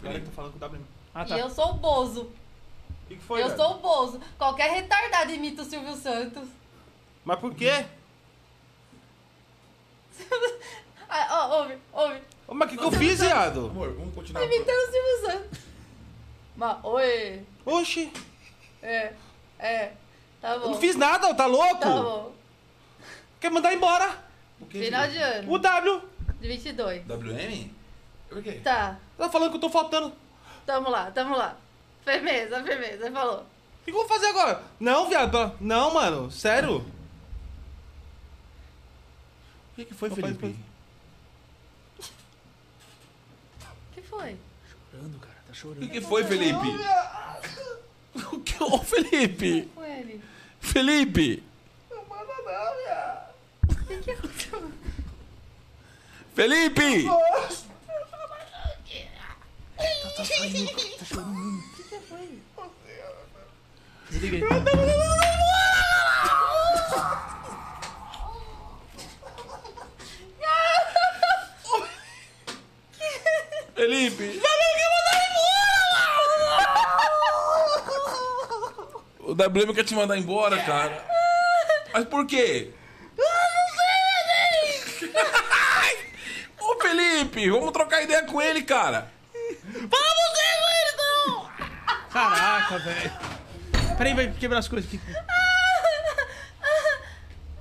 S5: Peraí que tô falando com o W.
S4: Ah,
S2: E
S4: tá.
S2: eu sou o Bozo.
S5: O que que foi,
S2: eu
S5: velho?
S2: sou o Bozo. Qualquer retardado imita o Silvio Santos.
S5: Mas por quê?
S2: Ah, ó, ouve, ouve.
S5: Ô, mas o que, que eu fiz, viado?
S3: Amor, vamos continuar.
S2: Tá imitando o Silvio Santos. Mas, oi.
S5: Oxi,
S2: É, é. Tá bom.
S5: eu não fiz nada, ó, tá louco?
S2: Tá bom.
S5: Quer mandar embora?
S2: Final de ano.
S5: O W!
S2: De 22.
S3: WM? Por quê?
S2: Tá.
S5: Tá falando que eu tô faltando. O
S2: Tamo lá, tamo lá. Firmeza, firmeza. Ele falou.
S5: que, que eu vou fazer agora? Não, viado. tá- Não, mano. Sério.
S3: O que, que foi,
S5: Papai,
S3: Felipe?
S2: O que foi?
S4: Chorando, cara, tá
S3: O
S4: chorando.
S3: que foi, Felipe? O que? Ô, Felipe!
S2: Foi ele.
S3: Felipe!
S2: O que que aconteceu?
S3: Felipe!
S4: Desliga aí.
S3: Felipe! O WM quer te mandar embora, cara. Mas por quê? Eu não sei, Ô Felipe, vamos trocar ideia com ele, cara.
S5: Caraca, velho. Peraí, vai quebrar as coisas aqui.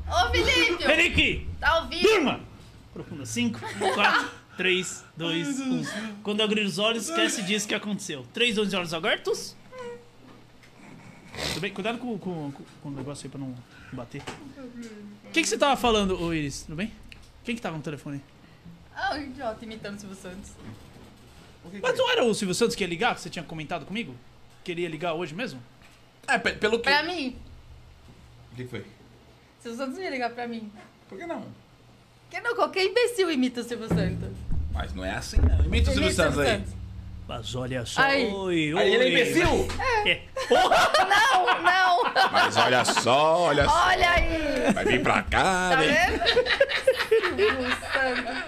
S2: Ô, Felipe!
S4: Felipe!
S2: Tá ouvindo?
S4: Durma! Profunda. 5, 4, 3, 2, 1. Quando abrir os olhos, esquece disso que aconteceu. 3, 2, olhos abertos. Tudo bem? Cuidado com, com, com- com o negócio aí pra não bater. O que, que você tava falando, ô Iris? Tudo bem? Quem que tava no telefone?
S2: Ah, o idiota imitando o Silvio Santos.
S4: Mas não era o Silvio Santos que ia ligar, que você tinha comentado comigo? Queria ligar hoje mesmo?
S3: É, pe- pelo que.
S2: Pra mim,
S3: O que foi?
S2: Silvio Santos não ia ligar pra mim.
S3: Por que não?
S2: Porque não, qualquer imbecil imita o Silvio Santos.
S3: Mas não é assim, não. Imita o Silvio
S2: Imita o
S3: Santos aí.
S4: Mas olha só.
S2: Aí.
S4: Oi,
S3: Aí ele é imbecil?
S4: É.
S2: Não, não!
S3: Mas olha só, olha só.
S2: Olha aí!
S3: Vai vir pra cá,
S2: Tá
S3: né?
S2: vendo? Silvio Santos.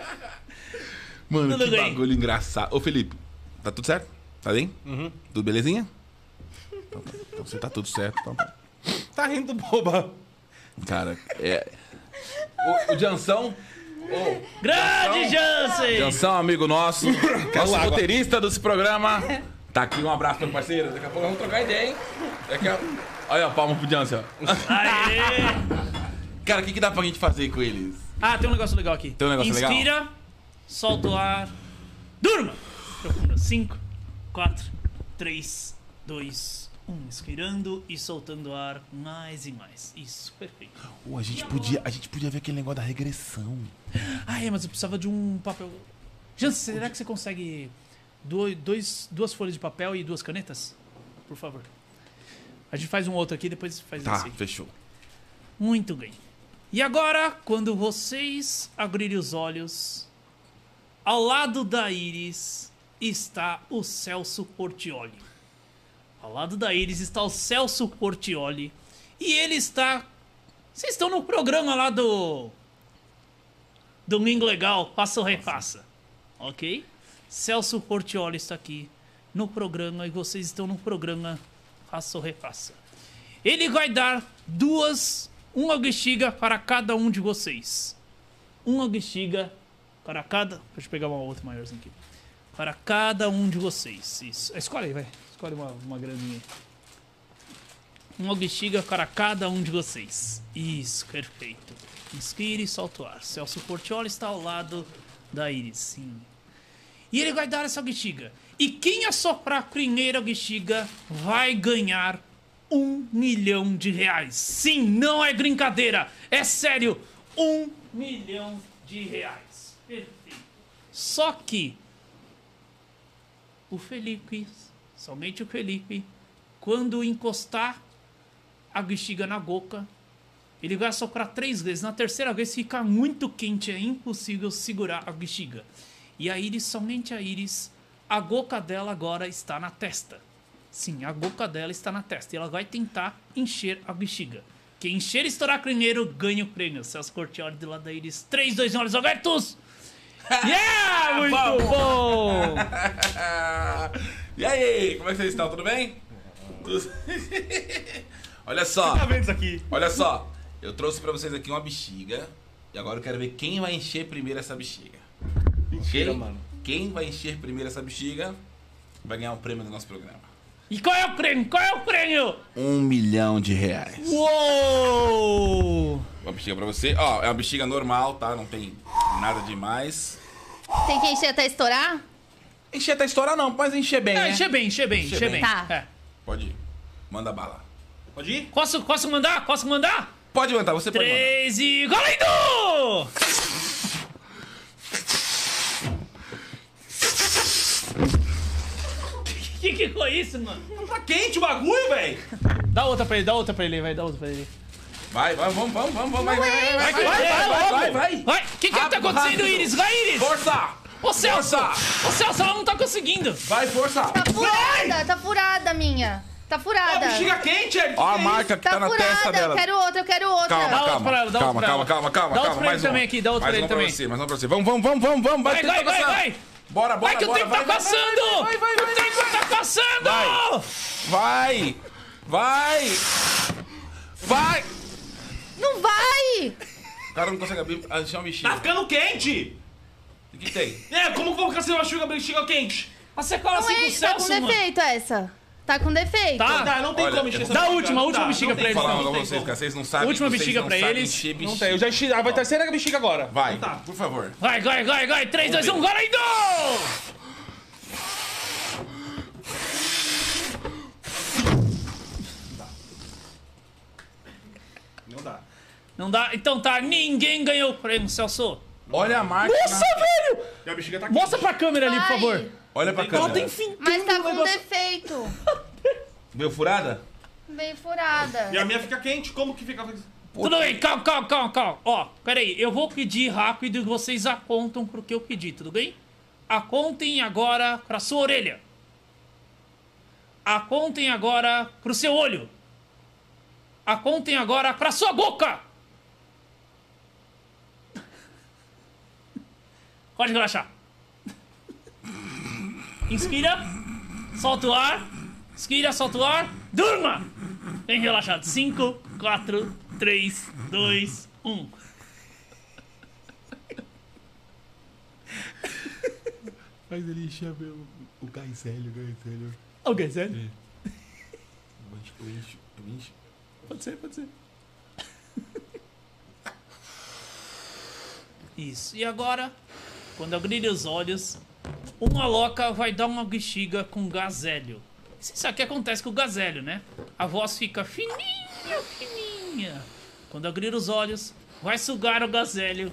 S3: Mano,
S4: Tudo
S3: que
S4: bem.
S3: bagulho engraçado. Ô, Felipe, tá tudo certo? Tá bem?
S4: Uhum.
S3: Tudo belezinha? Então, tá. Então, você tá tudo certo. Então, tá.
S5: Tá rindo boba.
S3: Cara, é... O, o Jansão... ô,
S4: Grande Jansen!
S3: Jansão, amigo nosso, nosso
S5: água.
S3: roteirista desse programa. Tá aqui, um abraço meu parceiro. Daqui a pouco vamos trocar ideia, hein? Daqui a... Olha a palma pro Jansão.
S4: Aê!
S3: Cara, o que, que dá pra gente fazer com eles?
S4: Ah, tem um negócio legal aqui.
S3: Tem um negócio legal?
S4: Inspira, solta o ar. Durma! Profunda. 5, 4, 3, 2, 1. Inspirando e soltando o ar mais e mais. Isso, perfeito.
S3: Pô, a gente podia, a gente podia ver aquele negócio da regressão.
S4: Ah, é, mas eu precisava de um papel. Jansen, será que você consegue do- dois, duas folhas de papel e duas canetas? Por favor. A gente faz um outro aqui depois faz
S3: Tá,
S4: esse. aí.
S3: fechou.
S4: Muito bem. E agora, quando vocês abrirem os olhos, ao lado da Iris está o Celso Portioli. Ao lado da Iris está o Celso Portioli. E ele está. Vocês estão no programa lá do. Domingo Legal, passa ou repassa. Ok? Celso Portioli está aqui no programa e vocês estão no programa Passa ou Repassa. Ele vai dar duas, uma bexiga para cada um de vocês. Uma bexiga para cada. Deixa eu pegar uma outra maiorzinha aqui. Para cada um de vocês. Isso. Escolhe aí, vai. Escolhe uma, uma graninha. Uma bexiga para cada um de vocês. Isso, perfeito. Inspire e solta o ar. Celso Portioli está ao lado da Iris, sim. E ele vai dar essa bexiga. E quem assoprar a primeira bexiga vai ganhar um milhão de reais. Sim, não é brincadeira. É sério. Um milhão de reais. Perfeito. Só que o Felipe, somente o Felipe, quando encostar a bexiga na boca, ele vai soprar três vezes. Na terceira vez fica muito quente, é impossível segurar a bexiga. E a Iris, somente a Iris, a boca dela agora está na testa. Sim, a boca dela está na testa. E ela vai tentar encher a bexiga. Quem encher e estourar primeiro ganha o prêmio. Celso Cortioli do lado da Iris. 3, 2, 1, olhos abertos! Yeah! Muito bom!
S3: E aí, como é que vocês estão? Tudo bem? Tudo- Olha só,
S5: Tá vendo isso aqui?
S3: olha só. Eu trouxe pra vocês aqui uma bexiga. E agora eu quero ver quem vai encher primeiro essa bexiga. Mentira,
S5: mano.
S3: Quem vai encher primeiro essa bexiga vai ganhar um prêmio do nosso programa.
S4: E qual é o prêmio? Qual é o prêmio?
S3: Um milhão de reais.
S4: Uou!
S3: Uma bexiga pra você. Ó, é uma bexiga normal, tá? Não tem nada demais.
S2: Tem que encher até estourar?
S3: Encher até estourar não, mas encher bem,
S4: É,
S3: né?
S4: enche bem, enche bem,
S3: Enche
S4: enche
S3: bem.
S4: bem.
S2: Tá.
S4: É.
S3: Pode ir. Manda bala.
S5: Pode ir?
S4: Posso, posso mandar? Posso mandar?
S3: Pode mandar, você pode mandar.
S4: Três e... Golendo! Que que foi isso, mano?
S5: Tá quente o bagulho, velho.
S16: Dá outra pra ele, dá outra pra ele, vai, dá outra pra ele.
S3: Vai, vai, vamos, vamos, vamos, vamos. Vai, vai, vai, vai, vai,
S4: vai,
S3: vai, vai,
S4: vai,
S3: vai, vai.
S4: Vai, que que tá
S3: Rápido,
S4: acontecendo,
S3: rápido.
S4: Iris? Vai, Iris!
S3: Força!
S4: Ô, Celso!
S3: Força!
S4: Ô, Celso, ela não tá conseguindo!
S3: Vai, força!
S2: Tá furada, tá furada, minha. Tá furada.
S5: Bexiga é quente, Eric.
S3: Ó a marca que tá,
S2: Tá
S3: na testa
S2: furada, eu
S3: dela.
S2: quero outra, eu quero outra.
S3: Calma,
S4: outra
S3: calma,
S4: pra ela, dá outra
S3: calma,
S4: pra
S3: calma,
S4: ela.
S3: calma, calma,
S4: Dá outra
S3: calma,
S4: pra ele
S3: mais uma.
S4: também aqui, dá outra
S3: mais
S4: pra ele
S3: uma pra
S4: também.
S3: você, mais uma pra você. Vamos, vamos, vamos, vamos, vamos.
S4: Vai,
S3: tem que
S4: vai,
S3: tá
S4: vai,
S3: passando.
S4: vai.
S3: Bora, bora,
S4: Vai que o
S3: bora,
S4: tempo
S3: vai,
S4: tá
S3: vai,
S4: passando!
S3: Vai, vai, vai,
S4: O tempo tá passando!
S3: Vai. vai, vai, vai. Vai.
S2: Não vai!
S3: O cara não consegue abrir, achar uma
S5: Tá
S3: bexiga.
S5: ficando quente.
S3: O que Ah. tem?
S5: É, como que eu vou ficar sem uma chuva bexiga quente?
S4: A sequela
S2: Não
S4: assim com o
S2: enche, tá com
S4: Celso, mano.
S2: defeito essa. Tá com defeito.
S5: Não
S4: Tá,
S5: dá, não tem
S3: Olha,
S5: como
S3: eu
S5: encher
S3: vou-
S5: essa
S4: Dá a
S5: Ah, bexiga.
S4: última, a última
S5: Dá,
S4: bexiga
S5: não
S4: pra
S5: tem
S4: eles,
S3: Falar
S5: como,
S3: um
S4: não.
S5: tem
S3: negócio pra vocês,
S5: como.
S3: cara. Vocês não sabem.
S4: Última
S3: vocês
S4: bexiga
S3: não
S4: pra
S3: sabem
S4: eles.
S3: encher
S5: Não
S3: bexiga.
S5: tem, eu já enchi. Ah, vai terceira bexiga agora.
S3: Vai,
S5: Então tá.
S3: por favor.
S4: Vai, vai, vai, vai. um, 3, 2, 1, agora ainda!
S5: Não dá.
S4: Não dá? Então tá, ninguém ganhou o prêmio, Celso.
S3: Olha a marca.
S4: Nossa, velho!
S5: E a bexiga tá quente.
S4: Mostra pra câmera ali, por
S2: Vai.
S4: favor.
S3: Olha pra câmera.
S5: fim.
S2: Mas tá com defeito.
S3: Veio furada?
S2: Bem furada.
S5: E a minha fica quente, como que fica?
S4: Tudo bem, calma, calma, calma, calma. Ó, peraí, eu vou pedir rápido e vocês apontam pro que eu pedi, tudo bem? Apontem agora pra sua orelha. Apontem agora pro seu olho. Apontem agora pra sua boca. Pode relaxar. Inspira, solta o ar. Inspira, solta o ar. Durma! Bem relaxado. 5, 4, 3, 2, 1.
S5: Mas ele chama o, o Gaizelli, o Gaizelli.
S4: Alguém, sério?
S5: Eu encho, eu encho, eu encho.
S4: Pode ser, pode ser. Isso. E agora, quando abrir os olhos, uma loca vai dar uma bexiga com gás hélio. Você sabe o que acontece com o gás hélio, né? A voz fica fininha, fininha. Quando abrir os olhos, vai sugar o gás hélio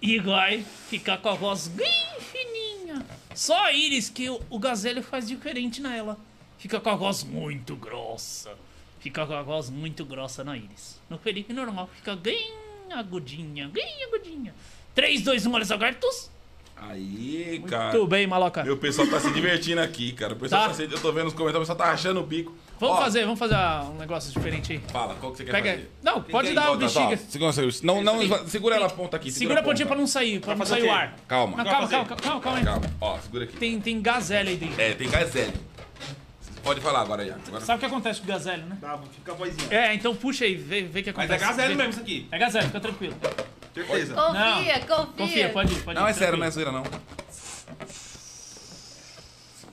S4: e vai ficar com a voz bem fininha. Só a Iris que o, o gazelho faz diferente nela. Fica com a voz muito grossa. Fica com a voz muito grossa na Iris. No Felipe normal fica bem agudinha, bem agudinha. 3, 2, 1, olhos abertos.
S3: Aí, cara.
S4: Tudo bem, maloca.
S3: Meu pessoal tá se divertindo aqui, cara. O pessoal
S4: Tá.
S3: tá. se... Eu tô vendo os comentários, o pessoal tá rachando o bico.
S4: Vamos
S3: Ó,
S4: fazer, vamos fazer ah, um negócio diferente aí.
S3: Fala, qual que você quer
S4: Pega aí.
S3: fazer?
S4: Não,
S3: Quem
S4: pode
S3: quer
S4: dar
S3: ir
S4: a
S3: embora? Tá,
S4: bexiga.
S3: Segura, segura. Não, não, segura ela a ponta aqui.
S4: Segura a pontinha pra não sair, pra não sair o ar.
S3: Calma.
S4: Não,
S3: Vai
S4: calma,
S3: fazer.
S4: calma, calma, calma aí.
S3: Calma, ó, segura aqui.
S4: Tem, tem gazelho aí dentro.
S3: É, tem gazelle. Você Pode falar agora já. Agora...
S4: Sabe o que acontece com o gazelho, né?
S5: Tá, fica a vozinha.
S4: É, então puxa aí, vê, vê o que
S5: Mas
S4: acontece.
S5: é Gaizelli
S4: Vê-
S5: mesmo isso aqui,
S4: É gazelho, fica tranquilo.
S5: certeza.
S2: Confia, confia.
S4: Confia, pode ir, pode ir.
S3: Não, é sério, não é zoeira,
S4: tranquilo.
S3: não.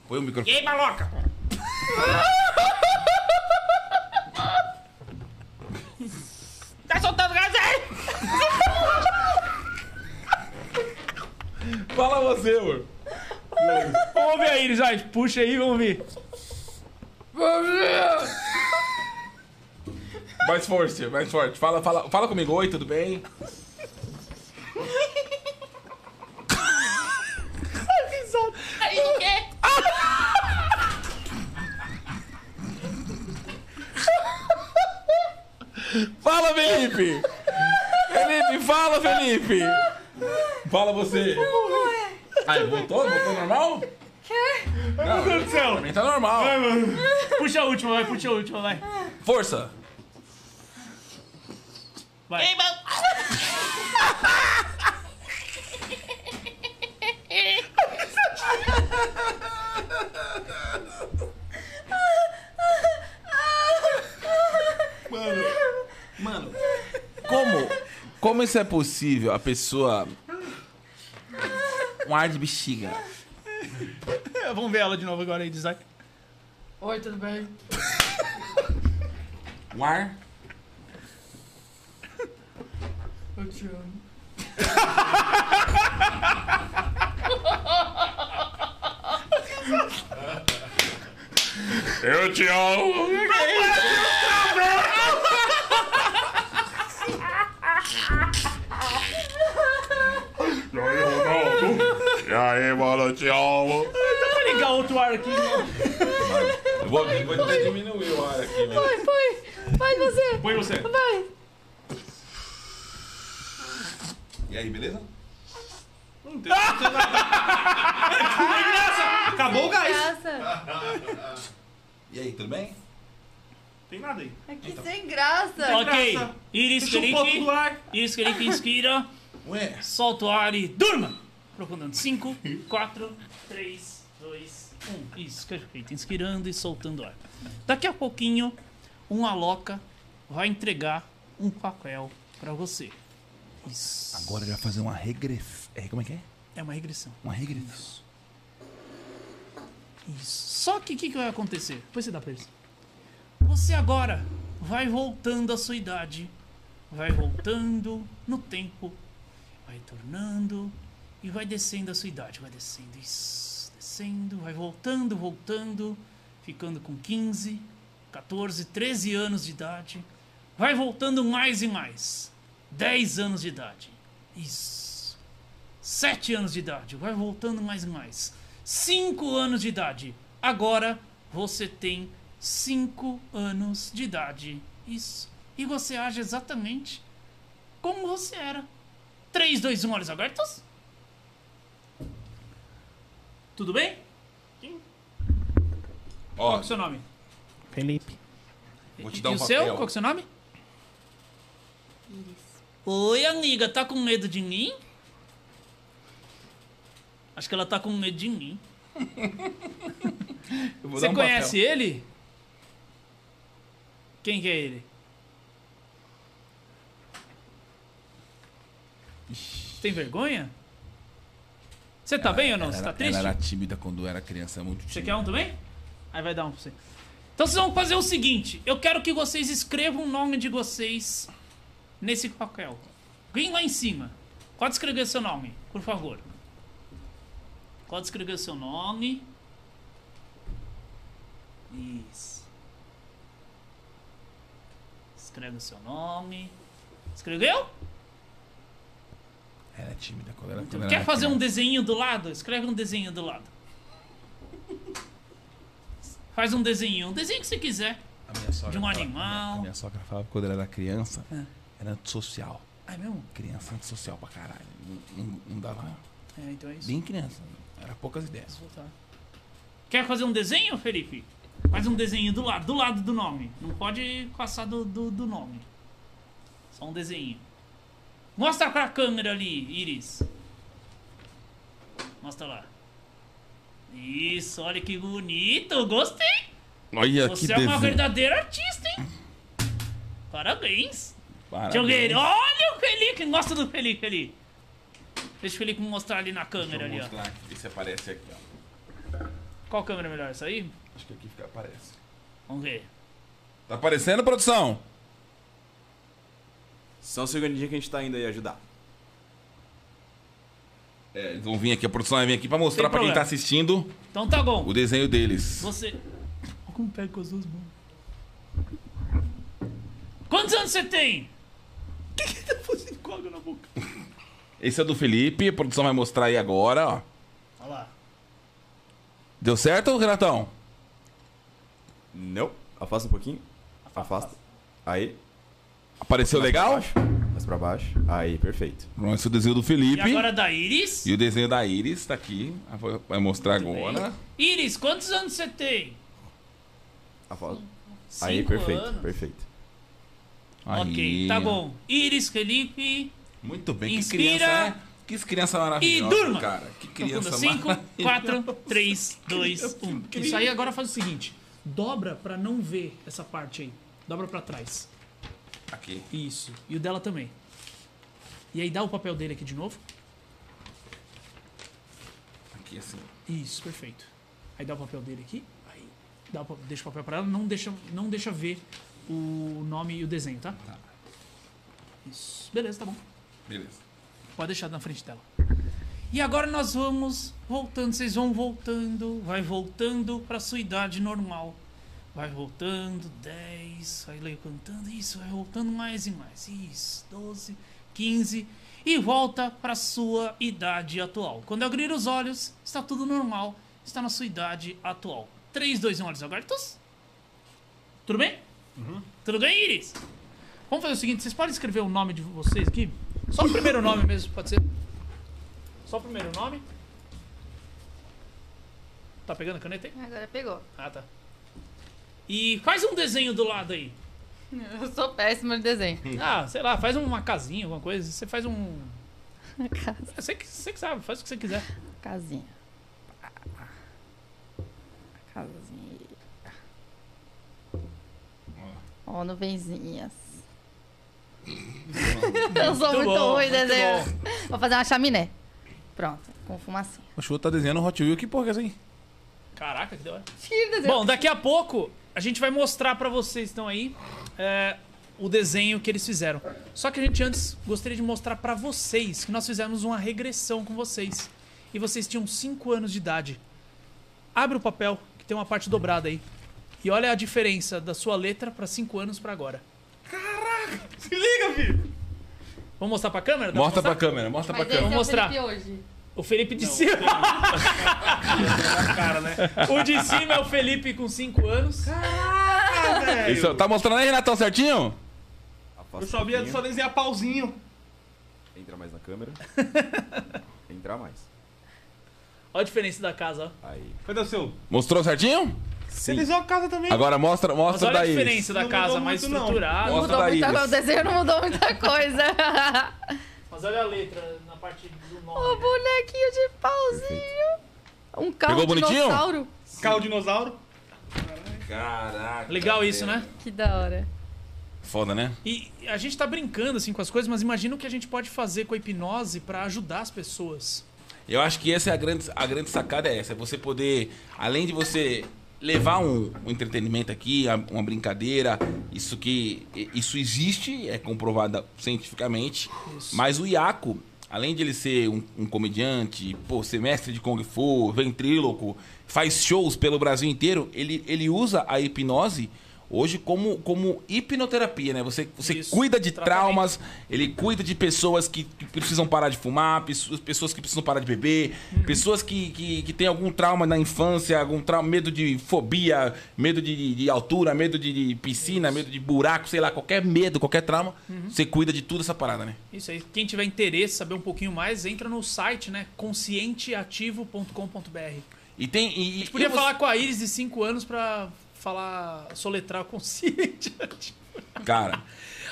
S3: Põe o
S5: E
S3: microfone.
S5: aí, maloca?
S4: Tá soltando gazelho!
S3: Fala você, amor.
S4: Vamos ver aí, Iris, vai. Puxa aí, vamos ver.
S3: Mais forte, mais forte. Fala, fala, fala comigo. Oi, tudo bem?
S2: Aí o quê?
S3: Fala, Felipe! Felipe, fala, Felipe! Fala você! Aí, voltou? Voltou normal? Não, Meu Deus do céu! Pra mim tá normal.
S4: Puxa a última, vai, puxa a última, vai.
S3: Força!
S4: Vai.
S3: Como? Como isso é possível? A pessoa. Um ar de bexiga.
S4: É, Vamos ver ela de novo agora aí, Isaac.
S2: Oi, tudo bem?
S3: Um ar?
S2: Eu te amo.
S3: Eu te amo! E aí, Ronaldo? E aí, mano, eu te amo!
S4: Vou ligar outro ar aqui.
S3: Eu vou, vou até diminuir o ar aqui, né? velho.
S2: Vai, vai. Vai você.
S5: Põe você.
S2: Vai.
S3: E aí, beleza?
S5: Acabou o gás.
S2: Graça.
S3: E aí, tudo bem?
S5: Tem nada aí.
S2: Aqui É sem graça.
S4: Ok.
S5: graça.
S4: Iris
S5: Deixa um pouco do
S4: Felipe.
S5: ar.
S4: Iris Felipe inspira,
S3: Ué,
S4: solta o ar e durma! Aprofundando. 5, 4, 3, 2, 1. Isso, perfeito. Inspirando e soltando o ar. Daqui a pouquinho, uma loca vai entregar um papel pra você. Isso.
S3: agora ele vai fazer uma regressão. É, como é que é?
S4: É uma regressão.
S3: Uma regressão.
S4: Isso. Só que o que, que vai acontecer? Depois você dá pra eles. Você agora vai voltando à sua idade. Vai voltando no tempo. Vai tornando. E vai descendo a sua idade. Vai descendo. Isso. Descendo. Vai voltando, voltando. Ficando com 15, 14, 13 anos de idade. Vai voltando mais e mais. 10 anos de idade. Isso. 7 anos de idade, vai voltando mais e mais. 5 anos de idade. Agora você tem 5 anos de idade. Isso. E você age exatamente como você era. 3, 2, 1, olhos abertos. Tudo bem?
S3: Ó,
S4: Qual que é o seu nome?
S17: Felipe.
S3: vou te dar
S4: e
S3: um
S4: o seu?
S3: papel.
S4: Qual que é o seu nome? Oi, amiga, tá com medo de mim? Acho que ela tá com medo de mim.
S5: Eu vou
S4: Você
S5: dar um
S4: conhece
S5: papel.
S4: ele? Quem que é ele? Tem vergonha? Você tá bem ou não? Você tá
S3: Ela-
S4: triste?
S3: Ela era tímida quando era criança, muito tímida.
S4: Você quer um também? Aí vai dar um pra você. Então vocês vão fazer o seguinte: eu quero que vocês escrevam o nome de vocês nesse papel. Vem lá em cima. Pode escrever seu nome, por favor. Pode escrever seu nome. Isso. Escreve o seu nome. Escreveu?
S3: Ela era tímida quando era,
S4: Então,
S3: quando
S4: um quer
S3: era
S4: fazer um
S3: criança.
S4: desenho do lado? Escreve um desenho do lado. Faz um desenho, um desenho que você quiser.
S3: A minha sogra
S4: de um
S3: fala-
S4: animal.
S3: A minha sogra falava que quando ela era criança,
S4: É.
S3: era antissocial.
S4: Ah, é mesmo?
S3: Criança antissocial pra caralho. Não, não- não dava.
S4: É, então é isso.
S3: Bem criança. né? Era poucas ideias.
S4: Vou voltar. Quer fazer um desenho, Felipe? Faz um desenho do lado, do lado do nome. Não pode passar do, do, do nome. Só um desenho. Mostra pra câmera ali, Iris. Mostra lá. Isso, olha que bonito. Gostei.
S3: Olha
S4: Você é uma verdadeira artista, hein? Parabéns. Jogueiro.
S3: verdadeira.
S4: Olha o Felipe. Gosta do Felipe ali. Deixa o Felipe mostrar ali na câmera ali, ó.
S3: mostrar aqui, esse aparece aqui, ó.
S4: Qual câmera é melhor? Essa aí?
S3: Acho que aqui fica, aparece.
S4: Vamos ver.
S3: Tá aparecendo, produção?
S18: Só um segundinho que a gente tá indo aí ajudar.
S3: É, eles vão vir aqui, a produção vai vir aqui pra mostrar
S4: Sem
S3: pra quem
S4: problema.
S3: tá assistindo
S4: Então tá bom.
S3: o desenho deles.
S4: Você. Como pega com as duas mãos? Quantos anos você tem?
S3: Esse é do Felipe, a produção vai mostrar aí agora, ó.
S4: Olha lá.
S3: Deu certo, Renatão?
S18: Não. Afasta um pouquinho. Afasta. Aí.
S3: Apareceu
S18: Mais pra
S3: legal?
S18: baixo. Mais pra baixo. Aí, perfeito.
S3: Pronto, esse é o desenho do
S4: E
S3: Felipe.
S4: agora da Iris?
S3: E o desenho da Iris tá aqui. Ela vai- Vai mostrar agora.
S4: Iris, quantos anos você tem?
S18: Afasta. Aí,
S4: Cinco
S18: perfeito.
S4: anos.
S18: Perfeito.
S4: Ok,
S3: Aí.
S4: tá bom. Iris, Felipe.
S3: Muito bem.
S4: Inspira.
S3: Que criança, né? Que criança maravilhosa,
S4: E durma.
S3: cara. Que
S4: Então,
S8: é
S3: criança
S4: cinco,
S3: maravilhosa.
S4: quatro, três, dois, um.
S8: Isso aí agora faz o seguinte: dobra pra não ver essa parte aí. Dobra pra trás.
S3: Aqui.
S8: Isso. E o dela também. E aí dá o papel dele aqui de novo.
S3: Aqui, assim.
S8: Isso, perfeito. Aí dá o papel dele aqui. Aí dá o pa- deixa o papel pra ela. Não deixa, não deixa ver o nome e o desenho, tá? Tá. Isso. Beleza, tá bom.
S3: Beleza.
S4: Pode deixar na frente dela. E agora nós vamos voltando, vocês vão voltando, vai voltando pra sua idade normal. Vai voltando, 10, vai levantando, isso, vai voltando mais e mais. Isso, 12, 15 e volta pra sua idade atual. Quando abrir os olhos, está tudo normal, está na sua idade atual. 3, 2, 1, olhos abertos. Tudo bem? Tudo bem, Iris?
S8: Vamos fazer o seguinte: vocês podem escrever o nome de vocês aqui? Só o primeiro nome mesmo, pode ser? Só o primeiro nome? Tá pegando a caneta aí?
S2: Agora pegou.
S8: Ah, tá.
S4: E faz um desenho do lado aí.
S2: Eu sou péssima de desenho.
S8: Ah, sei lá, faz uma casinha, alguma coisa. Você faz um. é,
S2: Casa-
S8: Você que, você que sabe, faz o que você quiser.
S2: Casinha. Ah, Casinha. Ó, nuvenzinhas. Eu sou muito,
S4: bom,
S2: ruim,
S4: muito
S2: desenho. Vou fazer uma chaminé. Pronto, com fumacinha.
S3: O show tá desenhando Hot Wheels, que porra é isso aí?
S4: Caraca, que da hora.
S2: Tira o desenho.
S4: Bom, daqui a pouco a gente vai mostrar pra vocês então aí é, o desenho que eles fizeram. Só que a gente antes gostaria de mostrar pra vocês que nós fizemos uma regressão com vocês. E vocês tinham 5 anos de idade. Abre o papel, que tem uma parte dobrada aí. E olha a diferença da sua letra pra 5 anos pra agora.
S5: Se liga, filho!
S4: Vamos mostrar pra câmera? Dá
S3: Mostra pra
S4: pra mostrar?
S3: câmera, mostra pra
S2: Mas
S3: câmera.
S2: esse é o
S4: mostrar.
S2: Felipe hoje.
S4: O Felipe de cima.
S5: né?
S4: o de cima é o Felipe com 5 anos.
S3: Isso, tá mostrando aí, Renatão, certinho?
S18: Afasta
S5: Eu só via
S18: pouquinho.
S5: só desenhar pauzinho.
S18: Entra mais na câmera. Entra mais.
S4: Olha a diferença da casa, ó.
S18: Aí.
S5: Cadê o seu?
S3: Mostrou certinho?
S5: Você desenhou a casa também.
S3: Agora mostra,
S4: Mas
S3: mostra
S4: olha a
S3: daí.
S4: diferença da
S5: Não
S4: casa,
S5: mudou
S4: mais
S5: muito, não.
S4: estruturada.
S3: Mostra
S2: mudou
S3: da
S2: muita
S3: Iris.
S2: coisa. O desenho não mudou muita coisa.
S4: Mas olha a letra na parte do
S2: o
S4: nome. né?
S2: bonequinho de pauzinho. Um carro
S3: Pegou bonitinho?
S2: dinossauro.
S5: Carro dinossauro.
S3: Caraca.
S4: Legal isso, né?
S2: Que da hora.
S3: Foda, né?
S4: E a gente tá brincando assim com as coisas, mas imagina o que a gente pode fazer com a hipnose pra ajudar as pessoas.
S3: Eu acho que essa é a grande, a grande sacada é essa. é Você poder, além de você levar um, um entretenimento aqui, a- uma brincadeira, isso que i- isso existe, é comprovado cientificamente. Mas o Iaco, além de ele ser um, um comediante, pô, ser mestre de kung fu, ventríloco, faz shows pelo Brasil inteiro, ele, ele usa a hipnose hoje como, como hipnoterapia, né? Você, você
S4: Isso,
S3: cuida de
S4: tratamento.
S3: traumas mas ele cuida de pessoas que, que precisam parar de fumar, pesso- pessoas que precisam parar de beber, pessoas que, que, que têm algum trauma na infância, algum trauma, medo de fobia, medo de, de altura, medo de, de piscina, medo de buraco, sei lá, qualquer medo, qualquer trauma, você cuida de tudo essa parada, né?
S4: Isso aí. Quem tiver interesse, saber um pouquinho mais, entra no site, né? conscienteativo.com.br.
S3: E tem. E, e-
S4: Podia
S3: e você-
S4: falar com a Iris de 5 anos pra falar, soletrar consciente.
S3: Cara,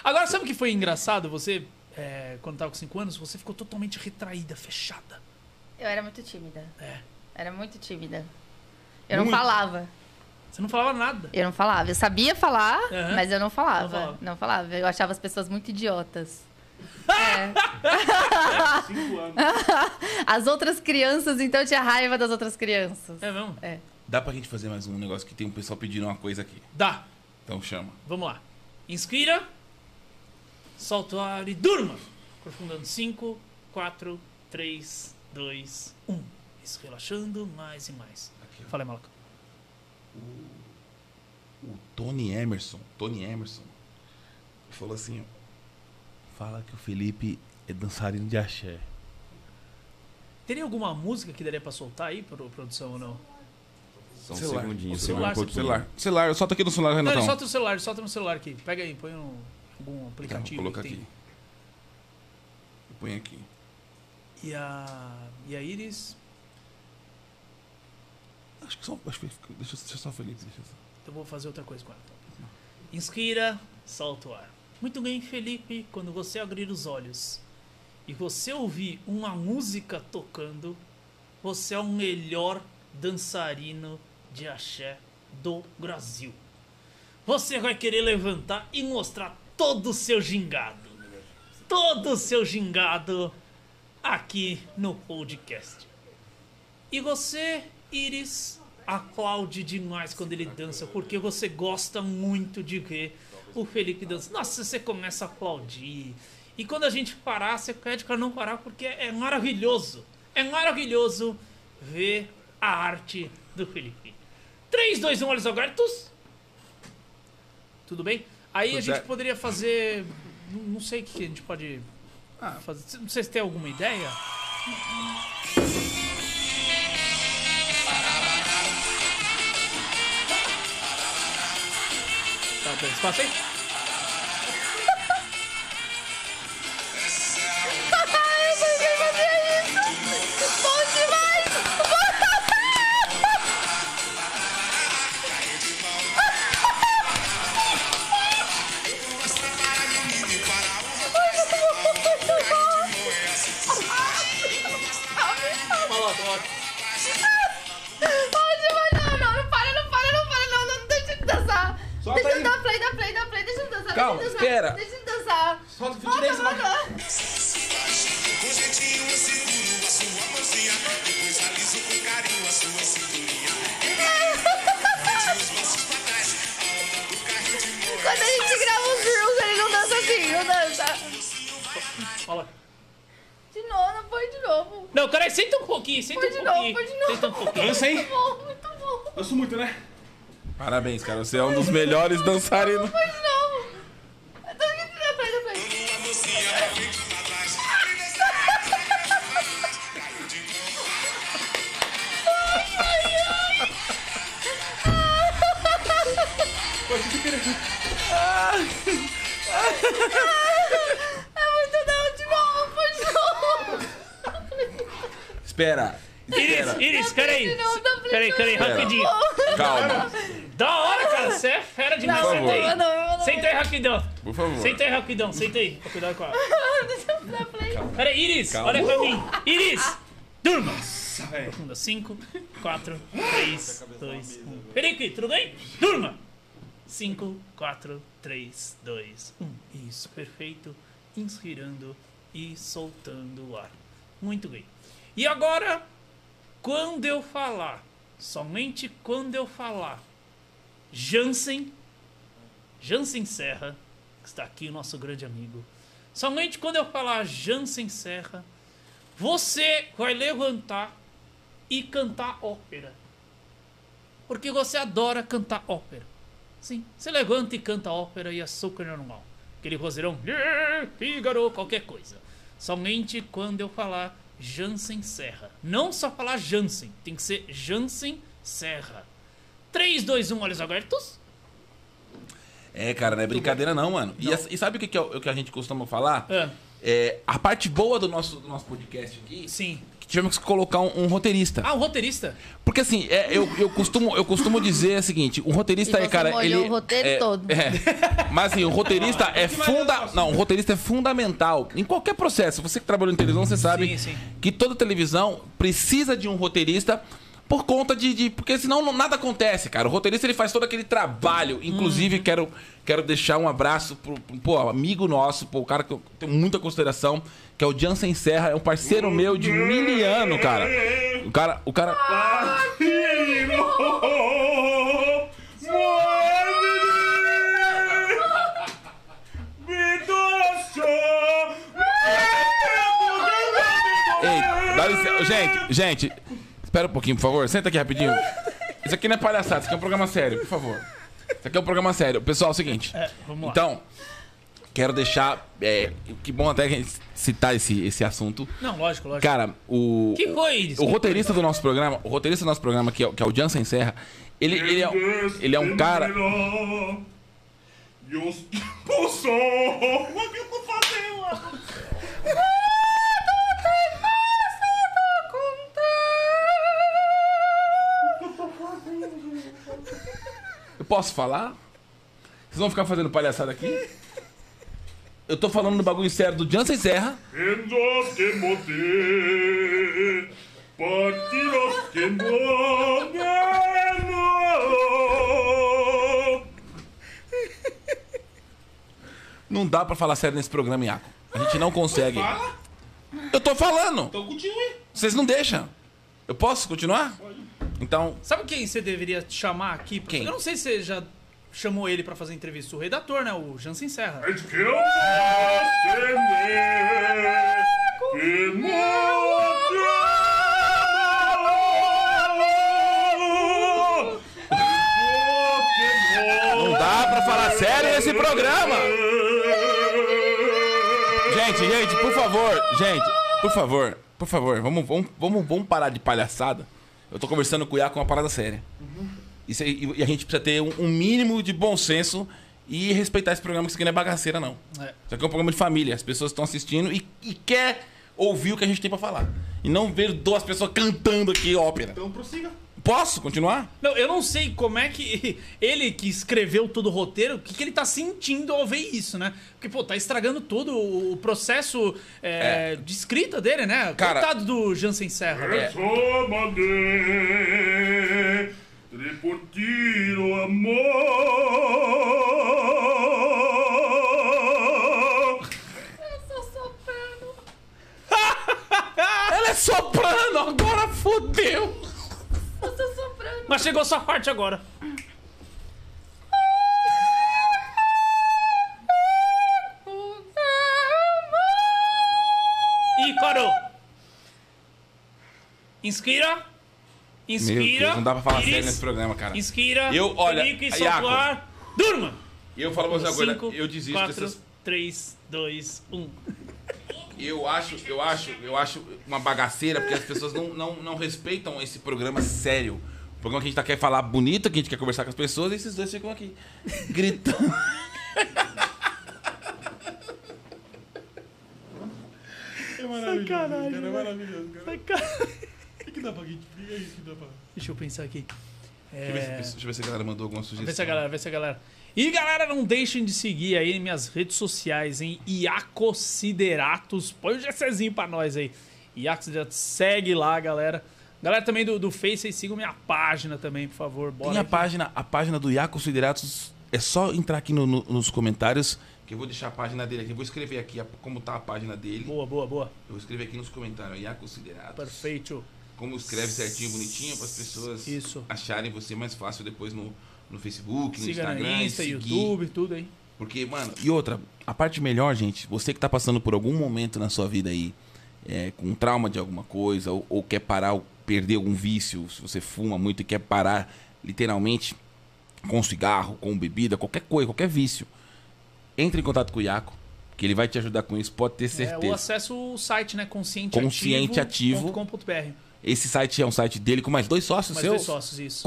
S4: Agora, sabe o que foi engraçado? Você, é, quando tava com 5 anos, você ficou totalmente retraída, fechada.
S2: Eu era muito tímida.
S4: É.
S2: Era muito tímida. Eu não
S4: Muito.
S2: falava.
S4: Você não falava nada.
S2: Eu não falava. Eu sabia falar,
S4: Aham.
S2: mas eu não falava.
S4: Não falava.
S2: Não falava. Eu achava as pessoas muito idiotas.
S5: É.
S2: É.
S5: Cinco anos.
S2: As outras crianças, então eu tinha raiva das outras crianças.
S4: É mesmo?
S2: É.
S3: dá pra gente fazer mais um negócio que tem um pessoal pedindo uma coisa aqui.
S4: Dá.
S3: Então chama.
S4: Vamos lá. Inspira. Solta o ar e durma. Aprofundando 5, 4, 3, 2, 1. Isso, relaxando mais e mais. Fala aí, maluco.
S3: O Tony Emerson, Tony Emerson, falou assim: ó, fala que o Felipe é dançarino de axé.
S4: Teria alguma música que daria pra soltar aí, pro- produção ou não?
S18: Só um
S3: Celular.
S18: segundinho.
S3: O
S18: só
S4: celular,
S18: um pouquinho.
S3: Celular. Celular, eu solto aqui no celular,
S4: Não, ele
S3: Renatão.
S4: solta o celular, ele solta no celular aqui. Pega aí, põe um,
S3: Tá,
S4: algum
S3: vou
S4: aplicativo.
S3: colocar
S4: que
S3: aqui.
S4: tem.
S3: Eu ponho aqui.
S4: E a, e a Iris,
S3: Acho que só. Acho que fica- deixa, deixa só o Felipe. Deixa só.
S4: eu Então, vou fazer outra coisa com ela. Inspira, solta o ar. Muito bem, Felipe, quando você abrir os olhos e você ouvir uma música tocando, você é o melhor dançarino de axé do Brasil. Você vai querer levantar e mostrar todo o seu gingado. Todo o seu gingado aqui no podcast. E você, Iris, aplaude demais quando ele dança, porque você gosta muito de ver o Felipe dança. Nossa, você começa a aplaudir. E quando a gente parar, você pede pra não parar, porque é maravilhoso. É maravilhoso ver a arte do Felipe. 3, 2, 1, olhos abertos. Tudo bem? Aí a
S3: Tudo
S4: gente
S3: certo.
S4: poderia fazer. não- Não sei o que a gente pode fazer. Não sei se tem alguma ideia. Tá, tá, espaço aí.
S2: Pode, mas não, não, não para, não para, não para, não, não, deixa eu dançar.
S5: Solta
S2: deixa
S5: aí.
S2: eu dar play, dá play, dá play, deixa eu dançar,
S3: Calma,
S2: deixa eu dançar.
S3: espera.
S2: Deixa eu dançar.
S5: Solta o
S2: Volta,
S5: desse lá.
S2: volta. Quando a gente grava os reels, ele não dança assim, não dança.
S4: Olha lá.
S2: De novo, não põe de novo.
S4: Não, cara, senta um pouquinho, senta
S2: Põe
S4: um
S2: de novo,
S4: pouquinho.
S2: põe de novo.
S4: Senta um pouquinho.
S5: Dança, hein?
S2: Muito bom, muito bom.
S5: Danço muito, né?
S3: Parabéns, cara. Você é um dos melhores dançarinos.
S2: Põe de novo. Dá play, dá play. É muito não, de novo, põe de novo.
S3: Espera.
S4: Iris, Iris, peraí.
S2: De novo, dá play.
S4: Peraí, peraí,
S3: Pera.
S4: rapidinho.
S3: Calma.
S4: Da hora, cara, você é fera demais.
S3: Por
S4: Senta
S3: favor.
S4: aí.
S2: não, não.
S4: Senta aí rapidão.
S3: Por favor.
S4: Senta aí rapidão, senta aí. Cuidado com ela.
S2: Deixa eu dar play.
S4: Peraí, Iris,
S3: Calma.
S4: olha pra mim. Iris, durma.
S5: velho.
S4: Profunda, 5, 4, 3, 2, 1. Periqui, tudo bem? Durma! 5, 4, 3, 2, 1. Isso, perfeito. Inspirando e soltando o ar. Muito bem. E agora, quando eu falar, somente quando eu falar, Jansen, Jansen Serra, que está aqui, o nosso grande amigo. Somente quando eu falar Jansen Serra, você vai levantar e cantar ópera. Porque você adora cantar ópera. Sim, você levanta e canta ópera e é super normal. Aquele roseirão, "Yeah, Fígaro, qualquer coisa. Somente quando eu falar Jansen Serra. Não só falar Jansen, tem que ser Jansen Serra. 3, 2, 1, olhos abertos.
S3: É, cara, não é brincadeira não, mano. E, essa- e sabe o que, que é o o que a gente costuma falar?
S2: Ah.
S3: É, a parte boa do nosso, do nosso podcast aqui...
S4: Sim.
S3: Que tivemos que colocar um, um roteirista.
S4: Ah, o roteirista?
S3: Porque assim, é, eu, eu, costumo, eu costumo dizer o seguinte, o roteirista
S2: E
S3: é,
S2: você
S3: cara...
S2: molhou
S3: ele,
S2: o roteiro
S3: é-
S2: todo.
S3: É, mas assim, o roteirista é funda... Não, o roteirista é fundamental. Em qualquer processo, você que trabalhou em televisão, você sabe que toda televisão precisa de um roteirista por conta de... de- porque senão não- nada acontece, cara. O roteirista, ele faz todo aquele trabalho.
S2: Uhum.
S3: Inclusive, quero, quero deixar um abraço pro, pro- pô, amigo nosso, pô, o cara que eu tenho muita consideração, que é o Jansen Serra, é um parceiro meu de miliano, cara. O cara... O cara... Ei, dá licença. Gente, gente, espera um pouquinho, por favor. Senta aqui rapidinho. Isso aqui não é palhaçada, isso aqui é um programa sério, por favor. Isso aqui é um programa sério. Pessoal, é o seguinte.
S4: É, vamos lá.
S3: Então, quero deixar. é, que bom até que a gente citar esse, esse assunto.
S4: Não, lógico, lógico.
S3: Cara, o.
S4: Que foi isso?
S3: O
S4: Que
S3: roteirista do nosso programa, o roteirista do nosso programa, que é, o- que é o Jansen Serra, ele, ele, é, um- ele é um cara.
S5: O que eu tô fazendo? mano? O que eu tô fazendo, gente?
S3: Eu posso falar? Vocês vão ficar fazendo palhaçada aqui? Eu tô falando do bagulho sério do Jansen Serra. Não dá pra falar sério nesse programa, Iaco. A gente não consegue. Eu tô falando!
S19: Então continue.
S3: Vocês não deixam. Eu posso continuar? Então,
S4: Sabe quem você deveria chamar aqui? Porque
S3: Quem?
S4: Eu não sei se você já chamou ele pra fazer entrevista. O redator, né? O Jansen Serra.
S3: não dá pra falar sério nesse programa! Gente, gente, por favor, gente, por favor, por favor, vamos, vamos, vamos, vamos parar de palhaçada. Eu tô conversando com o Iaco uma parada séria. Isso aí- e a gente precisa ter um, um mínimo de bom senso e respeitar esse programa, que isso aqui não é bagaceira, não.
S4: É.
S3: Isso aqui é um programa de família. As pessoas estão assistindo e, e quer ouvir o que a gente tem pra falar. E não ver duas pessoas cantando aqui ópera.
S19: Então prossiga.
S3: Posso continuar?
S4: Não, eu não sei como é que ele que escreveu todo o roteiro, o que, que ele tá sentindo ao ver isso, né? Porque, pô, tá estragando todo o processo é, de escrita dele, né?
S3: Cara-
S4: Coitado do Jansen Serra. né?
S3: Ela é soprano, agora fodeu!
S4: Mas chegou sua parte agora. Ícaro! Inspira! Inspira!
S3: Meu Deus, não dá pra falar sério
S4: Iris,
S3: nesse programa, cara.
S4: Inspira!
S3: Tá. Eu, olha,
S4: Felipe, solta o
S3: Iaco.
S4: ar, Durma!
S3: Eu falo pra você uma coisa,
S4: Cinco,
S3: eu desisto
S4: quatro, um.
S3: dessas.
S4: 3, 2, 1.
S3: Eu acho, eu acho, eu acho uma bagaceira, porque as pessoas não, não, não respeitam esse programa sério. O programa que a gente tá, quer falar bonito, que a gente quer conversar com as pessoas, e esses dois ficam aqui, gritando.
S20: É maravilhoso,
S4: Sacanagem,
S20: cara, é
S4: né?
S20: maravilhoso, cara. O que que dá pra gente? O que é isso que dá pra...
S4: Deixa eu pensar aqui. É...
S3: Deixa, eu ver se, deixa eu ver se a galera mandou alguma
S4: Vê
S3: sugestão.
S4: se a galera, vê se a galera. E galera, não deixem de seguir aí minhas redes sociais, hein? um Iacosideratos. Põe o GCzinho pra nós aí. Iacosideratos, segue lá, galera. Galera também do, do Face, vocês sigam minha página também, por favor. Bora
S3: Tem a
S4: aqui.
S3: página, a página do Iaco Sideratos. É só entrar aqui no- no- nos comentários, que eu vou deixar a página dele aqui. Eu vou escrever aqui a- como tá a página dele.
S4: Boa, boa, boa.
S3: Eu vou escrever aqui nos comentários, Iaco Sideratos.
S4: Perfeito.
S3: Como escreve certinho, bonitinho, para as pessoas
S4: Isso.
S3: acharem você mais fácil depois no, no Facebook, no
S4: Siga
S3: Instagram.
S4: no
S3: e
S4: Insta,
S3: seguir.
S4: YouTube, tudo aí.
S3: Porque, mano, e outra, a parte melhor, gente, você que tá passando por algum momento na sua vida aí, é, com trauma de alguma coisa, ou, ou quer parar, ou perder algum vício, se você fuma muito e quer parar, literalmente, com cigarro, com bebida, qualquer coisa, qualquer vício, entre em contato com o Iaco, que ele vai te ajudar com isso, pode ter
S4: É, ou
S3: certeza.
S4: acessa o site, né?
S3: Conscienteativo.
S4: conscienteativo.com.br.
S3: Esse site é um site dele com mais dois sócios
S4: Mais
S3: seus?
S4: dois sócios, isso.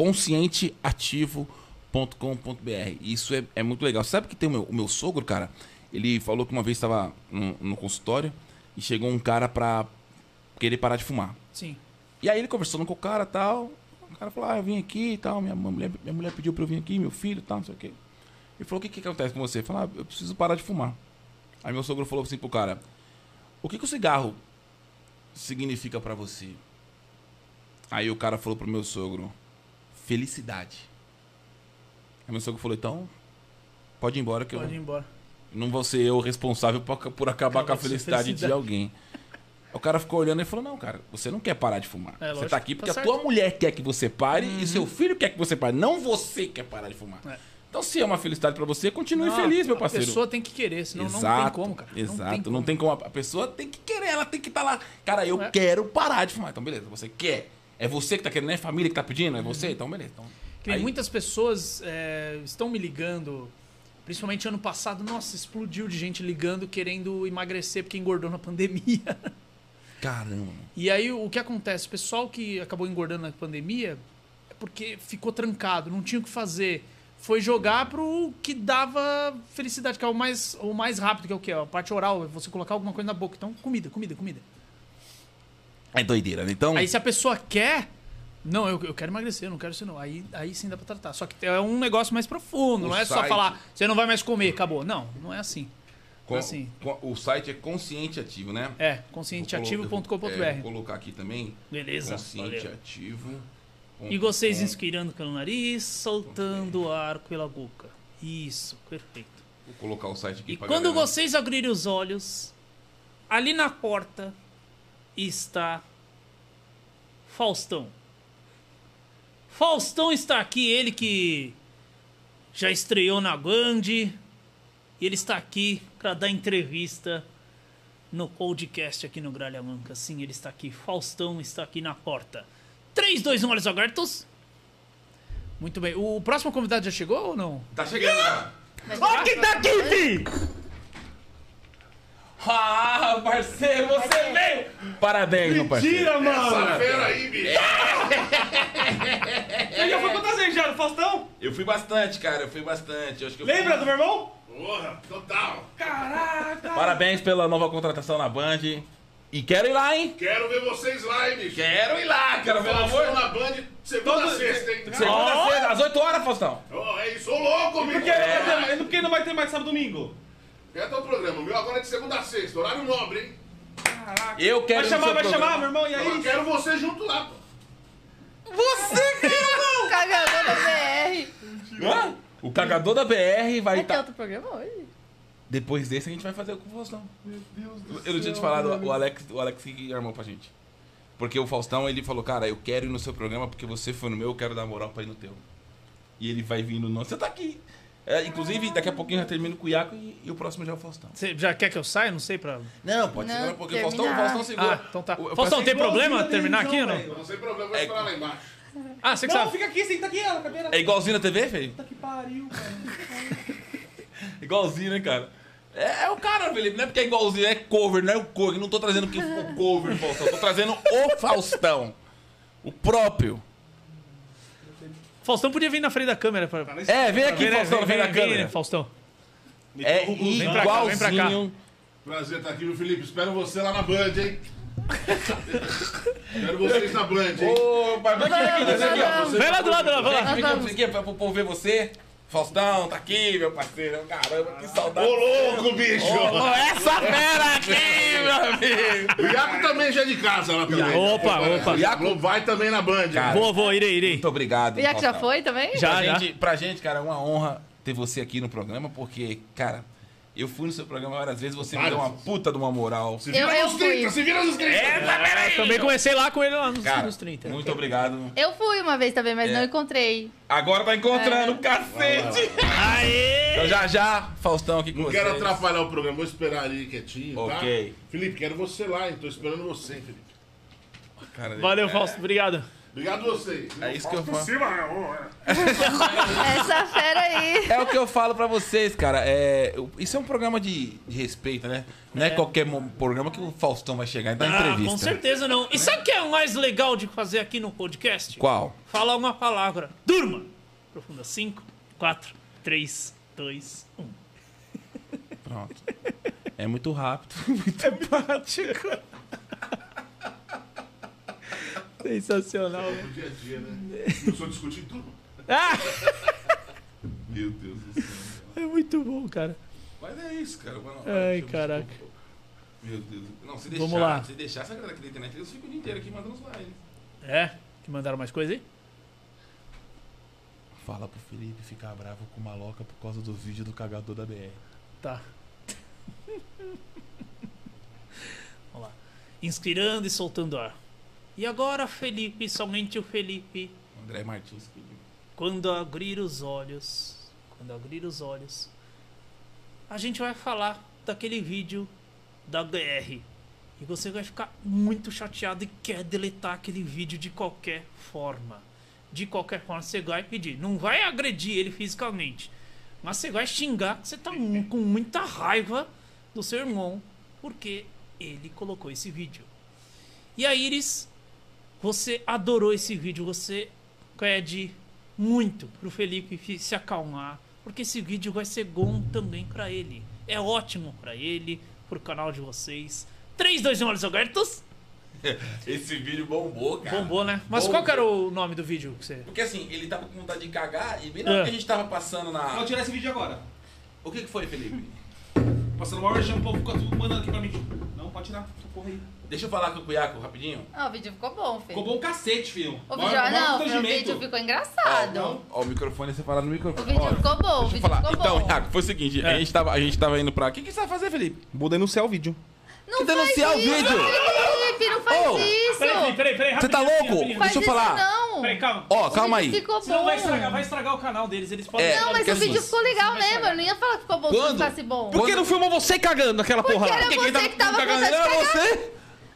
S3: Conscienteativo.com.br. Isso é, é muito legal. Sabe que tem o meu, o meu sogro, cara? Ele falou que uma vez estava no, no consultório e chegou um cara pra querer parar de fumar.
S4: Sim.
S3: E aí ele conversando com o cara e tal. O cara falou, ah, eu vim aqui e tal. Minha mulher, minha mulher pediu pra eu vir aqui, meu filho e tal, não sei o quê. Ele falou, o que, que acontece com você? Ele falou, ah, eu preciso parar de fumar. Aí meu sogro falou assim pro cara, o que, que o cigarro significa pra você? Aí o cara falou pro meu sogro, felicidade. Aí meu sogro falou, então, pode ir embora que
S4: Pode ir
S3: eu
S4: embora.
S3: não vou ser eu responsável por, por acabar com a
S4: com a
S3: felicidade, de
S4: felicidade.
S3: alguém. O cara ficou olhando e falou, não, cara, você não quer parar de fumar.
S4: É,
S3: você
S4: lógico,
S3: tá aqui porque
S4: tá
S3: a
S4: certo. Uhum.
S3: tua mulher quer que você pare e seu filho quer que você pare, não você quer parar de fumar.
S4: É.
S3: Então se é uma felicidade pra você, continue
S4: Não,
S3: feliz, meu
S4: Ah, a
S3: parceiro.
S4: pessoa tem que querer, senão não tem
S3: Exato,
S4: como, cara.
S3: Exato,
S4: Não tem como.
S3: A pessoa tem que querer, ela tem que estar lá. Cara, eu
S4: É.
S3: quero parar de fumar. Então, beleza, você quer. É você que tá querendo, não é a família que tá pedindo,
S4: Uhum.
S3: é você? Então, beleza. Então,
S4: Que nem
S3: aí-
S4: muitas pessoas é, estão me ligando, principalmente ano passado, nossa, explodiu de gente ligando querendo emagrecer porque engordou na pandemia.
S3: Caramba.
S4: E aí o que acontece? O pessoal que acabou engordando na pandemia é porque ficou trancado, não tinha o que fazer. Foi jogar pro que dava felicidade, que é o mais, o mais rápido, que é o quê? A parte oral, é você colocar alguma coisa na boca. Então, comida, comida, comida.
S3: É doideira, né? Então,
S4: Aí se a pessoa quer. Não, eu, eu quero emagrecer, eu não quero isso não. Aí, aí sim dá pra tratar. Só que é um negócio mais profundo,
S3: O
S4: não é só
S3: site-
S4: falar, você não vai mais comer, acabou. Não, não é assim.
S3: com-
S4: assim.
S3: com- o site é consciente ativo, né?
S4: É,
S3: Vou colo- eu vou- é, vou
S4: conscienteativo.com.br.
S3: colocar aqui também.
S4: Beleza,
S3: Consciente
S4: valeu.
S3: ativo.
S4: E vocês
S3: Com-
S4: inspirando pelo nariz, soltando o ar pela boca. Isso, perfeito.
S3: Vou colocar o site aqui
S4: E
S3: pra
S4: quando
S3: galera.
S4: vocês abrirem os olhos, ali na porta está Faustão. Faustão está aqui, ele que já estreou na Band. E ele está aqui para dar entrevista no podcast aqui no Gralha Manca. Sim, ele está aqui. Faustão está aqui na porta. 3, 2, 1, olhos abertos. Muito bem. O próximo convidado já chegou ou não?
S3: Tá chegando, cara.
S5: Olha quem tá aqui, fi!
S3: Ah, parceiro, você veio! Parabéns, meu parceiro.
S5: Tira, mano!
S3: Feira aí, bicho.
S5: Você já foi quantas vezes já no Faustão?
S3: Eu fui bastante, cara, eu fui bastante. Eu acho que eu fui-
S5: Lembra do meu irmão?
S3: Porra, total. Caraca. Parabéns pela nova contratação na Band. E quero ir lá, hein?
S21: Quero ver vocês lá, hein, bicho?
S3: Quero ir lá, cara, pelo amor
S21: Faustão na Band, segunda a sexta, hein?
S3: Segunda-feira, às 8 horas, Faustão.
S21: Ó, é isso, ô louco, bicho!
S5: Porque não, vai ter, porque não vai ter mais sábado e domingo?
S21: É teu programa, o meu agora é de segunda a sexta, horário nobre, hein?
S3: Eu quero ir
S5: Vai
S3: no
S5: chamar,
S3: seu
S5: vai
S3: programa.
S5: chamar, meu irmão, e
S21: Eu
S5: aí?
S21: quero você junto lá, pô.
S2: Cagador da BR.
S3: Hã? O cagador da BR vai tá
S2: Vai ter
S3: estar.
S2: outro programa hoje?
S3: Depois desse a gente vai fazer com o Faustão. Meu Deus do Eu não tinha te falado, o Alex, o Alex que armou pra gente. Porque o Faustão, ele falou, cara, eu quero ir no seu programa porque você foi no meu, eu quero dar moral pra ir no teu. E ele vai vir no nosso. Você tá aqui. É, inclusive, daqui a pouquinho eu já termino com o Iaco e, e o próximo já é o Faustão.
S4: Você já quer que eu saia? Não sei pra.
S3: Não, pode
S2: Não,
S3: ser porque o
S2: terminar.
S3: Faustão, o Faustão segura.
S4: Ah, então tá.
S3: Eu- eu
S4: Faustão,
S3: pensei
S4: tem
S5: igualzinho
S4: problema
S5: na
S4: terminar
S2: então,
S4: aqui ou
S5: televisão,
S4: não?
S21: Não tem problema, eu vou esperar lá embaixo.
S4: Ah, você que
S5: Não,
S4: sabe.
S5: fica aqui, senta aqui, ela, cadeira.
S3: É igualzinho na TV, Fê?
S5: Puta que pariu, cara.
S3: Igualzinho, né, cara? É, é o cara, Felipe. Não é porque é igualzinho, é cover, não é o cover. Não tô trazendo que o cover do Faustão. Tô trazendo o Faustão. O próprio.
S4: Faustão podia vir na frente da câmera pra.
S3: É, vem aqui, Faustão, vem, na câmera.
S4: Faustão.
S3: É
S4: Vem pra cá, vem pra cá.
S3: igualzinho.
S21: Prazer estar aqui, viu, Felipe? Espero você lá na Band, hein? Espero vocês na Band, hein?
S3: Ô, pai, vem aqui, vem aqui, ó.
S4: Vem lá do lado, lá, vai lá.
S3: Vem aqui, vem aqui, pra o povo ver você. Faustão, tá aqui, meu parceiro. Caramba, que saudade.
S21: Ô, louco, bicho!
S3: Ô, essa fera aqui, meu amigo!
S21: O Iago também já é de casa lá também.
S5: Opa, opa.
S21: O Iago vai também na Band.
S3: Cara,
S5: Vou, vou, irei, irei.
S3: Muito obrigado.
S2: E a que já
S3: Faustão.
S2: foi também?
S5: Já,
S3: pra,
S5: já.
S3: Então, Gente, pra gente, cara, é uma honra ter você aqui no programa, porque, cara, eu fui no seu programa várias vezes, você me deu uma puta de uma moral.
S21: Se vira
S2: Eu- eu
S21: nos
S2: fui.
S21: 30, se vira nos 30.
S4: É,
S5: Eu também comecei lá com ele lá nos
S3: Cara,
S5: anos 30.
S3: muito obrigado.
S2: Eu fui uma vez também, mas
S3: É.
S2: não encontrei.
S3: Agora tá encontrando,
S2: É.
S3: cacete!
S5: Aê!
S3: Então já já, Faustão aqui com
S21: Não
S3: vocês.
S21: quero atrapalhar o programa, vou esperar ali quietinho,
S3: Ok.
S21: tá? Felipe, quero você lá, hein? Tô esperando você, hein, Felipe.
S3: Cara,
S5: Valeu, Fausto. Obrigado.
S21: Obrigado você.
S3: É isso que eu falo.
S2: Essa fera aí.
S3: É o que eu falo pra vocês, cara. É, eu- isso é um programa de, de respeito, né? Não é, qualquer mo- programa que o Faustão vai chegar e dar
S4: Ah,
S3: entrevista. né?
S4: com certeza não. E sabe o que é o mais legal de fazer aqui no podcast?
S3: Qual?
S4: Falar uma palavra. Durma! Profunda. 5, 4, 3, 2, 1.
S3: Pronto. É muito rápido.
S5: Sensacional,
S21: No É dia a dia, né? Eu sou discutindo tudo. Meu Deus do céu.
S5: É muito bom, cara.
S3: Mas é isso, cara. Mano,
S5: Ai,
S3: deixa eu-
S5: caraca.
S3: Meu Deus. Não, se deixar,
S5: Vamos lá.
S3: se deixar essa galera aqui da internet, eu fico o dia inteiro aqui mandando os lives.
S5: É? Que mandaram mais coisa aí?
S22: Fala pro Felipe ficar bravo com o maloca por causa do vídeo do cagador da BR.
S5: Tá.
S4: Vamos lá. Inspirando e soltando ar. E agora, Felipe, somente o Felipe,
S3: André Martins pediu.
S4: quando abrir os olhos, quando abrir os olhos, a gente vai falar daquele vídeo da GR. E você vai ficar muito chateado e quer deletar aquele vídeo de qualquer forma. De qualquer forma, você vai pedir. Não vai agredir ele fisicamente. Mas você vai xingar que você tá mu- com muita raiva do seu irmão porque ele colocou esse vídeo. E a Iris, você adorou esse vídeo, você pede muito pro Felipe fi- se acalmar, porque esse vídeo vai ser bom também pra ele. É ótimo pra ele, pro canal de vocês. 3, 2, 1, olhos abertos.
S3: Esse vídeo bombou, cara.
S4: Bombou, né? Mas
S3: Bom.
S4: qual que era o nome do vídeo que você...
S3: Porque assim, ele tava com vontade de cagar e bem na hora
S4: É.
S3: que a gente tava passando na.
S5: Vou tirar esse vídeo agora.
S3: O que, que foi, Felipe?
S5: Passando o maior shampoo, fica tudo mandando aqui pra mim. Não, pode tirar essa porra aí.
S3: Deixa eu falar com o Cuiaco rapidinho.
S2: Ah, o vídeo ficou bom, Fê.
S5: Ficou bom o cacete, filho.
S2: O vídeo, é- não, o vídeo ficou engraçado.
S3: Ó, o microfone você fala no
S2: O
S3: microfone.
S2: vídeo
S3: Ó,
S2: ficou
S3: Deixa eu
S2: bom, o vídeo
S3: falar.
S2: ficou
S3: Então,
S2: bom.
S3: Iaco, foi o seguinte, a, gente tava, a gente tava indo pra. O que, que você vai fazer, Felipe?
S5: Vou denunciar o vídeo.
S2: não faz
S3: denunciar o
S2: isso,
S3: vídeo.
S2: Felipe, não faz
S3: Ô,
S2: isso.
S4: Peraí, peraí, peraí,
S3: Você tá
S4: rapidinho,
S3: louco?
S4: rapidinho.
S2: Faz
S3: Deixa eu
S2: isso
S3: falar.
S2: não.
S4: Peraí, calma.
S3: Ó,
S2: O
S3: calma
S2: vídeo
S3: aí.
S2: Ficou bom.
S4: Senão vai estragar, vai estragar o canal deles. Eles podem...
S3: É,
S2: Não, mas
S3: porque
S2: o vídeo
S3: assim,
S2: ficou legal mesmo. Eu não ia falar que ficou bom se não ficasse bom.
S5: Por que não filmou você cagando naquela porra
S2: Porque
S5: lá?
S2: era
S5: quem
S2: você que tava
S5: com
S2: com
S5: caganeira
S2: vontade de
S5: era você?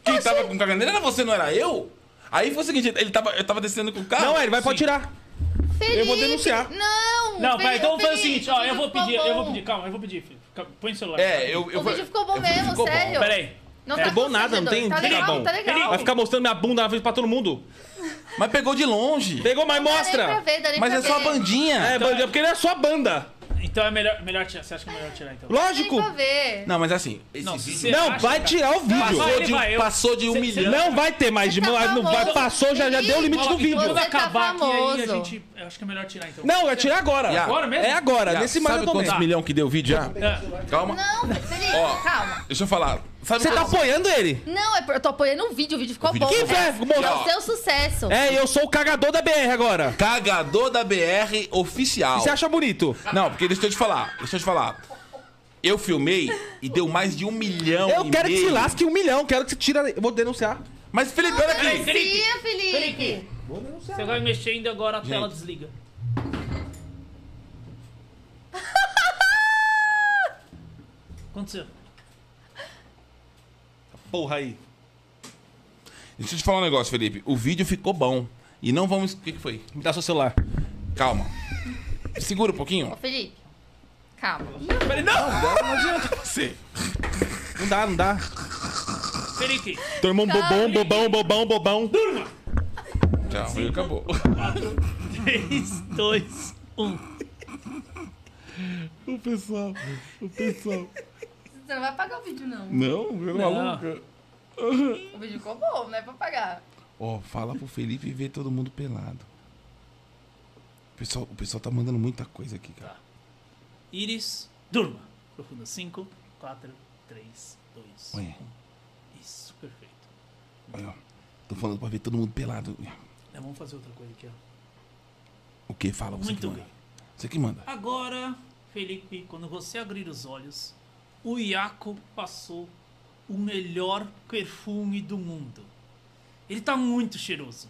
S3: Quem tava com caganeira era você, não era eu? Aí foi o seguinte, ele tava, eu tava descendo com o carro.
S5: Não, é, ele vai, pode tirar.
S2: Felipe,
S5: eu vou denunciar.
S2: Não,
S4: Não, peraí, então
S2: Felipe,
S4: faz o seguinte, ó,
S2: o
S4: eu
S2: vídeo
S4: vou
S2: ficou
S4: pedir, eu vou
S2: bom.
S4: pedir, calma, eu vou pedir, filho. Fica- Põe o celular.
S3: É, eu. eu
S2: O vídeo ficou bom
S3: o vídeo
S2: mesmo,
S3: ficou bom.
S2: sério.
S4: Peraí.
S2: Não
S5: É bom nada, não
S2: constrangedor.
S5: tem-
S2: Tá
S5: tem
S2: legal,
S5: bom.
S2: tá legal.
S5: Vai ficar mostrando minha bunda na frente pra todo mundo?
S3: Mas pegou de longe.
S5: Pegou, mas
S2: Dá nem é pra
S5: mostra.
S2: ver, dá nem
S3: Mas
S2: pra
S3: é só a
S2: ver.
S3: bandinha.
S5: É, banda- porque ele é só banda.
S4: Então é melhor, melhor tirar, você acha que é melhor tirar então?
S2: Nem
S5: Lógico.
S2: pra ver.
S3: Não, mas assim, esse
S4: Não,
S3: vídeo
S4: se-
S5: Não,
S4: acha,
S5: vai
S4: cara?
S5: tirar o
S4: Vai,
S5: vídeo.
S3: passou
S4: ele
S3: de,
S4: vai, eu-
S3: passou de um
S4: cê-
S3: milhão.
S5: Não vai ter mais, de-
S2: Você tá
S5: não vai,
S2: famoso.
S5: passou, já, já deu o limite do
S2: Felipe,
S5: vídeo.
S4: Quando
S2: Você tá
S4: acabar aqui, aí a
S2: famoso.
S4: gente... Eu acho que é melhor tirar então.
S5: Não, vai tirar agora.
S3: Já.
S4: Agora mesmo?
S5: É agora,
S3: Já,
S5: nesse mais
S3: Sabe
S5: eu tô
S3: quantos
S5: bem.
S3: milhão que deu o vídeo já?
S4: tá? É.
S3: Calma.
S2: Não, Felipe,
S3: Ó.
S2: calma.
S3: Deixa eu falar. Sabe
S5: Você tá
S3: quantos-
S5: apoiando ele?
S2: Não, é por- eu tô apoiando o vídeo, o vídeo ficou
S3: vídeo
S2: bom.
S5: Que
S2: né?
S5: velho,
S2: É
S5: moral.
S2: o seu sucesso.
S5: É, eu sou o cagador da BR agora.
S3: Cagador da BR oficial.
S5: Você acha bonito?
S3: Não, porque deixa eu te falar, deixa eu te falar. Eu filmei e deu mais de um milhão.
S5: Eu
S3: e
S5: quero que
S3: meio.
S5: se lasque um milhão, quero que você tira. Eu vou denunciar.
S3: Mas, Felipe, olha aqui.
S2: Denuncia, Felipe.
S4: Você vai mexendo e agora a tela
S3: Gente.
S4: desliga. Aconteceu.
S5: Porra aí.
S3: Deixa eu te falar um negócio, Felipe. O vídeo ficou bom. E não vamos. O que, que foi?
S5: Me dá seu celular.
S3: Calma. Segura um pouquinho.
S2: Ô, Felipe, calma.
S22: Tá
S3: Você.
S5: Não dá, não dá.
S4: Felipe,
S5: Teu irmão bobão, bobão, bobão, bobão.
S3: Tchau, o vídeo acabou.
S4: 3, 2, 1.
S22: O pessoal, o pessoal.
S2: Você não vai pagar o vídeo, não.
S22: Não, meu maluco.
S2: O vídeo ficou bom, não é pra pagar.
S3: Ó, fala pro Felipe ver todo mundo pelado. pessoal, o pessoal tá mandando muita coisa aqui, cara.
S5: Tá.
S4: Iris, durma. Profunda. 5, 4, 3, 2,
S3: Olha.
S4: 1. Isso, perfeito.
S3: Olha, ó. Tô falando pra ver todo mundo pelado.
S4: Não, vamos fazer outra coisa aqui, ó.
S3: O que? Fala, você
S4: Muito
S3: que manda. Você que manda.
S5: Ah.
S4: Agora, Felipe, quando você abrir os olhos, o Iaco passou o melhor perfume do mundo. Ele tá muito cheiroso.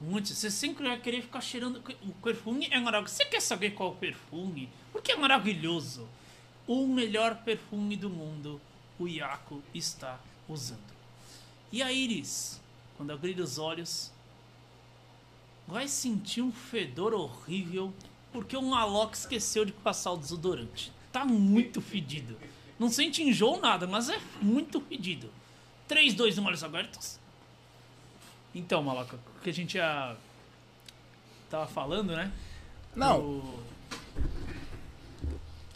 S4: Muito. Você sempre vai querer ficar cheirando. O perfume é maravilhoso. Você quer saber qual é o perfume? Porque é maravilhoso. O melhor perfume do mundo o Iaco está usando. E a Iris, quando abrir os olhos, vai sentir um fedor horrível porque o Maloca esqueceu de passar o desodorante. Tá muito fedido. Não sente enjoo nada, mas é muito fedido. 3, 2, 1, olhos abertos. Então, Maloca, o que a gente já tava falando, né?
S3: Não.
S4: O-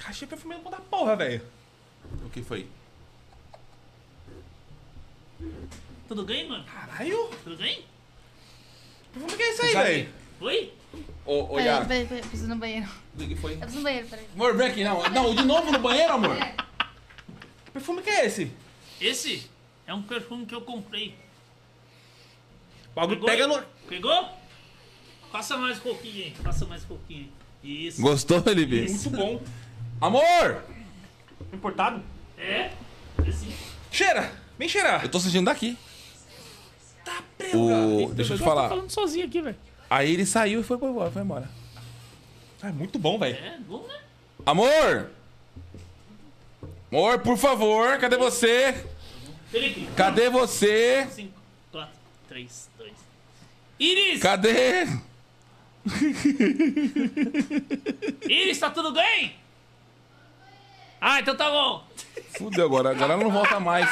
S5: Achei perfume bom da porra, velho.
S3: O que foi?
S4: Tudo bem, mano?
S5: Caralho!
S4: Tudo bem?
S5: Como que é isso
S3: aí, Sabe- velho?
S4: Oi?
S3: Ô, ô,
S2: Peraí,
S3: Iago.
S2: peraí, peraí, preciso ir no banheiro.
S3: O que foi?
S2: Eu preciso ir no banheiro, peraí.
S3: Amor, vem aqui, não. Não, de novo no banheiro, amor?
S5: Que perfume que é esse?
S4: Esse é um perfume que eu comprei.
S5: O
S4: é.
S5: bagulho pega no.
S4: Pegou? Passa mais um pouquinho, hein? Passa mais um pouquinho. hein? Isso.
S3: Gostou, Felipe?
S4: Isso.
S5: bom.
S3: Amor!
S5: Importado?
S4: É? Assim.
S5: Cheira! Vem cheirar!
S3: Eu tô sentindo daqui. Tá o... Deixa eu te
S23: Tá
S3: falar.
S23: falando sozinho aqui, velho.
S3: Aí ele saiu e foi embora. Foi embora.
S5: Ah, é muito bom, velho.
S4: É, bom, né?
S3: Amor! Amor, por favor, cadê você?
S4: Felipe.
S3: Cadê você?
S4: 5, 4, 3, 2. Iris!
S3: Cadê?
S4: Iris, tá tudo bem? Ah, então tá bom.
S3: Fudeu agora, agora não volta mais.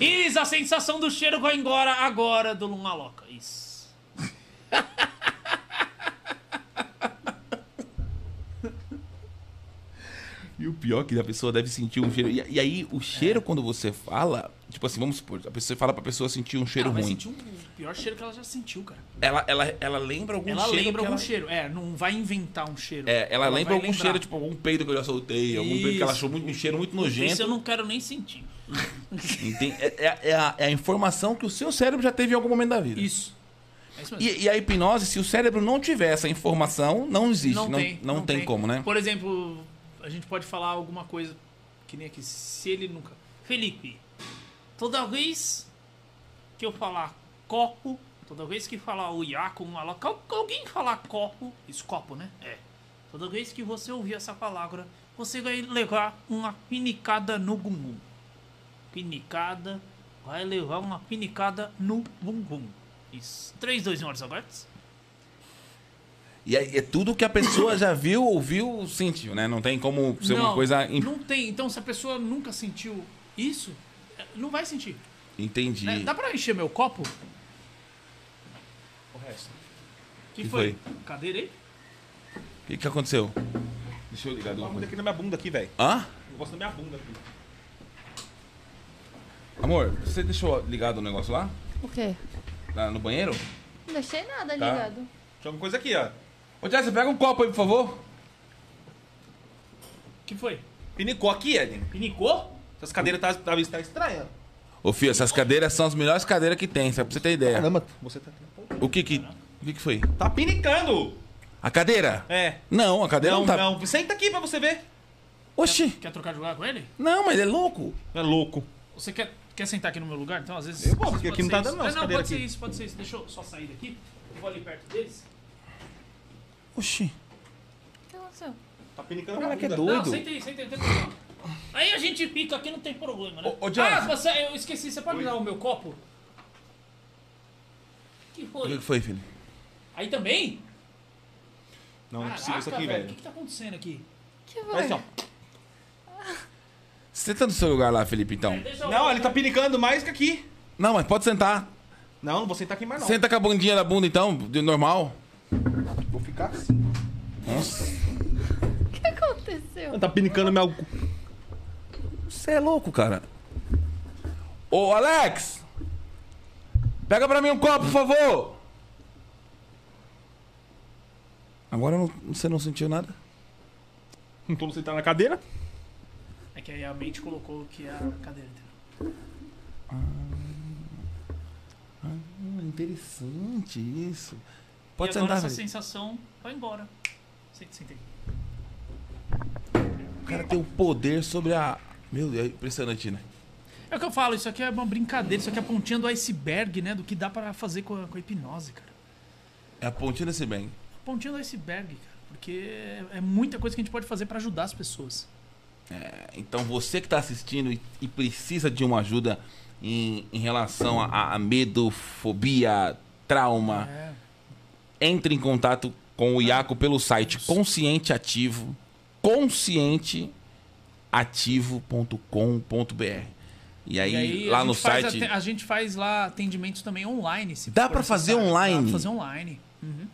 S4: Iris, a sensação do cheiro vai embora agora do Lumaloca. Isso.
S3: E o pior é que a pessoa deve sentir um cheiro. E, e aí, o cheiro, quando você fala, tipo assim, vamos supor, a pessoa fala pra pessoa sentir um cheiro
S4: ela vai
S3: ruim.
S4: sentir um o pior cheiro que ela já sentiu, cara.
S3: Ela, ela, ela lembra algum
S4: ela
S3: cheiro.
S4: lembra
S3: que
S4: algum
S3: ela...
S4: Um cheiro. É, não vai inventar um cheiro.
S3: É, ela, lembra
S4: vai
S3: algum
S4: lembrar.
S3: cheiro, tipo, algum peido que eu já soltei, algum peido que ela
S4: Isso.
S3: achou muito, um cheiro muito
S4: Isso é
S3: nojento.
S4: eu não quero nem sentir.
S3: Entende? É, é- é a, é a informação que o seu cérebro já teve em algum momento da vida.
S4: Isso. É isso mesmo.
S3: E, e a hipnose, se o cérebro não tiver essa informação, não existe. Não, não,
S4: tem,
S3: tem, como, né?
S4: Por exemplo, a gente pode falar alguma coisa que nem aqui, se ele nunca. Felipe, toda vez que eu falar copo, toda vez que falar o Iaco, uma lo- qual- alguém falar copo, isso copo, né? É. Toda vez que você ouvir essa palavra, você vai levar uma pinicada no bumbum. Pinicada, vai levar uma pinicada no bumbum. Isso. 3, 2, 1, horas agora.
S3: E é, é tudo que a pessoa já viu, ouviu, sentiu, né? Não tem como ser uma coisa. im-
S4: Não tem. Então, se a pessoa nunca sentiu isso, eh, não vai sentir.
S3: Entendi.
S4: né? Dá pra encher meu copo? O resto. Que,
S3: Que
S4: foi? Cadeira aí?
S3: O que, que aconteceu? Deixa eu ligar do
S5: Uma bunda aqui na minha bunda aqui, velho.
S3: Hã?
S5: Eu gosto da minha bunda aqui.
S3: Amor, você deixou ligado o negócio lá?
S2: O quê?
S3: Lá no banheiro?
S2: Não deixei nada
S3: Tá.
S2: ligado.
S5: Tinha alguma coisa aqui, ó.
S3: Ô, Jess, pega um copo aí, por favor.
S4: Que foi?
S5: Pinicou aqui, Eden.
S4: Pinicou?
S5: Essas cadeiras tá, tá, tá estranhas.
S3: Ô, filho, essas cadeiras são as melhores cadeiras que tem, só pra você ter ideia.
S5: Caramba, você tá.
S3: O que que, o que, que foi?
S5: Tá pinicando!
S3: A cadeira?
S5: É.
S3: Não, a cadeira
S5: Não,
S3: não, tá.
S5: não. Senta aqui pra você ver.
S3: Oxi.
S4: Quer trocar de lugar com ele?
S3: Não, mas ele é louco.
S5: É louco.
S4: Você quer, quer sentar aqui no meu lugar? Então, às vezes.
S5: Eu vou,
S4: às
S5: porque
S4: vezes
S5: aqui não
S4: pode ser
S5: tá dando não,
S4: isso.
S5: essa
S4: Ah, não,
S5: cadeira
S4: pode ser
S5: aqui.
S4: isso, pode ser isso. Deixa eu só sair daqui. Eu vou ali perto deles.
S3: Oxi.
S2: O que aconteceu?
S5: Tá pinicando
S3: Caraca, é
S5: na
S3: doido.
S4: Não, senta aí, senta aí, não tem problema. Aí a gente pica aqui, não tem problema, né?
S3: Ô, ô, Jonathan.
S4: ah, você, eu esqueci, você pode me dar o meu copo? Que
S3: O que
S4: foi?
S3: que foi, filho?
S4: Aí também?
S5: Não, não é possível
S4: Caraca,
S5: isso aqui,
S4: velho. O
S5: velho.
S4: que, que tá acontecendo aqui?
S2: Que
S5: Olha
S2: foi?
S5: assim, ó.
S3: Senta tá no seu lugar lá, Felipe, então.
S4: Deixa eu-
S5: Não, ele tá pinicando mais que aqui.
S3: Não, mas pode sentar.
S5: Não, não vou sentar aqui mais não.
S3: Senta com a bundinha da bunda, então, de normal.
S5: Vou ficar assim.
S3: Nossa.
S2: O que aconteceu?
S5: Tá pinicando meu...
S3: Você é louco, cara. Ô, Alex! Pega pra mim um copo, por favor! Agora não- você não sentiu nada?
S5: Então você tá na cadeira?
S4: É que aí a mente colocou que é a cadeira. entendeu?
S3: Ah, interessante isso.
S8: e
S3: Pode
S8: agora
S3: andar,
S8: essa
S3: velho.
S8: sensação vai embora. Senta, senta aí.
S3: O cara tem o poder sobre a. Meu Deus, é impressionante, né?
S4: É o que eu falo, isso aqui é uma brincadeira, isso aqui é a pontinha do iceberg, né? Do que dá pra fazer com a, com a hipnose, cara.
S3: É a pontinha desse bem.
S4: A pontinha do iceberg, cara. Porque é- é muita coisa que a gente pode fazer pra ajudar as pessoas.
S3: É, então você que está assistindo e, e precisa de uma ajuda em, em relação a, a medo, fobia, trauma,
S4: É.
S3: entre em contato com o Iaco pelo site Consciente Ativo, conscienteativo.com.br. E aí,
S4: E aí, a
S3: lá
S4: gente
S3: no
S4: faz
S3: site.
S4: aten- A gente faz lá atendimentos também online. se
S3: Dá
S4: for
S3: pra fazer
S4: necessário. Dá
S3: online?
S4: pra fazer online. Uhum.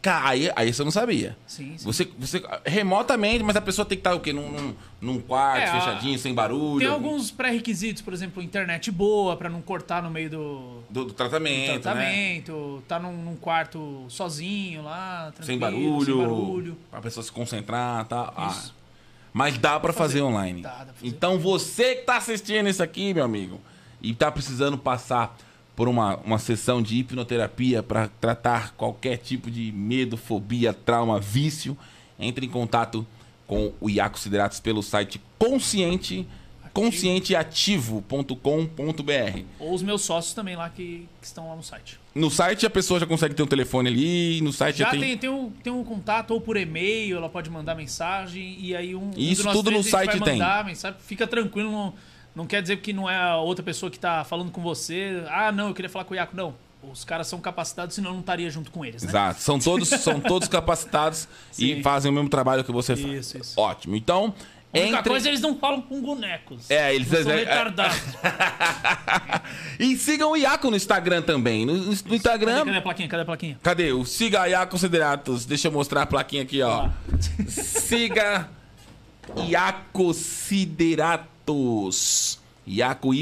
S3: Ca- Aí, aí você não sabia.
S4: Sim, sim.
S3: Você, você remotamente, mas a pessoa tem que estar o quê? Num, num, num quarto,
S4: É, a-
S3: fechadinho, sem barulho.
S4: Tem alguns pré-requisitos, por exemplo, internet boa, pra não cortar no meio do
S3: Do, do tratamento,
S4: do
S3: né?
S4: tratamento. Tá num, num quarto sozinho lá, tranquilo.
S3: Sem barulho,
S4: Sem barulho.
S3: Pra pessoa se concentrar, tá? Ah. Mas dá pra fazer, online.
S4: Dá, dá
S3: Então você que tá assistindo isso aqui, meu amigo, e tá precisando passar por uma, uma sessão de hipnoterapia pra tratar qualquer tipo de medo, fobia, trauma, vício, entre em contato com o Iaco Sideratos pelo site consciente conscienteativo.com.br.
S4: Ou os meus sócios também lá que, que estão lá no site.
S3: No site a pessoa já consegue ter um telefone ali, no site já,
S4: Já tem, tem, um, tem um contato, ou por e-mail, ela pode mandar mensagem, e aí um. um
S3: Isso
S4: de nós
S3: tudo
S4: três,
S3: no
S4: a gente
S3: site
S4: vai
S3: tem.
S4: mandar mensagem, fica tranquilo, não, não quer dizer que não é a outra pessoa que tá falando com você. Ah, não, eu queria falar com o Iaco. Não, os caras são capacitados, senão eu não estaria junto com eles, né?
S3: Exato. São todos, são todos capacitados e fazem o mesmo trabalho que você faz.
S4: Isso, isso.
S3: Ótimo. Então,
S8: A única
S3: entre...
S4: é
S8: coisa, eles não falam com bonecos.
S3: É, eles-
S8: Não são
S3: é- é-
S8: retardados.
S3: E sigam o Iaco no Instagram também. No, no Instagram.
S4: Cadê a plaquinha? Cadê a plaquinha?
S3: Cadê? O Siga Iaco Sideratos. Deixa eu mostrar a plaquinha aqui,
S4: Ah.
S3: ó. Siga Iaco Sideratos. Iaco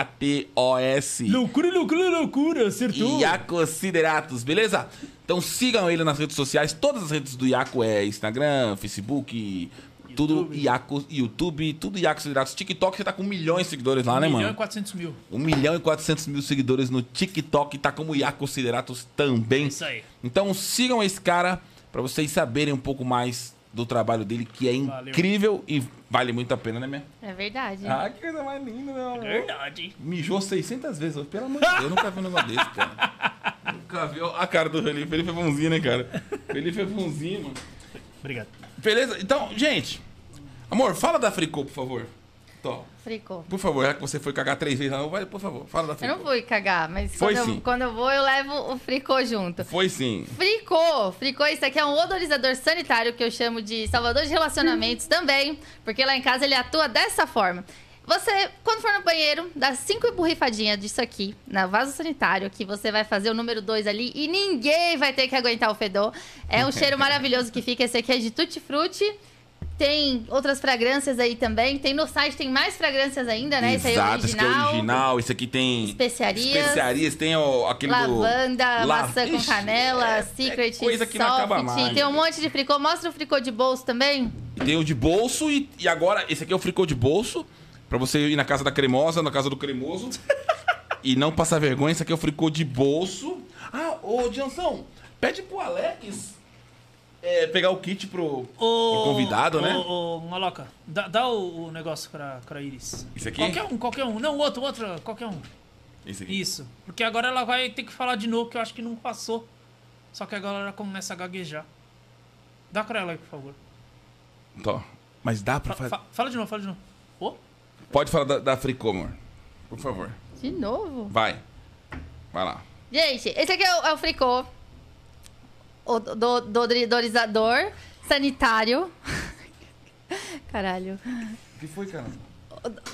S3: Y-A-K-K-O-S-I-D-E-R-A-T-O-S.
S4: Loucura, loucura, loucura, acertou.
S3: Iaco Sideratos, beleza? Então sigam ele nas redes sociais. Todas as redes do Iaco é Instagram, Facebook, tudo Iaco, YouTube, tudo Iaco Sideratos. TikTok, você tá com milhões de seguidores lá, né,
S4: milhão e
S3: mano?
S4: 400 mil.
S3: 1 milhão e 400 mil seguidores no TikTok, tá como Iaco Sideratos também.
S4: É Isso aí.
S3: Então sigam esse cara pra vocês saberem um pouco mais do trabalho dele, que é
S4: Valeu.
S3: incrível e vale muito a pena, né, minha?
S2: É verdade.
S3: Ah, que coisa mais linda, meu amor.
S8: Verdade.
S3: Mijou 600 vezes, hoje, pelo amor de Deus, eu nunca vi um negócio desse, cara. nunca vi. Ó, A cara do Felipe, Felipe é bonzinho, né, cara? Felipe é bonzinho, mano.
S4: Obrigado.
S3: Beleza? Então, gente, amor, fala da Fricô, por favor. Tó,
S2: Fricô.
S3: por favor, já que você foi cagar três vezes, não, vai, por favor, fala da
S2: Eu
S3: Fricô.
S2: não vou cagar, mas
S3: Foi
S2: quando eu,
S3: sim.
S2: quando eu vou, eu levo o fricô junto.
S3: Foi sim.
S2: Fricô, Fricô, isso aqui é um odorizador sanitário que eu chamo de salvador de relacionamentos também, porque lá em casa ele atua dessa forma. Você, quando for no banheiro, dá cinco borrifadinhas disso aqui, na vaso sanitário, que você vai fazer o número dois ali e ninguém vai ter que aguentar o fedor. É um cheiro maravilhoso que fica. Esse aqui é de tutti-frutti. Tem outras fragrâncias aí também. Tem no site, tem mais fragrâncias ainda, né? Esse aí é
S3: Exato, esse aqui é original, esse aqui tem...
S2: Especiarias.
S3: Especiarias, tem o, aquele do...
S2: Lavanda,
S3: La-
S2: maçã
S3: Ixi, é,
S2: com canela, secret,
S3: coisa que não acaba
S2: soft.
S3: mais.
S2: Tem um monte de fricô. Mostra o fricô de bolso também.
S3: Tem o de bolso e, e agora esse aqui é o fricô de bolso. Pra você ir na casa da cremosa, na casa do cremoso. e não passar vergonha, esse aqui é o fricô de bolso. Ah, ô Jansão, pede pro Alex é, pegar o kit pro, pro convidado, né?
S8: Ô, ô, Maloca, dá, dá o, o negócio pra, pra Iris.
S3: Isso aqui?
S8: Qualquer um, qualquer um. Não, outro, outro, qualquer um.
S3: Esse aqui.
S8: Isso. Porque agora ela vai ter que falar de novo, que eu acho que não passou. Só que agora ela começa a gaguejar. Dá pra ela aí, por favor.
S3: Tó. Mas dá pra
S8: Fa-
S3: fazer.
S8: fa- fala de novo, fala de novo. Ô,
S3: Pode falar da, da fricô, amor. Por favor.
S2: De novo.
S3: Vai. Vai lá.
S2: Gente, esse aqui é o, é o fricô. O do, do, dodorizador sanitário. Caralho.
S3: O que foi, cara?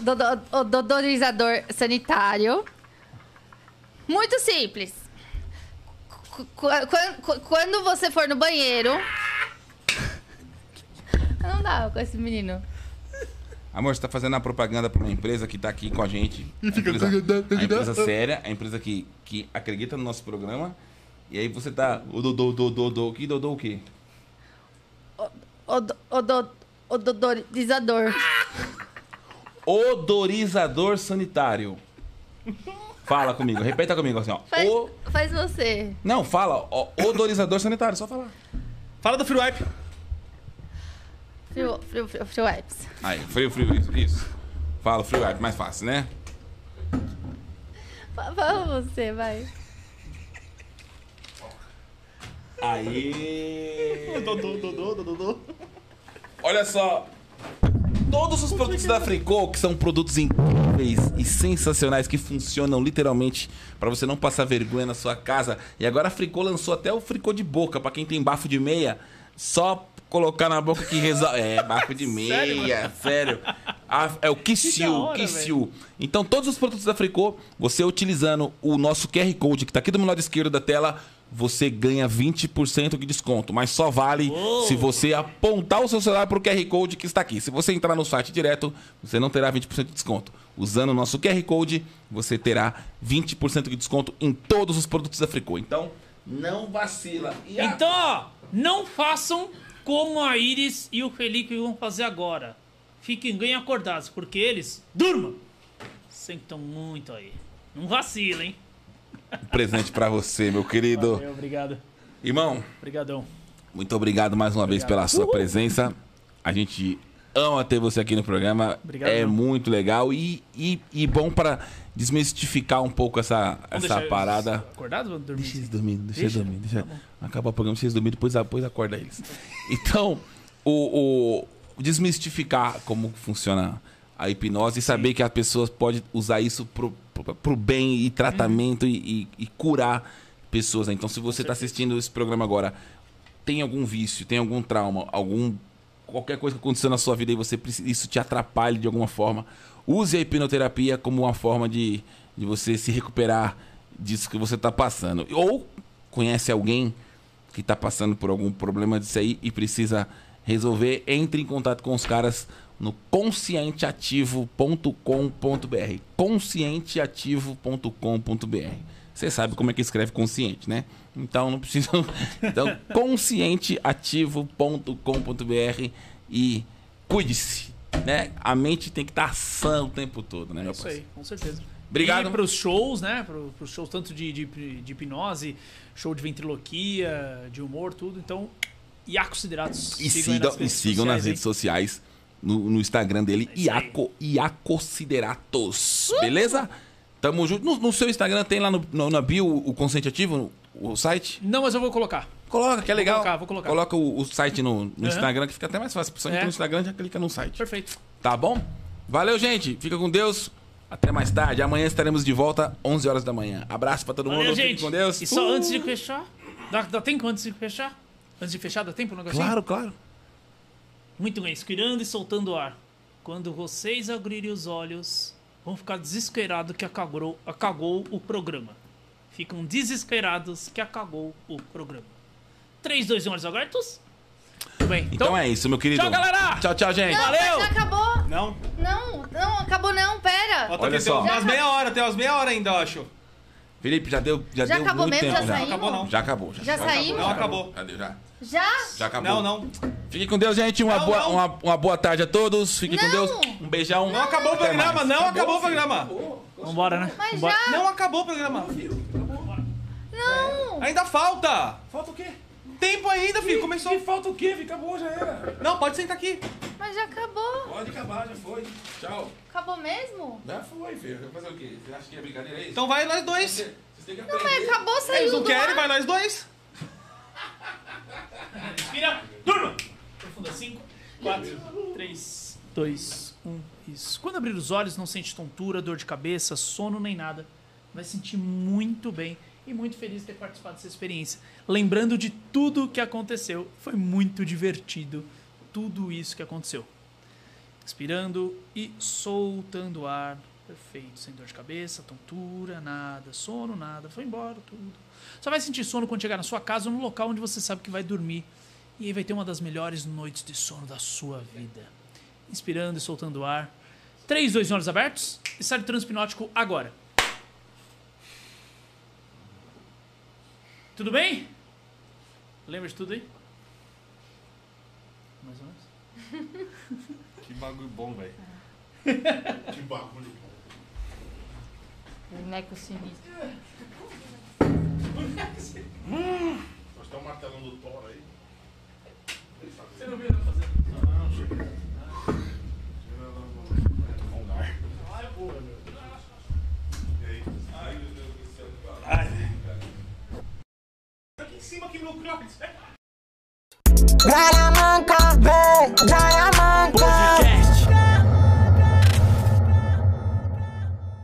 S2: do- do- o dodorizador sanitário. Muito simples. Qu- qu- qu- qu- Quando você for no banheiro. Não dá com esse menino.
S3: Amor, você tá fazendo a propaganda pra uma empresa que tá aqui com a gente.
S24: E fica-
S3: A empresa, a empresa séria, a empresa que, que acredita no nosso programa. E aí você tá. O Dodô, Dodô, Dodô. Que Dodô o quê?
S2: Odo- odo- Ododorizador.
S3: Odorizador sanitário. Fala comigo, repita comigo assim, ó.
S2: Faz, faz você.
S3: Não, fala, ó, odorizador sanitário, só falar. Fala do Free Wipe.
S2: Frio, frio, frio, frio apps.
S3: Aí, frio, frio, isso, isso. Fala, Free Wipe, mais fácil, né?
S2: Fa- Fala você, vai.
S3: Aí. Olha só. Todos os produtos da Fricô, que são produtos incríveis e sensacionais que funcionam literalmente pra você não passar vergonha na sua casa. E agora a Fricô lançou até o Fricô de boca pra quem tem bafo de meia, só colocar na boca que resolve. É, bafo de meia, sério. A- é o Kissil,
S25: hora,
S3: Kissil. Então todos os produtos da Fricô, você utilizando o nosso QR Code que tá aqui do meu lado esquerdo da tela, você ganha 20% de desconto, mas só vale se você apontar o seu celular para o QR Code que está aqui. Se você entrar no site direto, você não terá 20% de desconto. Usando o nosso QR Code, você terá 20% de desconto em todos os produtos da Fricô. Então, Não vacila.
S4: Então, ó, não façam como a Iris e o Felipe vão fazer agora. Fiquem bem acordados, porque eles, durmam, sentam muito aí. Não vacila, hein?
S3: um presente para você, meu querido.
S4: Valeu, obrigado.
S3: Irmão,
S4: Obrigadão.
S3: muito obrigado mais uma vez
S4: Obrigado.
S3: pela sua
S4: Uhul.
S3: presença. A gente ama ter você aqui no programa.
S4: Obrigado,
S3: é
S4: irmão.
S3: muito legal e, e, e bom para desmistificar um pouco essa,
S4: Vamos
S3: essa
S4: deixar eles
S3: parada.
S4: Acordados? Vamos dormir.
S3: Deixa eles dormindo, deixa, eles
S4: Deixa? tá
S3: dormindo. Deixa... Acabar o programa, deixa eles dormindo, depois, depois acorda eles. Então, o, o- desmistificar como funciona a hipnose e saber que a pessoa pode usar isso pro, pro, pro bem
S4: Uhum.
S3: e tratamento e, e- e curar pessoas. né? Então, se você está assistindo esse programa agora, tem algum vício, tem algum trauma, algum qualquer coisa que aconteceu na sua vida e você precisa, isso te atrapalhe de alguma forma, use a hipnoterapia como uma forma de, de você se recuperar disso que você está passando. Ou conhece alguém que está passando por algum problema disso aí e precisa resolver, entre em contato com os caras no conscienteativo.com.br. Conscienteativo.com.br. Você sabe como é que escreve consciente, né? Então não precisa. Então, conscienteativo.com.br e cuide-se, né? A mente tem que estar sã o tempo todo, né,
S4: É
S3: meu
S4: isso aí,
S3: parceiro?
S4: com certeza.
S3: Obrigado.
S4: E pros shows, né? Pro, pros shows tanto de, de, de hipnose, show de ventriloquia, de humor, tudo. Então, Iaco Sideratos.
S3: E sigam, e sigam nas redes sociais, no, no Instagram
S4: É
S3: dele, Iaco, Iaco Sideratos. Beleza? Tamo junto. No, no seu Instagram tem lá no, no- na bio o consciente ativo, o site?
S4: Não, mas eu vou colocar.
S3: Coloca, que é legal.
S4: Vou colocar, vou colocar.
S3: Coloca o, o site no, no
S4: Aham.
S3: Instagram, que fica até mais fácil. Só entra
S4: É.
S3: no Instagram e já clica no site.
S4: Perfeito.
S3: Tá bom? Valeu, gente. Fica com Deus. Até mais tarde. Amanhã estaremos de volta, 11 horas da manhã. Abraço pra todo
S4: Valeu,
S3: mundo.
S4: gente.
S3: Fique com Deus.
S4: E só
S3: Uh!
S4: antes de fechar? Dá, dá tempo antes de fechar? Antes de fechar, dá tempo um negocinho?
S3: Claro, claro.
S4: Muito bem, expirando e soltando o ar. Quando vocês abrirem os olhos, vão ficar desesperados que acagou, acagou o programa. Ficam desesperados que acagou o programa. 3, 2, 1, olhos abertos. Muito bem.
S3: Então, é isso, meu querido.
S4: Tchau, galera!
S3: Tchau, tchau, gente.
S2: não, mas não acabou.
S5: Não?
S2: Não, não, acabou não, pera.
S5: Ó, tá aqui, tem umas meia hora, tem umas meia hora ainda, eu acho.
S3: Felipe, já deu, já tá
S2: Já
S3: deu
S2: acabou
S3: muito
S2: mesmo?
S3: tempo.
S2: Já
S3: já.
S2: saímos?
S3: acabou, não. Já acabou.
S2: Já
S3: Já
S2: saímos? Não,
S3: acabou. Já, deu, já.
S2: Já?
S3: Já acabou.
S5: Não, não.
S3: Fique com Deus, gente. Uma,
S5: Não,
S3: boa,
S5: não.
S3: Uma, uma boa tarde a todos. Fique com Deus. Um beijão.
S5: Não acabou o
S3: Até
S5: programa,
S3: mais.
S5: não acabou o programa.
S4: Vambora, né?
S2: Mas já.
S5: Não acabou o programa.
S2: Não.
S5: Ainda falta.
S3: Falta o quê?
S5: Tempo ainda, filho. Começou.
S3: falta o quê? Fica bom, já era.
S5: Não, pode sentar aqui.
S2: Mas já acabou.
S3: Pode acabar, já foi. Tchau.
S2: Acabou mesmo?
S3: Já foi, filho. Fazer o quê? Você acha que é brincadeira? É isso?
S5: Então vai nós dois.
S2: Não, mas acabou, saiu
S5: Eles não
S2: do
S5: querem,
S2: ar.
S5: vai nós dois.
S4: Respira. Turma! Profunda. 5, 4, 3, 2, 1. Isso. Quando abrir os olhos, não sente tontura, dor de cabeça, sono nem nada. Vai sentir muito bem e muito feliz de ter participado dessa experiência. Lembrando de tudo que aconteceu. Foi muito divertido tudo isso que aconteceu. Expirando e soltando o ar. Perfeito, sem dor de cabeça, tontura, nada, sono, nada, foi embora tudo. Só vai sentir sono quando chegar na sua casa ou no local onde você sabe que vai dormir. E aí vai ter uma das melhores noites de sono da sua vida. inspirando e soltando o ar. 3, 2, 1, olhos abertos. E sai do transpinótico agora. Tudo bem? Lembra de tudo aí? Mais ou menos.
S5: Que bagulho bom, velho.
S21: Que bagulho.
S2: Boneco sinistro.
S21: Nós estamos martelando o Thor aí.
S4: Você não viu não fazer?
S21: Não, chega.
S5: Aqui em cima que meu crocs.
S1: Brahma